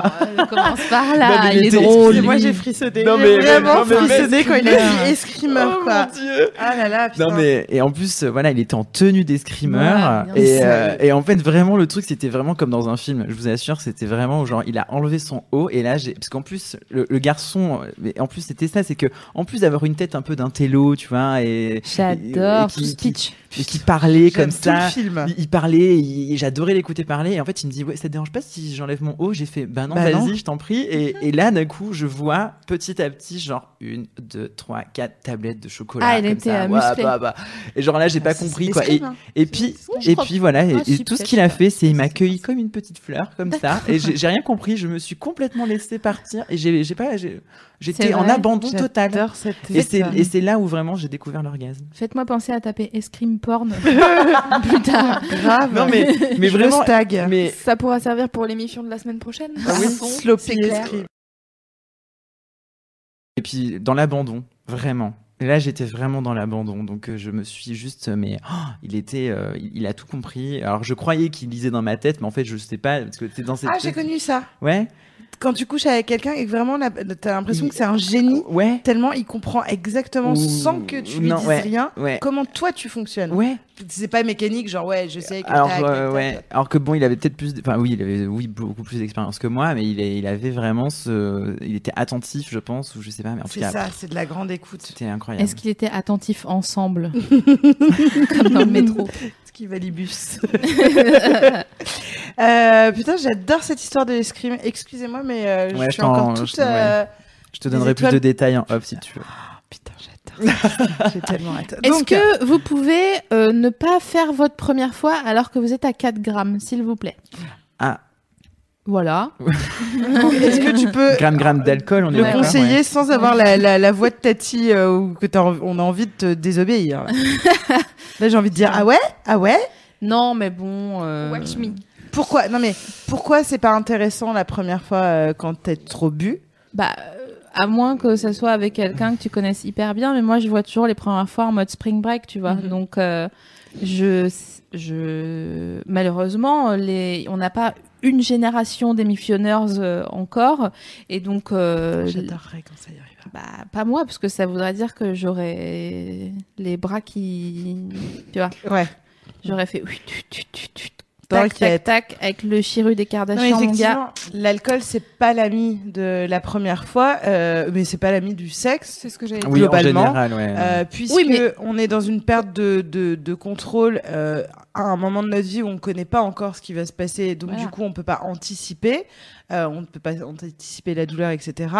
S1: commence par
S3: Non,
S1: là,
S3: mais
S1: il est
S3: était-
S1: drôle.
S3: excusez-moi,
S2: Moi,
S3: lui.
S2: j'ai frissonné.
S3: Non,
S2: J'ai
S3: mais-
S2: vraiment
S3: non, mais- Oh,
S2: frissonné quand il a
S1: Escrimeur.
S2: dit escrimeur, quoi.
S3: dieu!
S2: Ah là là,
S3: Non
S2: putain.
S3: mais et en plus euh, voilà il était en tenue d'escrimeur
S1: Ouais, bien
S3: et,
S1: sûr.
S3: euh, et en fait vraiment le truc c'était vraiment comme dans un film je vous assure c'était vraiment genre il a enlevé son haut et là j'ai parce qu'en plus le, le garçon euh, mais en plus c'était ça c'est que en plus d'avoir une tête un peu d'un télo tu vois et
S1: J'adore
S3: et
S1: tout
S3: qui-
S1: ce
S3: qui-
S1: pitch.
S3: et qui parlait
S2: J'aime
S3: comme
S2: tout
S3: ça
S2: le film.
S3: il, il parlait, il- j'adorais l'écouter parler. Et en fait, il me dit, ouais, ça te dérange pas si j'enlève mon haut J'ai fait, bah non,
S2: Bah non.
S3: vas-y, je t'en prie. Et, et là, d'un coup, je vois petit à petit, genre une, deux, trois, quatre tablettes de chocolat.
S1: Ah, elle
S3: comme
S1: était,
S3: ça.
S1: euh,
S3: Ouah,
S1: musclée.
S3: bah, bah. Et genre là, j'ai pas compris quoi. Et, et puis,
S1: Oui, je
S3: et
S1: crois
S3: puis voilà. Et,
S1: Ah,
S3: et
S1: si,
S3: tout ce
S1: peut-être,
S3: qu'il a
S1: je sais
S3: fait, c'est il m'a accueilli comme une petite fleur, comme ça. Et j'ai j'ai rien compris. Je me suis complètement laissé partir. Et j'ai j'ai pas, j'ai- j'étais en
S1: vrai,
S3: abandon total.
S2: J'adore cette
S3: Et c'est et c'est là où vraiment j'ai découvert l'orgasme.
S1: Faites-moi penser à taper escrime porn plus tard.
S2: grave.
S3: Non mais mais
S2: Je
S3: vraiment.
S2: le stag.
S3: Mais
S4: Ça pourra servir pour l'émission de la semaine prochaine.
S3: Ah oui,
S4: À fond,
S3: sloppy
S4: c'est clair.
S3: escrime. Et puis dans l'abandon, vraiment. Et là, j'étais vraiment dans l'abandon, donc euh, je me suis juste, euh, mais oh, il était, euh, il, il a tout compris. Alors je croyais qu'il lisait dans ma tête, mais en fait, je sais pas parce que t'es dans cette.
S2: Ah, j'ai connu ça.
S3: Ouais,
S2: Quand tu couches avec quelqu'un et que vraiment la- t'as l'impression
S3: Il-
S2: que c'est un génie,
S3: ouais,
S2: tellement il comprend exactement
S3: Ouh,
S2: sans que tu lui
S3: non,
S2: dises
S3: ouais.
S2: rien
S3: ouais,
S2: comment toi tu fonctionnes.
S3: ouais.
S2: C'est pas mécanique, genre ouais, je sais que
S3: Alors,
S2: tac, tac,
S3: euh,
S2: tac,
S3: ouais.
S2: tac.
S3: Alors que bon, il avait peut-être plus, enfin oui, il avait oui beaucoup plus d'expérience que moi, mais il, est- il avait vraiment ce, il était attentif, je pense, ou je sais pas, mais en tout
S2: C'est
S3: cas,
S2: ça,
S3: pff,
S2: c'est de la grande écoute.
S3: c'était incroyable.
S1: Est-ce qu'il était attentif ensemble Comme dans le métro.
S2: Ce qui va les bus. Euh, putain, j'adore cette histoire de l'escrime. Excusez-moi, mais euh,
S3: Ouais,
S2: je
S3: je
S2: suis encore
S3: t'en-
S2: toute.
S3: je- ouais.
S2: euh,
S3: Je te
S2: des
S3: donnerai plus
S2: étoiles-
S3: de détails en off si tu veux.
S2: Putain, j'adore. J'ai tellement hâte.
S1: Est-ce
S2: Donc,
S1: que vous pouvez euh, ne pas faire votre première fois alors que vous êtes à 4 grammes, s'il vous plaît
S3: Ah.
S1: Voilà.
S2: donc, est-ce que tu peux
S3: Gramme gramme d'alcool, on est
S2: Ah, le
S3: d'accord,
S2: conseiller
S3: ouais.
S2: sans avoir la, la, la voix de Tati euh, ou que t'as en- on a envie de te désobéir. Là, j'ai envie de dire ah ouais, ah ouais.
S1: Non, mais bon. euh,
S4: Watch me.
S2: Pourquoi Non mais pourquoi c'est pas intéressant la première fois euh, quand t'es trop bu
S1: Bah, euh, à moins que ça soit avec quelqu'un que tu connaisses hyper bien, mais moi je vois toujours les premières fois en mode spring break, tu vois.
S2: Mhm.
S1: Donc, euh, je, je, malheureusement, les, on n'a pas une génération d'émissionneurs euh, encore, et donc, euh,
S2: J'adorerais quand ça y arrive.
S1: bah, pas moi, parce que ça voudrait dire que j'aurais les bras qui, tu vois,
S2: Ouais.
S1: j'aurais fait. oui, tu, tu, tu, tu, Tac, tac,
S2: T'inquiète.
S1: tac, avec le chiru des
S2: Non, mais
S1: Kardashian, mon gars.
S2: effectivement, l'alcool c'est pas l'ami de la première fois, euh, mais c'est pas l'ami du sexe.
S4: C'est ce que j'ai
S3: Oui,
S2: globalement,
S3: en général, ouais.
S2: Euh, puisque
S1: Oui, mais-
S2: on est dans une perte de, de, de contrôle euh, à un moment de notre vie où on ne connaît pas encore ce qui va se passer, donc
S1: Voilà.
S2: du coup on ne peut pas anticiper, euh, on ne peut pas anticiper la douleur, etc.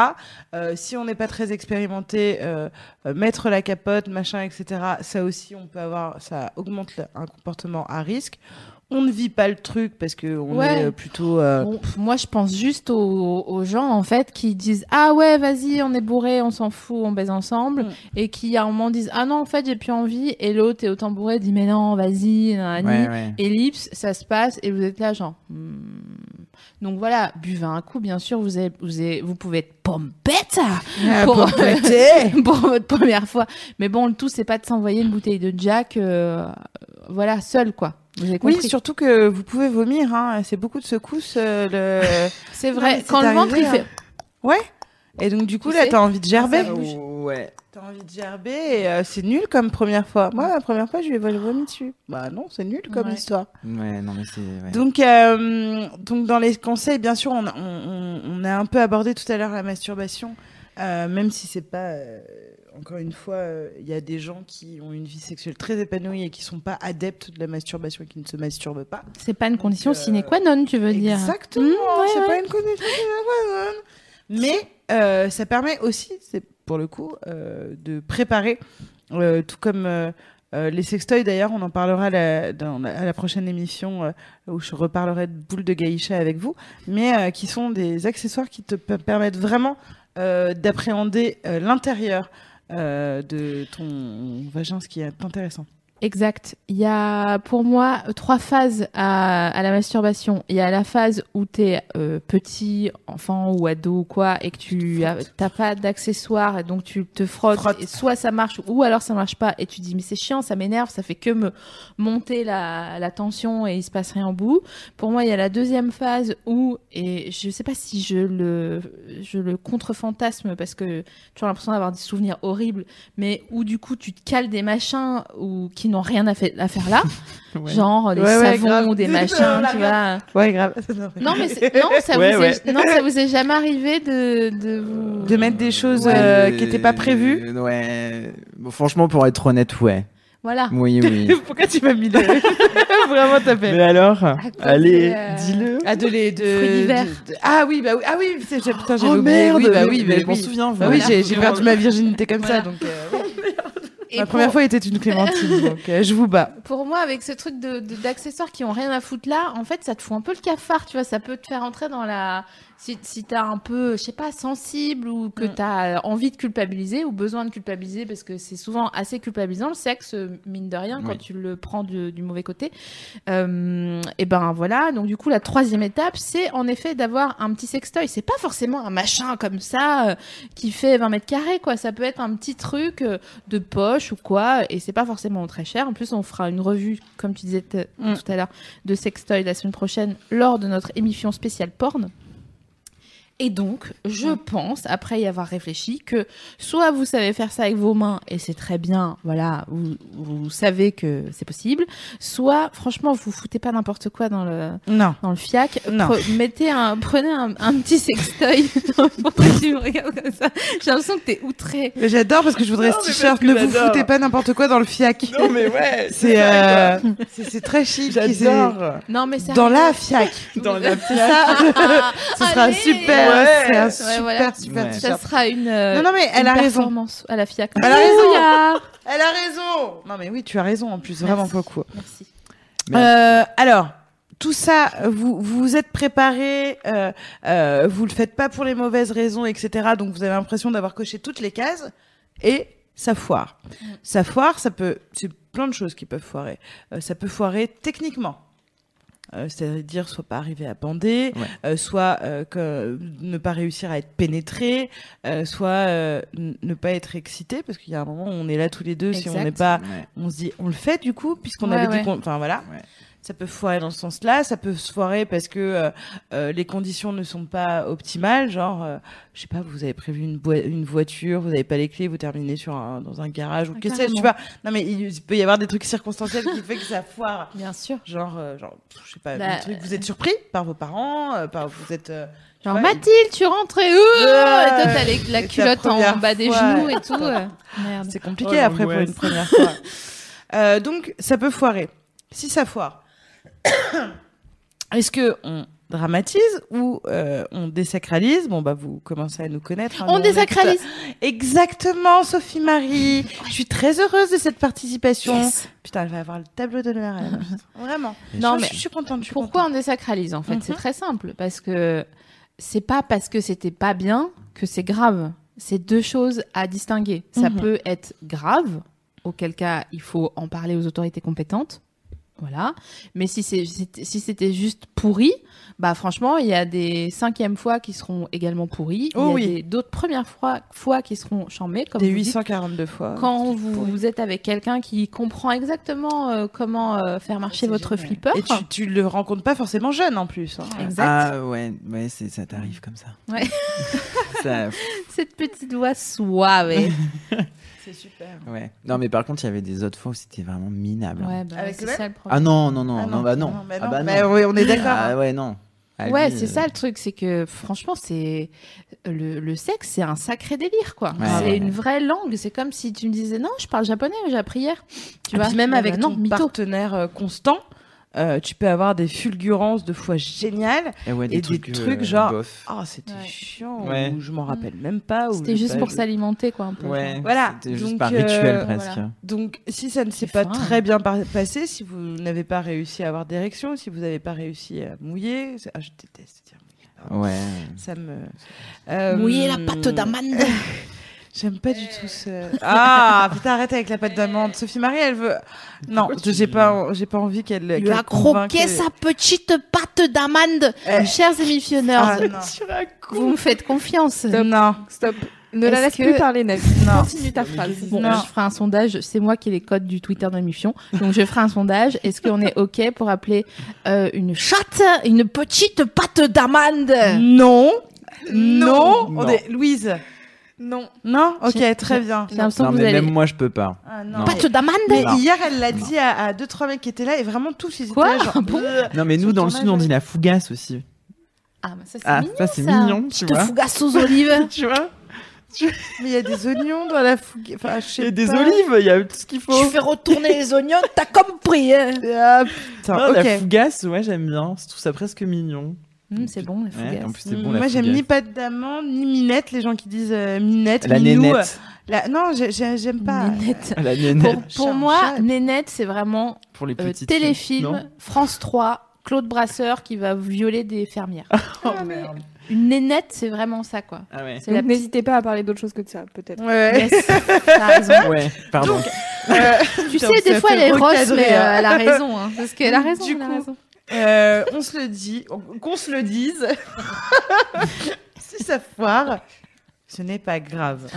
S2: Euh, si on n'est pas très expérimenté, euh, euh, mettre la capote, machin, etc. Ça aussi on peut avoir, ça augmente le- un comportement à risque. on ne vit pas le truc parce que on
S1: Ouais.
S2: est euh, plutôt. euh,
S1: Bon, pff, moi, je pense juste aux, aux gens en fait qui disent ah ouais vas-y on est bourré on s'en fout on baise ensemble
S2: Mm.
S1: et qui à un moment disent ah non en fait j'ai plus envie et l'autre est autant bourré dit mais non vas-y nanani.
S3: Ouais, ouais.
S1: ellipse ça se passe et vous êtes là genre hmm. donc voilà buvez un coup bien sûr vous avez, vous avez- vous pouvez être pompette hein. pour,
S2: compléter.
S1: pour votre première fois mais bon le tout c'est pas de s'envoyer une bouteille de Jack euh, voilà seul quoi vous avez compris
S2: Oui, surtout que vous pouvez vomir. Hein. C'est beaucoup de secousses. euh, le...
S1: c'est
S2: Non,
S1: vrai
S2: mais c'est
S1: quand le ventre
S2: arrivé,
S1: il fait
S2: hein. Ouais. Et donc du coup
S1: Tu
S2: là,
S1: sais,
S2: t'as envie de gerber.
S1: ça bouge.
S3: Ah Ouais.
S2: T'as envie de gerber. Et, euh, c'est nul comme première fois. Moi, la première fois, je lui ai vomi dessus. Bah non, c'est nul comme
S1: Ouais.
S2: histoire.
S3: Ouais, non, mais c'est. ouais.
S2: Donc, euh, donc dans les conseils, bien sûr, on a, on, on- on a un peu abordé tout à l'heure la masturbation, euh, même si c'est pas. euh, encore une fois, euh, il y a des gens qui ont une vie sexuelle très épanouie et qui sont pas adeptes de la masturbation et qui ne se masturbent pas.
S1: c'est pas une
S2: Donc,
S1: condition
S2: euh,
S1: sine qua non tu veux dire
S2: Exactement,
S1: Mm, ouais,
S2: c'est
S1: ouais.
S2: pas une connexion qui va pas, non. Mais euh, ça permet aussi, c'est pour le coup, euh, de préparer, euh, tout comme euh, euh, les sextoys d'ailleurs, on en parlera la- dans la- à la prochaine émission euh, où je reparlerai de boules de gaïcha avec vous, mais euh, qui sont des accessoires qui te pe- permettent vraiment euh, d'appréhender euh, l'intérieur. euh, de ton vagin, ce qui est intéressant.
S1: Exact. Il y a pour moi trois phases à, à la masturbation. Il y a la phase où tu es petit, enfant ou ado ou quoi, et que tu as- t'as pas d'accessoires, et donc tu te frottes,
S2: Frotte.
S1: et soit ça marche, ou alors ça marche pas, et tu dis mais c'est chiant, ça m'énerve, ça fait que me monter la, la tension et il se passe rien au bout. Pour moi, il y a la deuxième phase où, et je sais pas si je le, je le contre-fantasme parce que tu as l'impression d'avoir des souvenirs horribles, mais où du coup tu te cales des machins ou qui n'ont rien à, fait, à faire là,
S3: Ouais.
S1: genre euh, des
S2: Ouais, ouais,
S1: savons
S2: grave.
S1: ou des
S2: Dis-le,
S1: machins,
S2: la
S1: tu vois.
S2: Ouais, grave.
S1: Non, mais c'est- non, ça
S3: Ouais,
S1: vous
S3: ouais.
S1: Est, non, ça vous est jamais arrivé de, de vous.
S2: De mettre des choses
S1: Ouais.
S2: euh, qui n'étaient pas prévues.
S3: Euh, Ouais. Bon, franchement, pour être honnête, ouais.
S2: Ah.
S1: Voilà.
S3: Oui, oui.
S2: Pourquoi tu m'as mis le... Vraiment tapé.
S3: Mais alors
S1: côté,
S3: Allez,
S1: euh,
S3: dis-le.
S2: Ah de les de,
S1: Fruits d'hiver.
S2: de- de- Ah oui bah oui ah oui c'est j'ai- putain j'ai
S3: oh
S2: oublié.
S3: merde
S2: oui, bah
S3: mais-
S2: oui
S3: mais
S2: bah
S3: je m'en
S2: oui.
S3: souviens.
S2: Bah oui j'ai j'ai perdu ma virginité comme
S1: Voilà.
S2: ça donc euh, oui.
S1: Euh, Et
S2: ma
S1: pour-
S2: première fois était une clémentine donc euh, je vous bats.
S1: pour moi, avec ce truc de- de- d'accessoires qui ont rien à foutre là, en fait, ça te fout un peu le cafard, tu vois. Ça peut te faire entrer dans la. Si, si t'as un peu, je sais pas, sensible ou que
S2: Mm.
S1: t'as envie de culpabiliser ou besoin de culpabiliser parce que c'est souvent assez culpabilisant le sexe, euh, mine de rien, quand
S3: Oui.
S1: tu le prends du, du mauvais côté. Euh, et ben voilà. Donc, du coup, la troisième étape, c'est en effet d'avoir un petit sextoy. C'est pas forcément un machin comme ça euh, qui fait 20 mètres carrés, quoi. Ça peut être un petit truc. euh, de poche ou quoi, et c'est pas forcément très cher. En plus, on fera une revue, comme tu disais t-
S2: Mm.
S1: tout à l'heure, de sextoy la semaine prochaine lors de notre émission spéciale porn. Et donc, je
S2: Mm.
S1: pense, après y avoir réfléchi, que soit vous savez faire ça avec vos mains et c'est très bien, voilà, vous, vous savez que c'est possible, soit franchement, vous foutez pas n'importe quoi dans le,
S2: Non.
S1: dans le fiac.
S2: Non.
S1: Pre- mettez un, prenez un, un petit sextoy. Pourquoi tu me regardes comme ça J'ai l'impression que t'es outré.
S2: Mais J'adore parce que je voudrais
S3: Non,
S2: ce
S3: mais parce
S2: t-shirt
S3: que
S2: ne vous
S3: j'adore.
S2: foutez pas n'importe quoi dans le fiac.
S3: Non mais ouais.
S2: C'est euh, c'est c'est très chic
S3: J'adore.
S1: Non, mais c'est
S2: Dans
S1: rigolo.
S2: la fiac.
S3: Dans la
S2: C'est ça. Ce sera
S1: Allez.
S2: super
S3: Ouais.
S2: c'est un
S3: Ouais,
S2: super
S1: voilà.
S2: super
S3: Ouais.
S1: Ça
S2: t-shirt.
S1: sera une, euh,
S2: Non non mais
S1: une
S2: elle a raison.
S1: performance à la FIAC.
S2: Elle a raison.
S1: Ouya
S2: Elle a raison. Non mais oui tu as raison en plus vraiment
S1: Merci.
S2: beaucoup.
S1: Merci.
S2: Euh, alors, tout ça, vous vous vous êtes préparé, euh, euh, vous le faites pas pour les mauvaises raisons, etc. Donc vous avez l'impression d'avoir coché toutes les cases et ça foire. Ça foire, ça peut, c'est plein de choses qui peuvent foirer. Euh, ça peut foirer techniquement. Euh, c'est-à-dire soit pas arriver à bander,
S3: Ouais.
S2: euh, soit euh, que, ne pas réussir à être pénétré, euh, soit euh, n- ne pas être excité, parce qu'il y a un moment où on est là tous les deux, si on
S1: Exact.
S2: n'est pas
S3: Ouais.
S2: on se dit on le fait du coup puisqu'on
S1: Ouais,
S2: avait
S1: ouais.
S2: dit qu'on enfin voilà
S3: Ouais.
S2: ça peut foirer dans ce sens-là ça peut se foirer parce que euh, euh, les conditions ne sont pas optimales genre euh, je sais pas vous avez prévu une boi- une voiture vous n'avez pas les clés vous terminez sur un, dans un garage ou
S1: Ah,
S2: qu'est-ce que je sais
S1: carrément.
S2: pas non mais il, il peut y avoir des trucs circonstanciels qui fait que ça foire
S1: Bien sûr.
S2: genre euh, genre pff, je sais pas
S1: Bah,
S2: des trucs, vous êtes surpris par vos parents euh, par vous êtes euh, je sais
S1: Genre,
S2: pas,
S1: Mathilde, tu rentres et, ouh
S2: Ouais.
S1: et toi, t'as les- la
S2: Et ta
S1: culotte en
S2: première
S1: bas des
S2: fois.
S1: genoux et tout. euh. Merde.
S2: C'est
S3: Oh,
S2: compliqué
S3: l'angoisse.
S2: après pour une première fois. Euh, donc, ça peut foirer. Si ça foire, est-ce que on dramatise ou euh, on désacralise. Bon, bah, vous commencez à nous connaître. hein, nous,
S1: On
S2: est
S1: désacralise.
S2: toutes- Exactement, Sophie Marie. Je suis très heureuse de cette participation.
S1: Yes.
S2: Putain, elle va avoir le tableau d'honneur. elle, putain. Vraiment.
S1: Non,
S2: je,
S1: mais
S2: je suis contente. je suis
S1: Pourquoi
S2: contente.
S1: on désacralise en fait C'est
S2: Mhm.
S1: très simple parce que c'est pas parce que c'était pas bien que c'est grave. C'est deux choses à distinguer. Ça
S2: Mhm.
S1: peut être grave, auquel cas il faut en parler aux autorités compétentes. Voilà. Mais si c'est c'était- si c'était juste pourri, bah franchement, il y a des cinquièmes fois qui seront également pourries. il
S2: Oh
S1: y a
S2: oui.
S1: des- d'autres premières fois, fois qui seront chambées. Comme
S2: Des
S1: vous dites,
S2: 842 fois.
S1: quand vous,
S2: pourri.
S1: êtes avec quelqu'un qui comprend exactement euh, comment euh, faire marcher
S2: Ah, C'est
S1: votre
S2: génial.
S1: flipper.
S2: Et tu, tu le rencontres pas forcément jeune en plus. hein.
S1: Exact.
S3: Ah ouais, ouais c'est- ça t'arrive comme ça.
S1: Ouais.
S3: Ça,
S1: Cette petite voix suave.
S2: C'est super.
S3: ouais. Non, mais par contre, il y avait des autres fois où c'était vraiment minable. hein.
S1: Ouais, bah,
S2: Avec
S1: c'est
S2: le
S1: ça le
S3: Ah
S1: problème.
S3: non, non, non,
S2: Ah
S3: non, bah non.
S2: mais
S3: Ah bah non.
S2: Mais oui, on est d'accord. hein.
S3: Ah ouais, non. Ah,
S1: ouais,
S3: lui,
S1: c'est
S3: euh,
S1: ça le truc, c'est que franchement, c'est le, le sexe, c'est un sacré délire, quoi.
S3: Ouais.
S1: C'est une vraie langue. C'est comme si tu me disais non, je parle japonais, mais j'ai appris hier. Tu
S2: Et
S1: vois,
S2: puis même
S1: Ah
S2: avec
S1: bah
S2: ton
S1: non, mytho.
S2: partenaire euh, constant, euh, tu peux avoir des fulgurances de foi géniales.
S3: Et, Eh ouais,
S2: Et
S3: des
S2: des
S3: trucs,
S2: trucs
S3: euh,
S2: genre-
S3: bof.
S2: Ah, c'était
S4: Ouais.
S2: chiant.
S3: Ouais.
S2: Ou je m'en rappelle même pas. ou
S1: Mm. C'était
S2: je-
S1: juste
S2: bah,
S1: pour
S2: je-
S1: s'alimenter, quoi, un peu.
S3: Ouais,
S2: Voilà,
S3: c'était juste
S2: donc,
S3: par
S2: euh,
S1: voilà.
S3: rituel presque.
S2: Donc, si ça ne s'est
S1: C'est
S2: pas
S1: fin.
S2: très bien par- passé, si vous n'avez pas réussi à avoir d'érection, si vous n'avez pas réussi à mouiller, c'est- ah, je déteste dire mouiller, pardon.
S3: Ouais.
S2: Ça me. Euh,
S1: Mouiller la pâte d'amande.
S2: J'aime pas du tout ce. Ah, putain, arrête avec la pâte d'amande. Sophie Marie, elle veut. Non,
S3: Pourquoi tu
S2: j'ai
S3: dis-
S2: pas, j'ai pas envie qu'elle.
S1: Il
S2: qu'elle
S1: a
S2: convainque-
S1: croqué sa petite pâte d'amande.
S2: Eh.
S1: Chers émissionneurs,
S2: Ah, non.
S1: vous me faites confiance.
S2: Non.
S4: Stop. Ne la
S1: Est-ce
S4: laisse
S1: que-
S4: plus parler, Nef.
S2: Non.
S4: Continue ta phrase.
S1: Bon,
S2: Non.
S1: je ferai un sondage. C'est moi qui ai les codes du Twitter de Mifion. Donc, je ferai un sondage. Est-ce qu'on est OK pour appeler euh, une chatte une petite pâte d'amande
S2: Non. Non.
S3: Non.
S2: On est- Louise.
S4: Non.
S2: Non Ok,
S1: J'ai-
S2: très bien.
S1: J'ai l'impression
S3: Non,
S1: que vous
S3: mais
S1: allez.
S3: même moi, je peux pas.
S2: Ah,
S3: Non.
S1: Pâte d'amande
S2: Mais
S3: Non.
S2: hier, elle l'a
S3: Non.
S2: dit à, à deux, trois mecs qui étaient là et vraiment tous ils
S1: Quoi
S2: étaient là, genre.
S1: Bon
S2: Bleh.
S3: Non, mais
S2: Sur
S3: nous, dans le
S2: ton
S3: sud, on
S2: âge,
S3: dit la fougasse aussi.
S1: Ah, bah, ça, c'est
S3: Ah,
S1: mignon.
S3: ça, c'est
S1: ça.
S3: mignon, tu
S1: Petite
S3: vois.
S1: fougasse aux olives.
S3: Tu vois
S2: Mais il y a des oignons dans la fougue. Enfin, je sais
S3: Et des
S2: pas.
S3: olives, il y a tout ce qu'il faut.
S1: Je fais retourner les oignons, t'as compris. hein.
S2: Ah, putain,
S3: Non, La
S2: ok.
S3: fougasse, ouais, j'aime bien. Je trouve ça presque mignon.
S1: Hum, c'est bon, les
S3: Ouais,
S1: fougasses.
S3: en plus, c'est bon, la
S2: Moi, j'aime
S3: fougasse.
S2: ni pâte d'amande, ni minette, les gens qui disent euh, minette,
S3: La
S2: minou.
S3: nénette.
S2: La- Non, j'ai- j'ai- j'aime pas.
S1: Nénette.
S3: La
S1: Pour,
S3: nénette.
S1: pour
S2: Chat,
S1: moi,
S2: chat.
S1: Nénette, c'est vraiment
S3: Pour les
S1: euh,
S3: petites. filles. Non
S1: téléfilm, France 3, Claude Brasseur qui va violer des fermières.
S2: Oh, merde.
S1: Une Nénette, c'est vraiment ça, quoi.
S3: Ah ouais.
S1: C'est la
S4: Donc,
S1: petite.
S4: N'hésitez pas à parler d'autre chose que de ça, peut-être.
S2: Ouais.
S1: Yes, t'as raison.
S3: Ouais, pardon.
S1: Tu
S2: Putain,
S1: sais,
S2: ça
S1: des fois,
S2: fait
S1: elle est rosse,
S2: recadrer,
S1: mais euh,
S2: hein.
S1: elle a raison. hein, parce qu'elle a raison.
S2: Du
S1: elle a
S2: coup,
S1: raison.
S2: Euh, on se le dit, on- qu'on se le dise. si ça foire, ce n'est pas grave.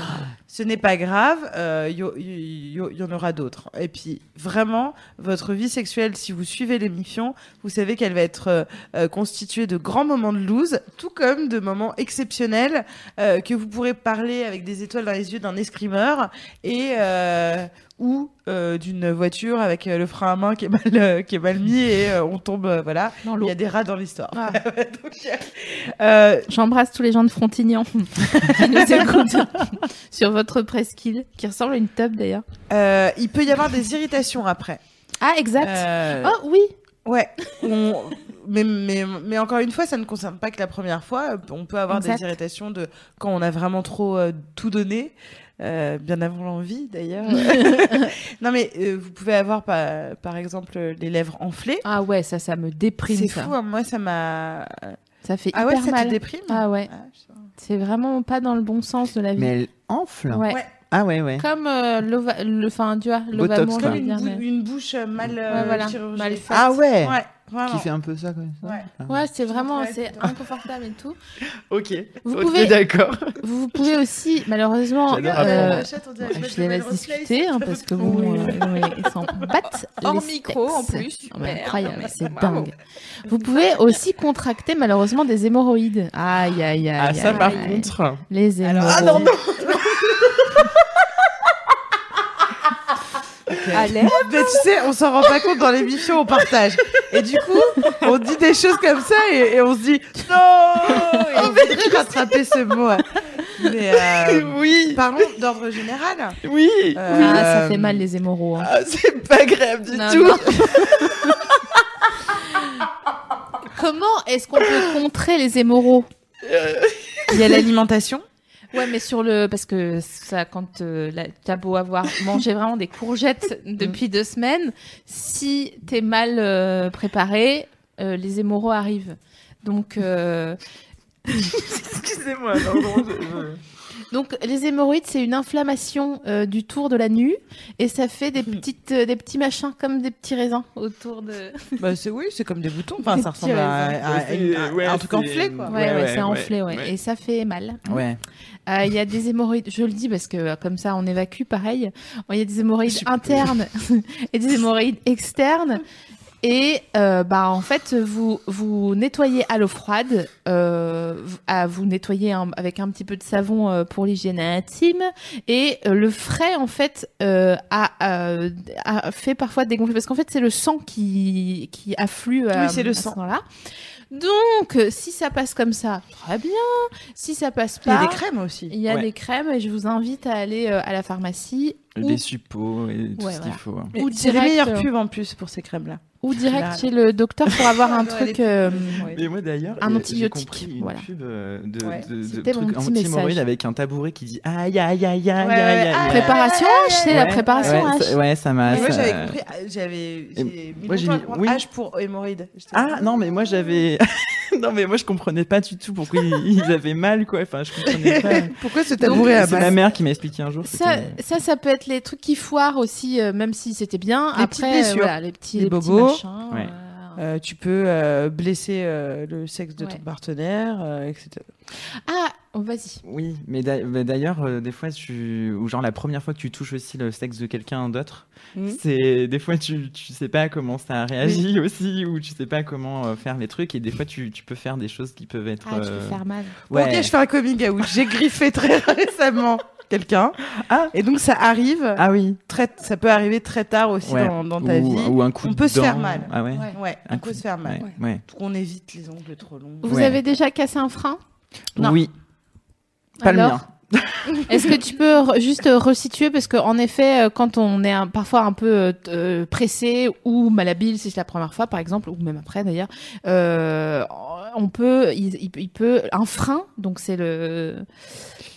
S2: Ce n'est pas grave, euh, il y en aura d'autres. Et puis, vraiment, votre vie sexuelle, si vous suivez l'émission, vous savez qu'elle va être euh, euh, constituée de grands moments de loose, tout comme de moments exceptionnels euh, que vous pourrez parler avec des étoiles dans les yeux d'un escrimeur et euh, ou euh, d'une voiture avec euh, le frein à main qui est mal euh, qui est mal mis et euh, on tombe euh, voilà.
S1: Dans
S2: Il
S1: l'eau.
S2: y a des rats dans l'histoire.
S1: Ah.
S2: Donc, euh,
S1: J'embrasse tous les gens de Frontignan qui nous écoutent sur votre presqu'île, qui ressemble à une tub d'ailleurs.
S2: euh, il peut y avoir des irritations après.
S1: Ah, exact.
S2: Euh,
S1: Oh oui,
S2: Ouais. On- Mais, mais, mais encore une fois, ça ne concerne pas que la première fois. On peut avoir
S1: Exact.
S2: des irritations de quand on a vraiment trop euh, tout donné, euh, bien avant l'envie d'ailleurs. non, mais euh, vous pouvez avoir par, par exemple les lèvres enflées.
S1: ah ouais, ça, ça me déprime.
S2: C'est
S1: Ça.
S2: fou, hein, moi ça m'a.
S1: ça fait
S2: Ah ouais,
S1: hyper
S2: ça te
S1: mal.
S2: déprime
S1: Ah ouais,
S2: Ah, je sais pas.
S1: c'est vraiment pas dans le bon sens de la vie.
S3: Mais elle enfle.
S1: Ouais.
S2: Ouais.
S3: Ah ouais, ouais.
S1: Comme euh, l'ova- le, enfin, tu vois,
S3: Botox,
S1: l'ovamour,
S3: quoi.
S2: Comme
S1: j'allais dire,
S2: une, bou-
S1: mais-
S2: une bouche euh, mal, euh,
S1: voilà,
S2: chirurgicale.
S1: mal faite.
S3: Ah ouais.
S2: Ouais, vraiment.
S3: Qui fait un peu ça, quoi.
S2: Ouais.
S1: Ouais, c'est vraiment,
S2: Ouais.
S1: c'est inconfortable et tout.
S3: Ok.
S1: Vous Ok, pouvez-
S3: D'accord.
S1: Vous, vous pouvez aussi, malheureusement,
S2: Ah,
S3: J'adore
S1: euh,
S3: apprendre.
S1: Ouais, je les laisse discuter hein, parce que bon,
S2: Oui.
S1: euh, ils ont- ils s'en battent.
S4: Hors
S1: les
S4: micro,
S1: steaks.
S4: en plus.
S1: Non, mais
S4: Super,
S1: incroyable,
S4: non, mais
S1: c'est
S4: bravo.
S1: dingue. Vous pouvez aussi contracter malheureusement des hémorroïdes. Aïe, aïe, aïe.
S3: Ah, ça,
S1: aïe,
S3: par
S1: aïe.
S3: contre.
S1: Les
S2: Alors-
S1: hémorroïdes.
S2: Ah, non,
S4: Allez.
S2: Mais tu sais, on s'en rend pas compte dans l'émission, on partage. Et du coup, on dit des choses comme ça et, et on se dit non. Et on veut rattraper ce mot. hein. Mais euh,
S3: Oui,
S2: parlons d'ordre général.
S3: oui.
S1: Ah, ça
S2: Euh,
S1: fait mal les hémorroïdes.
S2: Ah,
S1: hein.
S3: c'est pas grave du
S1: Non,
S3: tout.
S1: non. Comment est-ce qu'on peut contrer les hémoraux
S2: Il y a l'alimentation.
S1: Ouais, mais sur le parce que ça, quand euh, la- t'as beau avoir mangé vraiment des courgettes depuis deux semaines, si t'es mal euh, préparé, euh, les hémorroïdes arrivent. Donc, euh,
S2: Excusez-moi.
S1: donc les hémorroïdes, c'est une inflammation euh, du tour de la nuit et ça fait des petites, euh, des petits machins comme des petits raisins autour de.
S2: bah c'est oui, c'est comme des boutons. Enfin,
S1: Des
S2: ça
S1: petits
S2: ressemble à,
S1: raisins.
S2: à- à une- à-
S3: Ah, Ouais,
S2: à un truc
S3: c'est-
S2: enflé quoi.
S1: Ouais,
S3: Ouais,
S1: ouais,
S3: ouais,
S1: c'est
S3: ouais,
S1: enflé, ouais.
S3: ouais.
S1: Et ça fait mal.
S3: Ouais.
S1: Euh, Il y a des hémorroïdes, je le dis parce que euh, comme ça on évacue pareil. Il y a des hémorroïdes internes et des hémorroïdes externes. Et euh, bah en fait vous vous nettoyez à l'eau froide, euh, v- à vous nettoyez un- avec un petit peu de savon euh, pour l'hygiène intime et euh, le frais en fait euh, a, euh, a fait parfois dégonfler parce qu'en fait c'est le sang qui qui afflue à,
S2: Oui, c'est le
S1: à
S2: sang.
S1: ce moment-là. Donc euh, si ça passe comme ça, très bien. Si ça passe
S2: Il y
S1: pas,
S2: a des crèmes aussi.
S1: il y a
S3: Ouais.
S1: des crèmes et je vous invite à aller euh, à la pharmacie ou,
S3: Des suppos et tout
S1: Ouais,
S3: ce
S1: voilà.
S3: qu'il faut. hein.
S2: Mais
S1: Ou
S2: c'est les
S1: direct,
S2: meilleures
S1: euh,
S2: pubs en plus pour ces crèmes là.
S1: ou direct
S2: Là.
S1: chez le docteur pour avoir un truc. euh,
S3: Mais moi d'ailleurs,
S1: Un
S3: euh, j'ai
S1: antibiotique,
S3: compris une
S1: voilà.
S3: pub euh, de,
S2: Ouais,
S3: de, de
S1: c'était mon
S3: truc
S1: petit
S3: anti-hémorroïde
S1: message.
S3: avec un tabouret qui dit aïe aïe aïe aïe aïe
S2: ouais,
S3: aïe. aïe.
S1: Préparation H, c'est la
S3: Ouais,
S1: préparation hein.
S3: ouais,
S1: H.
S3: ça- Ouais, ça m'a.
S2: Mais moi
S3: ça- euh,
S2: j'avais compris, ah, j'avais j'ai mis
S3: moi, j'ai
S2: longtemps à
S3: mis-
S2: comprendre
S3: oui.
S2: H pour hémorroïde. J'étais-
S3: Ah non mais moi j'avais non mais moi je comprenais pas du tout pourquoi ils, ils avaient mal quoi enfin je comprenais pas
S2: Pourquoi ce
S1: Donc,
S2: tabouret à
S3: c'est ma
S2: base
S3: mère qui m'a expliqué un jour
S1: Ça,
S3: c'était-
S1: ça, ça peut être les trucs qui foirent aussi, euh, même si c'était bien.
S2: Les petites
S1: Après, euh,
S2: blessures.
S1: voilà, les petits,
S2: Les
S1: les petits
S2: bobos.
S1: machins,
S3: Ouais.
S1: euh,
S2: Euh, tu peux euh, blesser euh, le sexe de ton
S1: Ouais.
S2: partenaire, euh, etc.
S1: Ah, oh, vas-y.
S3: oui mais d'a- bah, d'ailleurs euh, des fois tu ou genre la première fois que tu touches aussi le sexe de quelqu'un d'autre
S2: Mhm.
S3: c'est des fois tu tu sais pas comment ça réagit aussi ou tu sais pas comment euh, faire les trucs et des fois tu, tu peux faire des choses qui peuvent être
S1: Ah, tu peux
S3: euh,
S1: faire mal.
S3: ouais
S2: Ok, je fais un coming out. J'ai griffé très récemment quelqu'un.
S3: Ah.
S2: Et donc ça arrive,
S3: ah oui
S2: très, ça peut arriver très tard aussi
S3: Ouais.
S2: dans, dans ta
S3: ou,
S2: vie.
S3: ou un coup
S2: on
S3: de
S2: peut se
S3: dent.
S2: faire mal.
S3: ah ouais,
S1: Ouais.
S2: Ouais,
S3: Un
S2: on
S3: coup-
S2: peut se faire mal.
S3: ouais, ouais.
S2: Donc on évite les ongles trop longs.
S1: Vous
S3: Ouais.
S1: avez déjà cassé un frein Non.
S3: oui pas le
S1: Alors
S3: mien
S1: Est-ce que tu peux re- juste euh, resituer parce que en effet, euh, quand on est un- parfois un peu euh, t- euh, pressé ou malhabile, si c'est la première fois par exemple, ou même après d'ailleurs, euh, on peut, il, il- il peut un frein, donc c'est le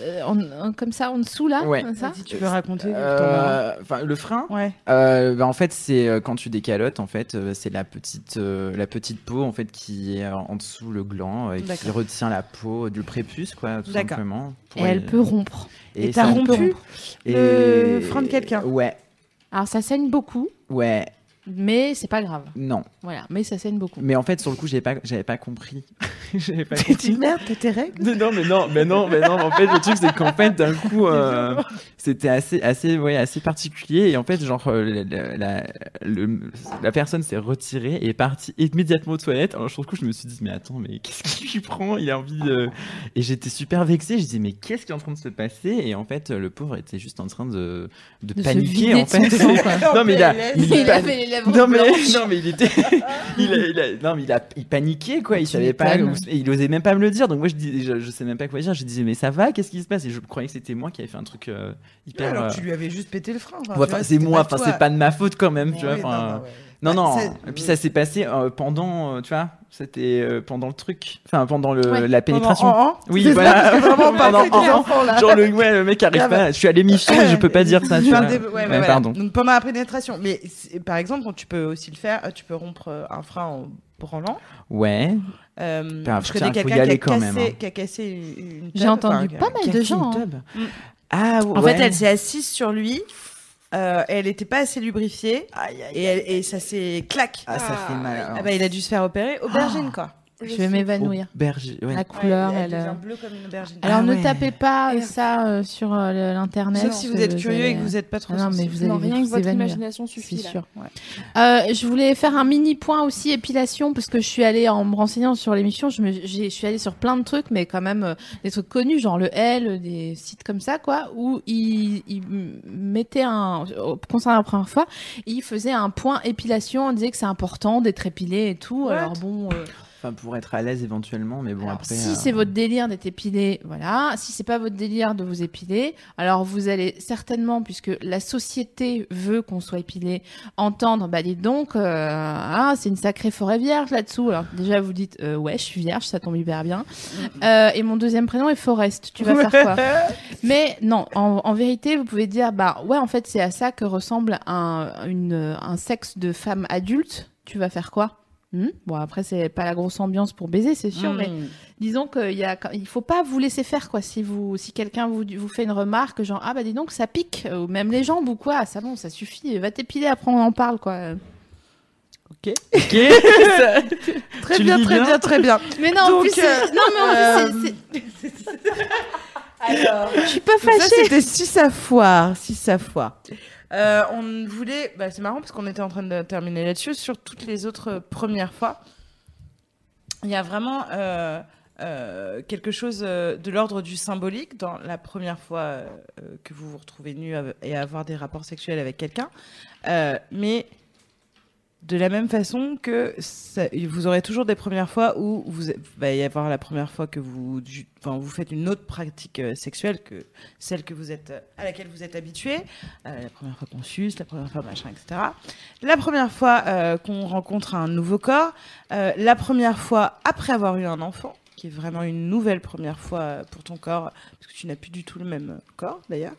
S1: euh, en- en- comme ça en dessous là,
S3: Ouais.
S1: comme ça.
S2: Si tu peux raconter.
S3: Euh, enfin le frein
S2: ton- Ouais.
S3: Euh, bah, en fait, c'est euh, quand tu décalotes, en fait, euh, c'est la petite, euh, la petite peau en fait qui est euh, en dessous le gland euh, et qui
S2: D'accord.
S3: retient la peau du prépuce, quoi, tout
S2: D'accord.
S3: simplement.
S1: Et
S3: pour
S1: elle
S3: les-
S1: peut rompre.
S2: Et t'as
S3: ça peut
S2: rompu
S3: rompre.
S2: le frein de quelqu'un.
S3: Ouais,
S1: Alors ça saigne beaucoup,
S3: ouais,
S1: mais c'est pas grave.
S3: non.
S1: Voilà, mais ça saigne beaucoup.
S3: Mais en fait, sur le coup, j'avais pas, j'avais pas compris. j'avais pas
S2: T'es
S3: compris.
S2: une merde, t'as tes règles.
S3: Non, non, mais non, mais non, mais non. mais En fait, le truc, c'est qu'en fait, d'un coup, euh, c'était assez, assez, ouais, assez particulier. Et en fait, genre, euh, la, la, la- le- la personne s'est retirée et est partie immédiatement aux toilettes. Alors, sur le coup, je me suis dit, mais attends, mais qu'est-ce qui lui prend Il a envie de. Et j'étais super vexée. Je dis, mais qu'est-ce qui est en train de se passer Et en fait, le pauvre était juste en train de, de,
S1: De se
S3: paniquer,
S1: vider
S3: en
S1: de son
S3: fait.
S1: sang, quoi.
S3: non, mais il a. il
S1: Il
S3: pan-
S1: avait les lèvres
S3: non mais,
S1: blanches.
S3: non mais il était, il, a, il a- non mais il a, il paniquait quoi, il
S1: Tu
S3: savait pas,
S1: m'étonnes.
S3: où- et il osait même pas me le dire. Donc moi je dis, je, je sais même pas quoi dire. Je disais mais ça va, qu'est-ce qui se passe Et je croyais que c'était moi qui avais fait un truc euh, hyper.
S2: Alors
S3: euh,
S2: que Ah, tu lui avais juste pété le frein. enfin,
S3: ouais,
S2: tu
S3: enfin,
S2: vois,
S3: c'est
S2: c'était
S3: moi, enfin
S2: toi.
S3: c'est pas de ma faute quand même, tu vois.
S2: Oui,
S3: enfin,
S2: non, bah, ouais.
S3: non, non.
S2: Bah, c'est-
S3: Et puis ça s'est passé euh, pendant, euh, tu vois, c'était euh, pendant le truc, enfin pendant le,
S1: Ouais,
S3: la
S2: Pendant oh,
S3: pénétration.
S2: un an,
S3: Oui,
S2: c'est ça,
S3: voilà.
S2: parce que vraiment pas
S3: Pendant
S2: fait
S3: un an.
S2: enfant, là.
S3: Genre le, ouais, le mec arrive
S2: Grave.
S3: pas, je suis à l'émission et je peux pas dire ça, tu
S2: Enfin,
S3: vois.
S2: des- ouais, ouais,
S3: Ouais,
S2: voilà.
S3: Pardon.
S2: Donc pendant la pénétration. Mais c'est- par exemple, quand tu peux aussi le faire, euh, tu peux rompre euh, un frein en branlant.
S3: Ouais.
S2: Euh,
S3: Putain,
S2: je connais
S3: putain, faut y
S2: quelqu'un qui, a
S3: aller quand
S2: cassé-
S3: même, hein.
S2: qui a cassé une. une
S1: J'ai
S2: table,
S1: entendu
S2: enfin,
S1: pas mal de gens. hein.
S2: Mm.
S3: Ah ouais.
S2: En fait, elle s'est assise sur lui. euh, et elle n'était pas assez lubrifiée. et, elle- et ça s'est clac.
S3: Ah, ça fait mal.
S2: Ah bah, il a dû se faire opérer. Aubergine, quoi.
S1: Je vais m'évanouir.
S3: Auberge- ouais.
S1: La couleur,
S2: Ouais, elle,
S1: elle. euh,
S2: devient bleue comme une aubergine.
S1: Alors
S3: Ah
S1: ne
S3: ouais.
S1: tapez pas
S4: Et-
S1: ça euh, sur euh, le- l'internet.
S2: Sauf si vous êtes curieux et que vous n'êtes pas trop
S1: Ah non, mais
S2: sensible.
S1: vous
S4: Non,
S1: allez
S4: rien
S1: vous
S4: que votre
S1: évanouir.
S4: imagination
S1: c'est
S4: suffit. là.
S1: sûr.
S2: Ouais.
S1: Euh, je voulais faire un mini point aussi épilation parce que je suis allée en me renseignant sur l'émission, je, me- j'ai- je suis allée sur plein de trucs, mais quand même euh, des trucs connus, genre le L, euh, des sites comme ça, quoi, où ils, ils m- mettaient un, euh, concernant la première fois, ils faisaient un point épilation, on disait que c'est important d'être épilé et tout.
S2: What
S1: Alors bon, euh,
S3: Enfin, pour être à l'aise éventuellement, mais bon,
S1: Alors,
S3: après.
S1: si
S3: euh,
S1: c'est votre délire d'être épilé, voilà. Si c'est pas votre délire de vous épiler, alors vous allez certainement, puisque la société veut qu'on soit épilé, entendre, bah dites donc, euh, ah, c'est une sacrée forêt vierge là-dessous. Alors déjà vous dites, euh, ouais, je suis vierge, ça tombe hyper bien. Euh, et mon deuxième prénom est Forest. Tu vas faire quoi Mais non, en, en vérité, vous pouvez dire, bah ouais, en fait, c'est à ça que ressemble un, une, un sexe de femme adulte. Tu vas faire quoi Hmm Bon, après, c'est pas la grosse ambiance pour baiser, c'est
S3: Hmm.
S1: sûr, mais disons qu'il y a, il faut pas vous laisser faire, quoi. Si vous, si quelqu'un vous, vous fait une remarque, genre, ah bah dis donc, ça pique, ou même les jambes ou quoi, Ah, ça bon, ça suffit, va t'épiler, après on en parle, quoi.
S3: Ok. Ok.
S2: Très
S3: Tu le
S2: bien,
S3: lis
S2: très
S3: bien
S2: bien, très bien.
S1: Mais non, en
S2: Donc,
S1: plus, c'est-
S2: euh,
S1: non, mais en plus, c'est- c'est- je suis pas
S2: Donc ça,
S1: fâchée.
S2: c'était si ça foire, si ça foire. Euh, on voulait, bah, c'est marrant parce qu'on était en train de terminer là-dessus. Sur toutes les autres euh, premières fois, il y a vraiment euh, euh, quelque chose euh, de l'ordre du symbolique dans la première fois euh, euh, que vous vous retrouvez nu av- et avoir des rapports sexuels avec quelqu'un, Euh, mais de la même façon que ça- vous aurez toujours des premières fois où vous bah, va y avoir la première fois que vous, ju- enfin, vous faites une autre pratique euh, sexuelle que celle que vous êtes, à laquelle vous êtes habitué, euh, la première fois qu'on suce, la première fois machin, etc. La première fois euh, qu'on rencontre un nouveau corps, euh, la première fois après avoir eu un enfant, qui est vraiment une nouvelle première fois euh, pour ton corps, parce que tu n'as plus du tout le même euh, corps d'ailleurs.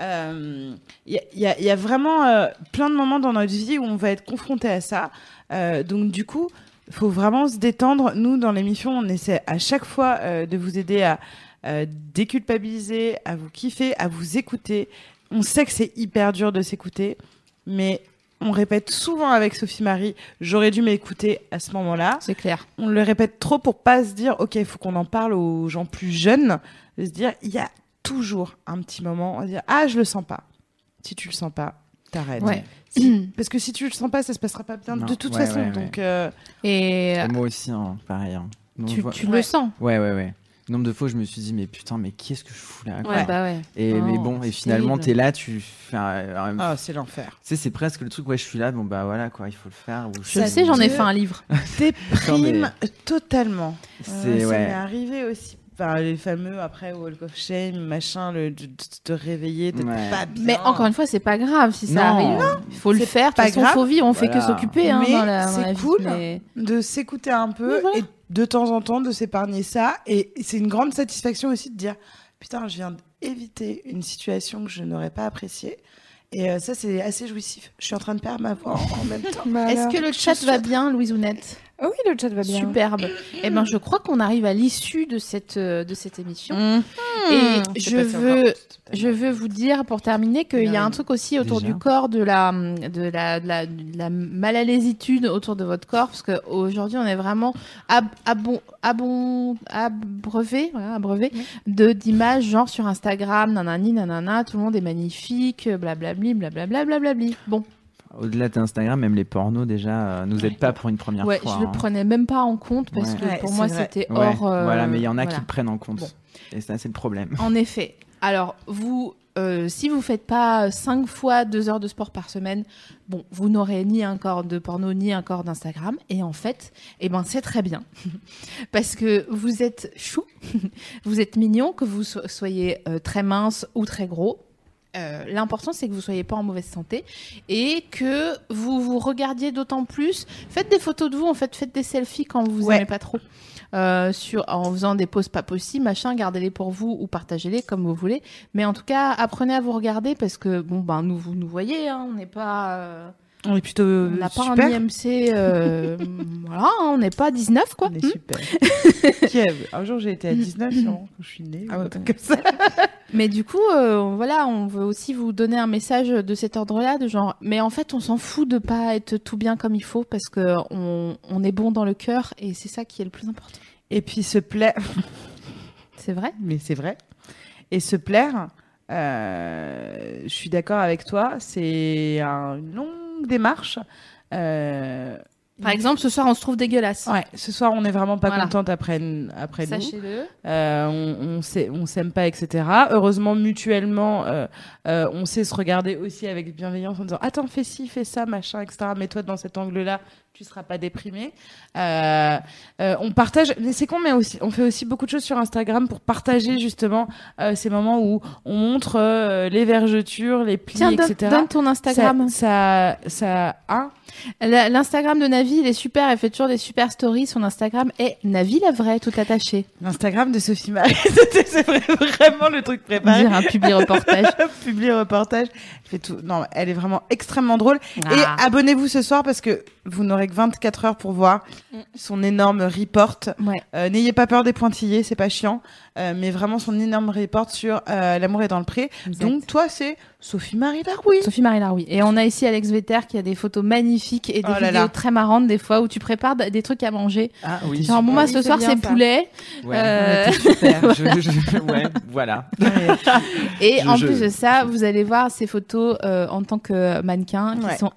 S2: Euh, Il y, a- il y a- il y a vraiment euh, plein de moments dans notre vie où on va être confronté à ça. Euh, donc du coup, faut vraiment se détendre. Nous, dans l'émission, on essaie à chaque fois euh, de vous aider à euh, déculpabiliser, à vous kiffer, à vous écouter. On sait que c'est hyper dur de s'écouter, mais on répète souvent avec Sophie Marie, j'aurais dû m'écouter à ce moment-là
S1: C'est clair.
S2: on le répète trop pour pas se dire ok il faut qu'on en parle aux gens plus jeunes de se dire il y a toujours un petit moment on va dire ah je le sens pas si tu le sens pas t'arrêtes
S1: Ouais.
S2: Si- parce que si tu le sens pas ça se passera pas bien
S3: Non,
S2: de toute
S3: ouais,
S2: façon
S3: ouais, ouais.
S2: donc euh,
S1: Et
S3: Moi aussi, hein, pareil. hein. Donc, je
S1: tu,
S3: vois-
S1: tu
S2: Ouais.
S1: le sens.
S3: Ouais, ouais, ouais. Nombre de fois, je me suis dit, mais putain, mais qu'est-ce que je fous là quoi.
S1: Ouais, bah ouais.
S3: Et
S1: Non,
S3: mais bon, et
S1: c'est
S3: finalement,
S1: terrible.
S3: t'es là, tu. fais un- un-
S2: ah c'est l'enfer
S3: Tu sais, c'est presque le truc, ouais, je suis là, bon bah voilà quoi, il faut le faire. Ou
S1: Je sais, j'en ai
S2: Dieu.
S1: fait un livre.
S2: déprime totalement Euh,
S3: C'est
S2: ça m'est
S3: ouais.
S2: arrivé aussi Enfin, les fameux après Walk of Shame machin le de, de- de te réveiller d'être
S3: Ouais.
S2: pas bien
S1: Mais encore une fois, c'est pas grave si ça
S3: Non.
S1: arrive. Il faut le
S2: C'est
S1: faire. De
S2: pas
S1: toute façon,
S2: grave.
S1: faut vivre. On fait que
S3: Voilà.
S1: s'occuper hein,
S2: Mais
S1: dans la, dans
S2: c'est
S1: la vie,
S2: cool.
S1: mais-
S2: de s'écouter un peu
S1: Oui, voilà.
S2: et de temps en temps de s'épargner ça. Et c'est une grande satisfaction aussi de dire putain, je viens d'éviter une situation que je n'aurais pas appréciée. Et euh, ça, c'est assez jouissif. Je suis en train de perdre ma voix en en même temps.
S1: Est-ce que le chat va bien, Louise Ounette
S4: Oh Bah oui, le chat va bien.
S1: Superbe. Eh ben, je crois qu'on arrive à l'issue de cette euh, de cette émission.
S3: Mmh.
S1: Et
S2: Hmm. C'est
S1: je
S2: passé encore
S1: veux
S2: tout à
S1: je
S2: l'heure.
S1: veux vous dire pour terminer qu'il y a un truc aussi autour
S3: Déjà
S1: du corps de la de la de la, de la malalésitude autour de votre corps parce que aujourd'hui on est vraiment ab, abon, abon, abreuvé voilà abreuvé de d'images genre sur Instagram nanani nanana tout le monde est magnifique blablabli blablabla blablabli bon
S3: Au-delà d'Instagram, même les pornos déjà euh, nous aident pas pour une première
S1: ouais
S3: fois.
S1: je le
S3: hein.
S1: prenais même pas en compte parce
S3: Ouais.
S1: que
S2: Ouais,
S1: pour
S2: c'est
S1: moi
S2: vrai.
S1: c'était
S3: Ouais,
S1: hors euh,
S3: voilà, mais il y en a qui
S1: voilà.
S3: le prennent en compte.
S1: Bon.
S3: Et ça, c'est le problème.
S1: En effet. Alors, vous, euh, si vous faites pas 5 fois 2 heures de sport par semaine, bon, vous n'aurez ni un corps de porno, ni un corps d'Instagram. Et en fait, eh ben, c'est très bien. Parce que vous êtes chou, vous êtes mignon, que vous so- soyez euh, très mince ou très gros. Euh, L'important, c'est que vous soyez pas en mauvaise santé et que vous vous regardiez d'autant plus. Faites des photos de vous, en fait, faites des selfies quand vous
S2: Ouais.
S1: aimez pas trop. Euh, sur, en faisant des pauses pas possibles, machin, gardez-les pour vous ou partagez-les comme vous voulez. Mais en tout cas, apprenez à vous regarder parce que, bon, ben, nous, vous nous voyez, hein, on n'est pas. euh,
S2: On est plutôt
S1: on n'a pas
S2: super.
S1: un IMC. euh, voilà, hein, on n'est pas 19, quoi.
S2: On est
S1: Hmm.
S2: super. Kiev. Un jour, j'ai été à 19 sûrement, quand je suis née.
S1: Ah
S2: ou un
S1: ouais,
S2: truc
S1: ouais.
S2: comme ça.
S1: Mais du coup, euh, voilà, on veut aussi vous donner un message de cet ordre-là, de genre, mais en fait, on s'en fout de pas être tout bien comme il faut parce que on, on est bon dans le cœur et c'est ça qui est le plus important.
S2: Et puis, se plaît.
S1: C'est vrai.
S2: mais c'est vrai. Et se plaire, euh, je suis d'accord avec toi, c'est un- une longue démarche. Euh,
S1: Par exemple, ce soir, on se trouve dégueulasse.
S2: Ouais, ce soir on est vraiment pas
S1: Voilà.
S2: contente après n- après nous.
S1: Sachez-le.
S2: Euh, on on sait- on s'aime pas, etc. Heureusement mutuellement, euh, euh, on sait se regarder aussi avec bienveillance en disant attends fais ci, fais ça, machin, etc. Mets-toi dans cet angle-là, tu seras pas déprimé. Euh, euh, on partage, mais c'est con, mais aussi on fait aussi beaucoup de choses sur Instagram pour partager justement euh, ces moments où on montre euh, les vergetures, les plis,
S1: Tiens, donne,
S2: etc.
S1: donne ton Instagram.
S2: Ça, ça, ça, hein
S1: La- L'Instagram de Navi, il est super. Elle fait toujours des super stories. Son Instagram est Navi la vraie, tout attaché.
S2: L'Instagram de Sophie Marie, c'était c'est vra- vraiment le truc
S1: On
S2: préparé.
S1: dirait un public reportage.
S2: Publier reportage, elle fait tout. Non, elle est vraiment extrêmement drôle.
S1: Ah.
S2: Et abonnez-vous ce soir parce que vous n'aurez que 24 heures pour voir son énorme report.
S1: Mm. Ouais.
S2: Euh, N'ayez pas peur des pointillés, c'est pas chiant, Euh, mais vraiment son énorme report sur euh, l'amour est dans le pré. Donc toi, c'est Sophie Marie Laroui.
S1: Sophie Marie Laroui. Et on a ici Alex Vetter qui a des photos magnifiques et des
S2: Oh là
S1: vidéos
S2: là.
S1: très marrantes des fois où tu prépares des trucs à manger.
S3: Ah oui.
S1: Genre, bon,
S4: super.
S1: moi,
S4: Oui,
S1: ce
S4: c'est
S1: soir,
S4: bien
S1: c'est
S4: ça.
S1: poulet.
S3: Ouais.
S1: Euh,
S3: Super. Je- je- je- ouais, voilà.
S1: Et
S3: Je-
S1: en
S3: je-
S1: plus de ça,
S3: je-
S1: vous allez voir ces photos euh, en tant que mannequin qui
S2: Ouais.
S1: sont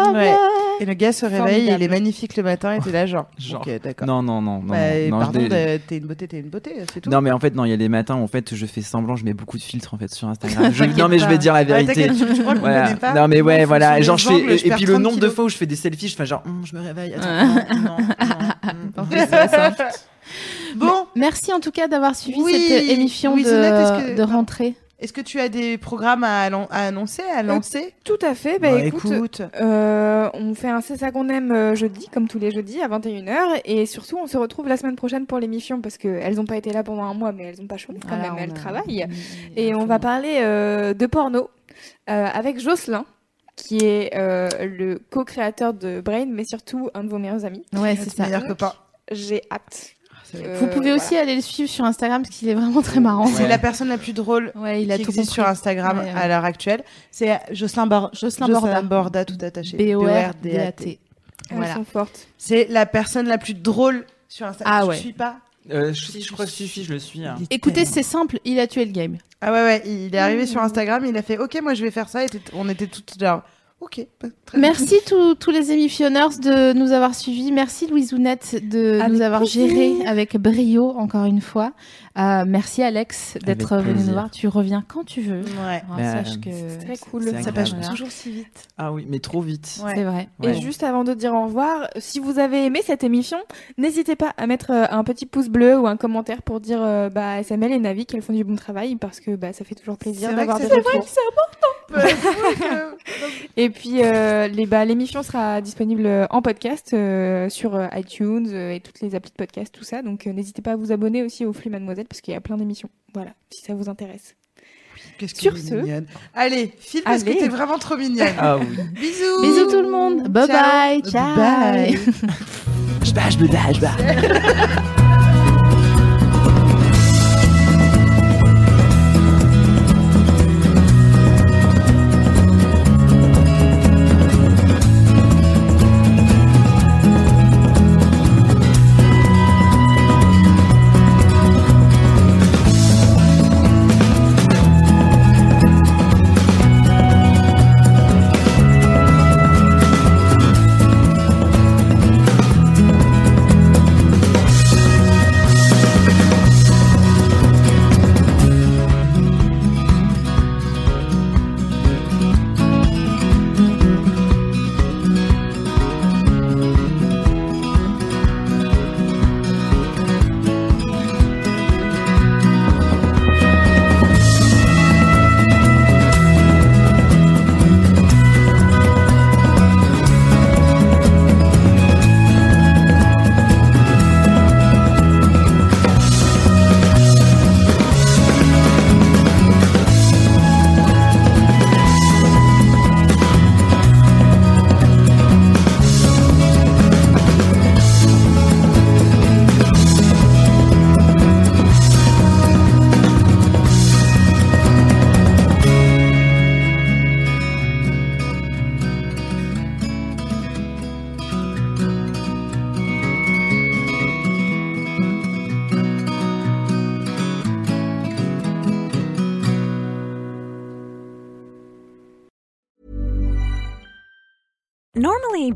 S1: incroyables.
S2: Ouais. Et le gars se réveille, et il
S1: Formidable.
S2: est magnifique le matin, et t'es là genre.
S3: Genre.
S2: Ok, d'accord.
S3: Non, non, non, non.
S2: Bah,
S3: non, je
S2: pardon,
S3: dé-
S2: t'es- t'es une beauté, t'es une beauté, c'est tout.
S3: Non mais en fait non, il y a des matins où en fait je fais semblant, je mets beaucoup de filtres en fait sur Instagram. Je-
S1: T'inquiète
S3: non mais je
S1: pas.
S3: vais dire la
S2: Ouais,
S3: vérité.
S2: t'inquiète, tu- tu crois qu'on
S3: Voilà.
S2: connaît pas
S3: Non mais
S2: En
S3: ouais
S2: fonction
S3: voilà,
S2: des
S3: genre je fais
S2: angles,
S3: et, et
S2: perds
S3: puis le
S2: 30
S3: nombre de
S2: kilos.
S3: fois où je fais des selfies, je fais genre Hum, je me réveille, attends, non, non, non, non, non.
S2: Hum, Bon,
S1: Merci en tout cas d'avoir suivi
S2: Oui,
S1: cette euh, émission de,
S2: Louisonnette, est-ce que-
S1: de rentrée.
S2: est-ce que tu as des programmes à, allan- à annoncer, à lancer
S4: Tout à fait. Bah,
S2: Bah,
S4: écoute, euh, on fait un C'est ça qu'on aime euh, jeudi, comme tous les jeudis, à 21h. Et surtout, on se retrouve la semaine prochaine pour l'émission, parce qu'elles n'ont pas été là pendant un mois, mais elles n'ont pas chômé quand
S1: Voilà,
S4: même,
S1: on
S4: elles
S1: a-
S4: travaillent. Et on va parler euh, de porno euh, avec Jocelyn, qui est euh, le co-créateur de Brain, mais surtout un de vos meilleurs amis.
S1: Ouais, c'est ça.
S2: meilleur copain.
S4: J'ai hâte. Euh,
S1: Vous pouvez
S4: voilà.
S1: aussi aller le suivre sur Instagram parce qu'il est vraiment très marrant.
S3: Ouais.
S2: C'est la personne la plus drôle
S1: Ouais, il
S2: qui
S1: a tout
S2: existe
S1: compris.
S2: sur Instagram
S1: Ouais, ouais.
S2: à l'heure actuelle. C'est Jocelyn, Bar-
S1: Jocelyn Borda.
S2: Borda, tout attaché.
S1: B-O-R-D-A-T.
S4: Elles
S1: Voilà.
S4: sont fortes.
S2: C'est la personne la plus drôle sur Instagram.
S1: Ah
S2: Tu
S1: ouais.
S2: suis pas
S3: Euh, je, je crois que si si je le suis. hein.
S1: Écoutez, c'est simple, il a tué le game.
S2: Ah ouais, ouais, il est arrivé sur Instagram, il a fait OK, moi je vais faire ça. Et t- on était toutes là. OK. bah, très bien.
S1: Merci tous tous les émissionneurs de nous avoir suivis. Merci Louisounette de
S4: Avec
S1: nous avoir
S4: plaisir.
S1: géré avec brio encore une fois. Euh, merci Alex d'être
S3: Avec
S1: venu nous
S3: plaisir.
S1: voir. Tu reviens quand tu veux.
S2: Ouais.
S1: Alors,
S3: Ben,
S1: sache que
S4: C'est très cool.
S3: c'est
S2: Ça
S3: agréable.
S2: passe
S1: Voilà.
S2: toujours si vite.
S3: Ah oui, mais trop vite.
S2: Ouais.
S1: c'est vrai.
S3: Ouais.
S4: Et juste avant de dire au revoir, si vous avez aimé cette émission, n'hésitez pas à mettre euh, un petit pouce bleu ou un commentaire pour dire euh, bah, SML et Navi qu'elles font du bon travail parce que bah, ça fait toujours plaisir
S2: C'est vrai
S4: d'avoir
S2: que
S4: des
S2: c'est vrai
S4: retours.
S2: que c'est important. euh,
S4: Et puis euh, les, bah, l'émission sera disponible euh, en podcast euh, sur euh, iTunes euh, et toutes les applis de podcast, tout ça. Donc euh, n'hésitez pas à vous abonner aussi au flux Mademoiselle parce qu'il y a plein d'émissions. Voilà, si ça vous intéresse.
S2: Qu'est-ce
S4: Sur
S2: qu'elle est
S4: ce-
S2: mignonne. Allez, file parce que
S4: Allez.
S2: t'es vraiment trop mignonne.
S3: Ah oui.
S2: Bisous.
S1: Bisous tout le monde. Bye
S2: Ciao.
S1: bye. Ciao.
S2: Bye.
S3: Je bats, je me bats, je bats.
S6: Normally,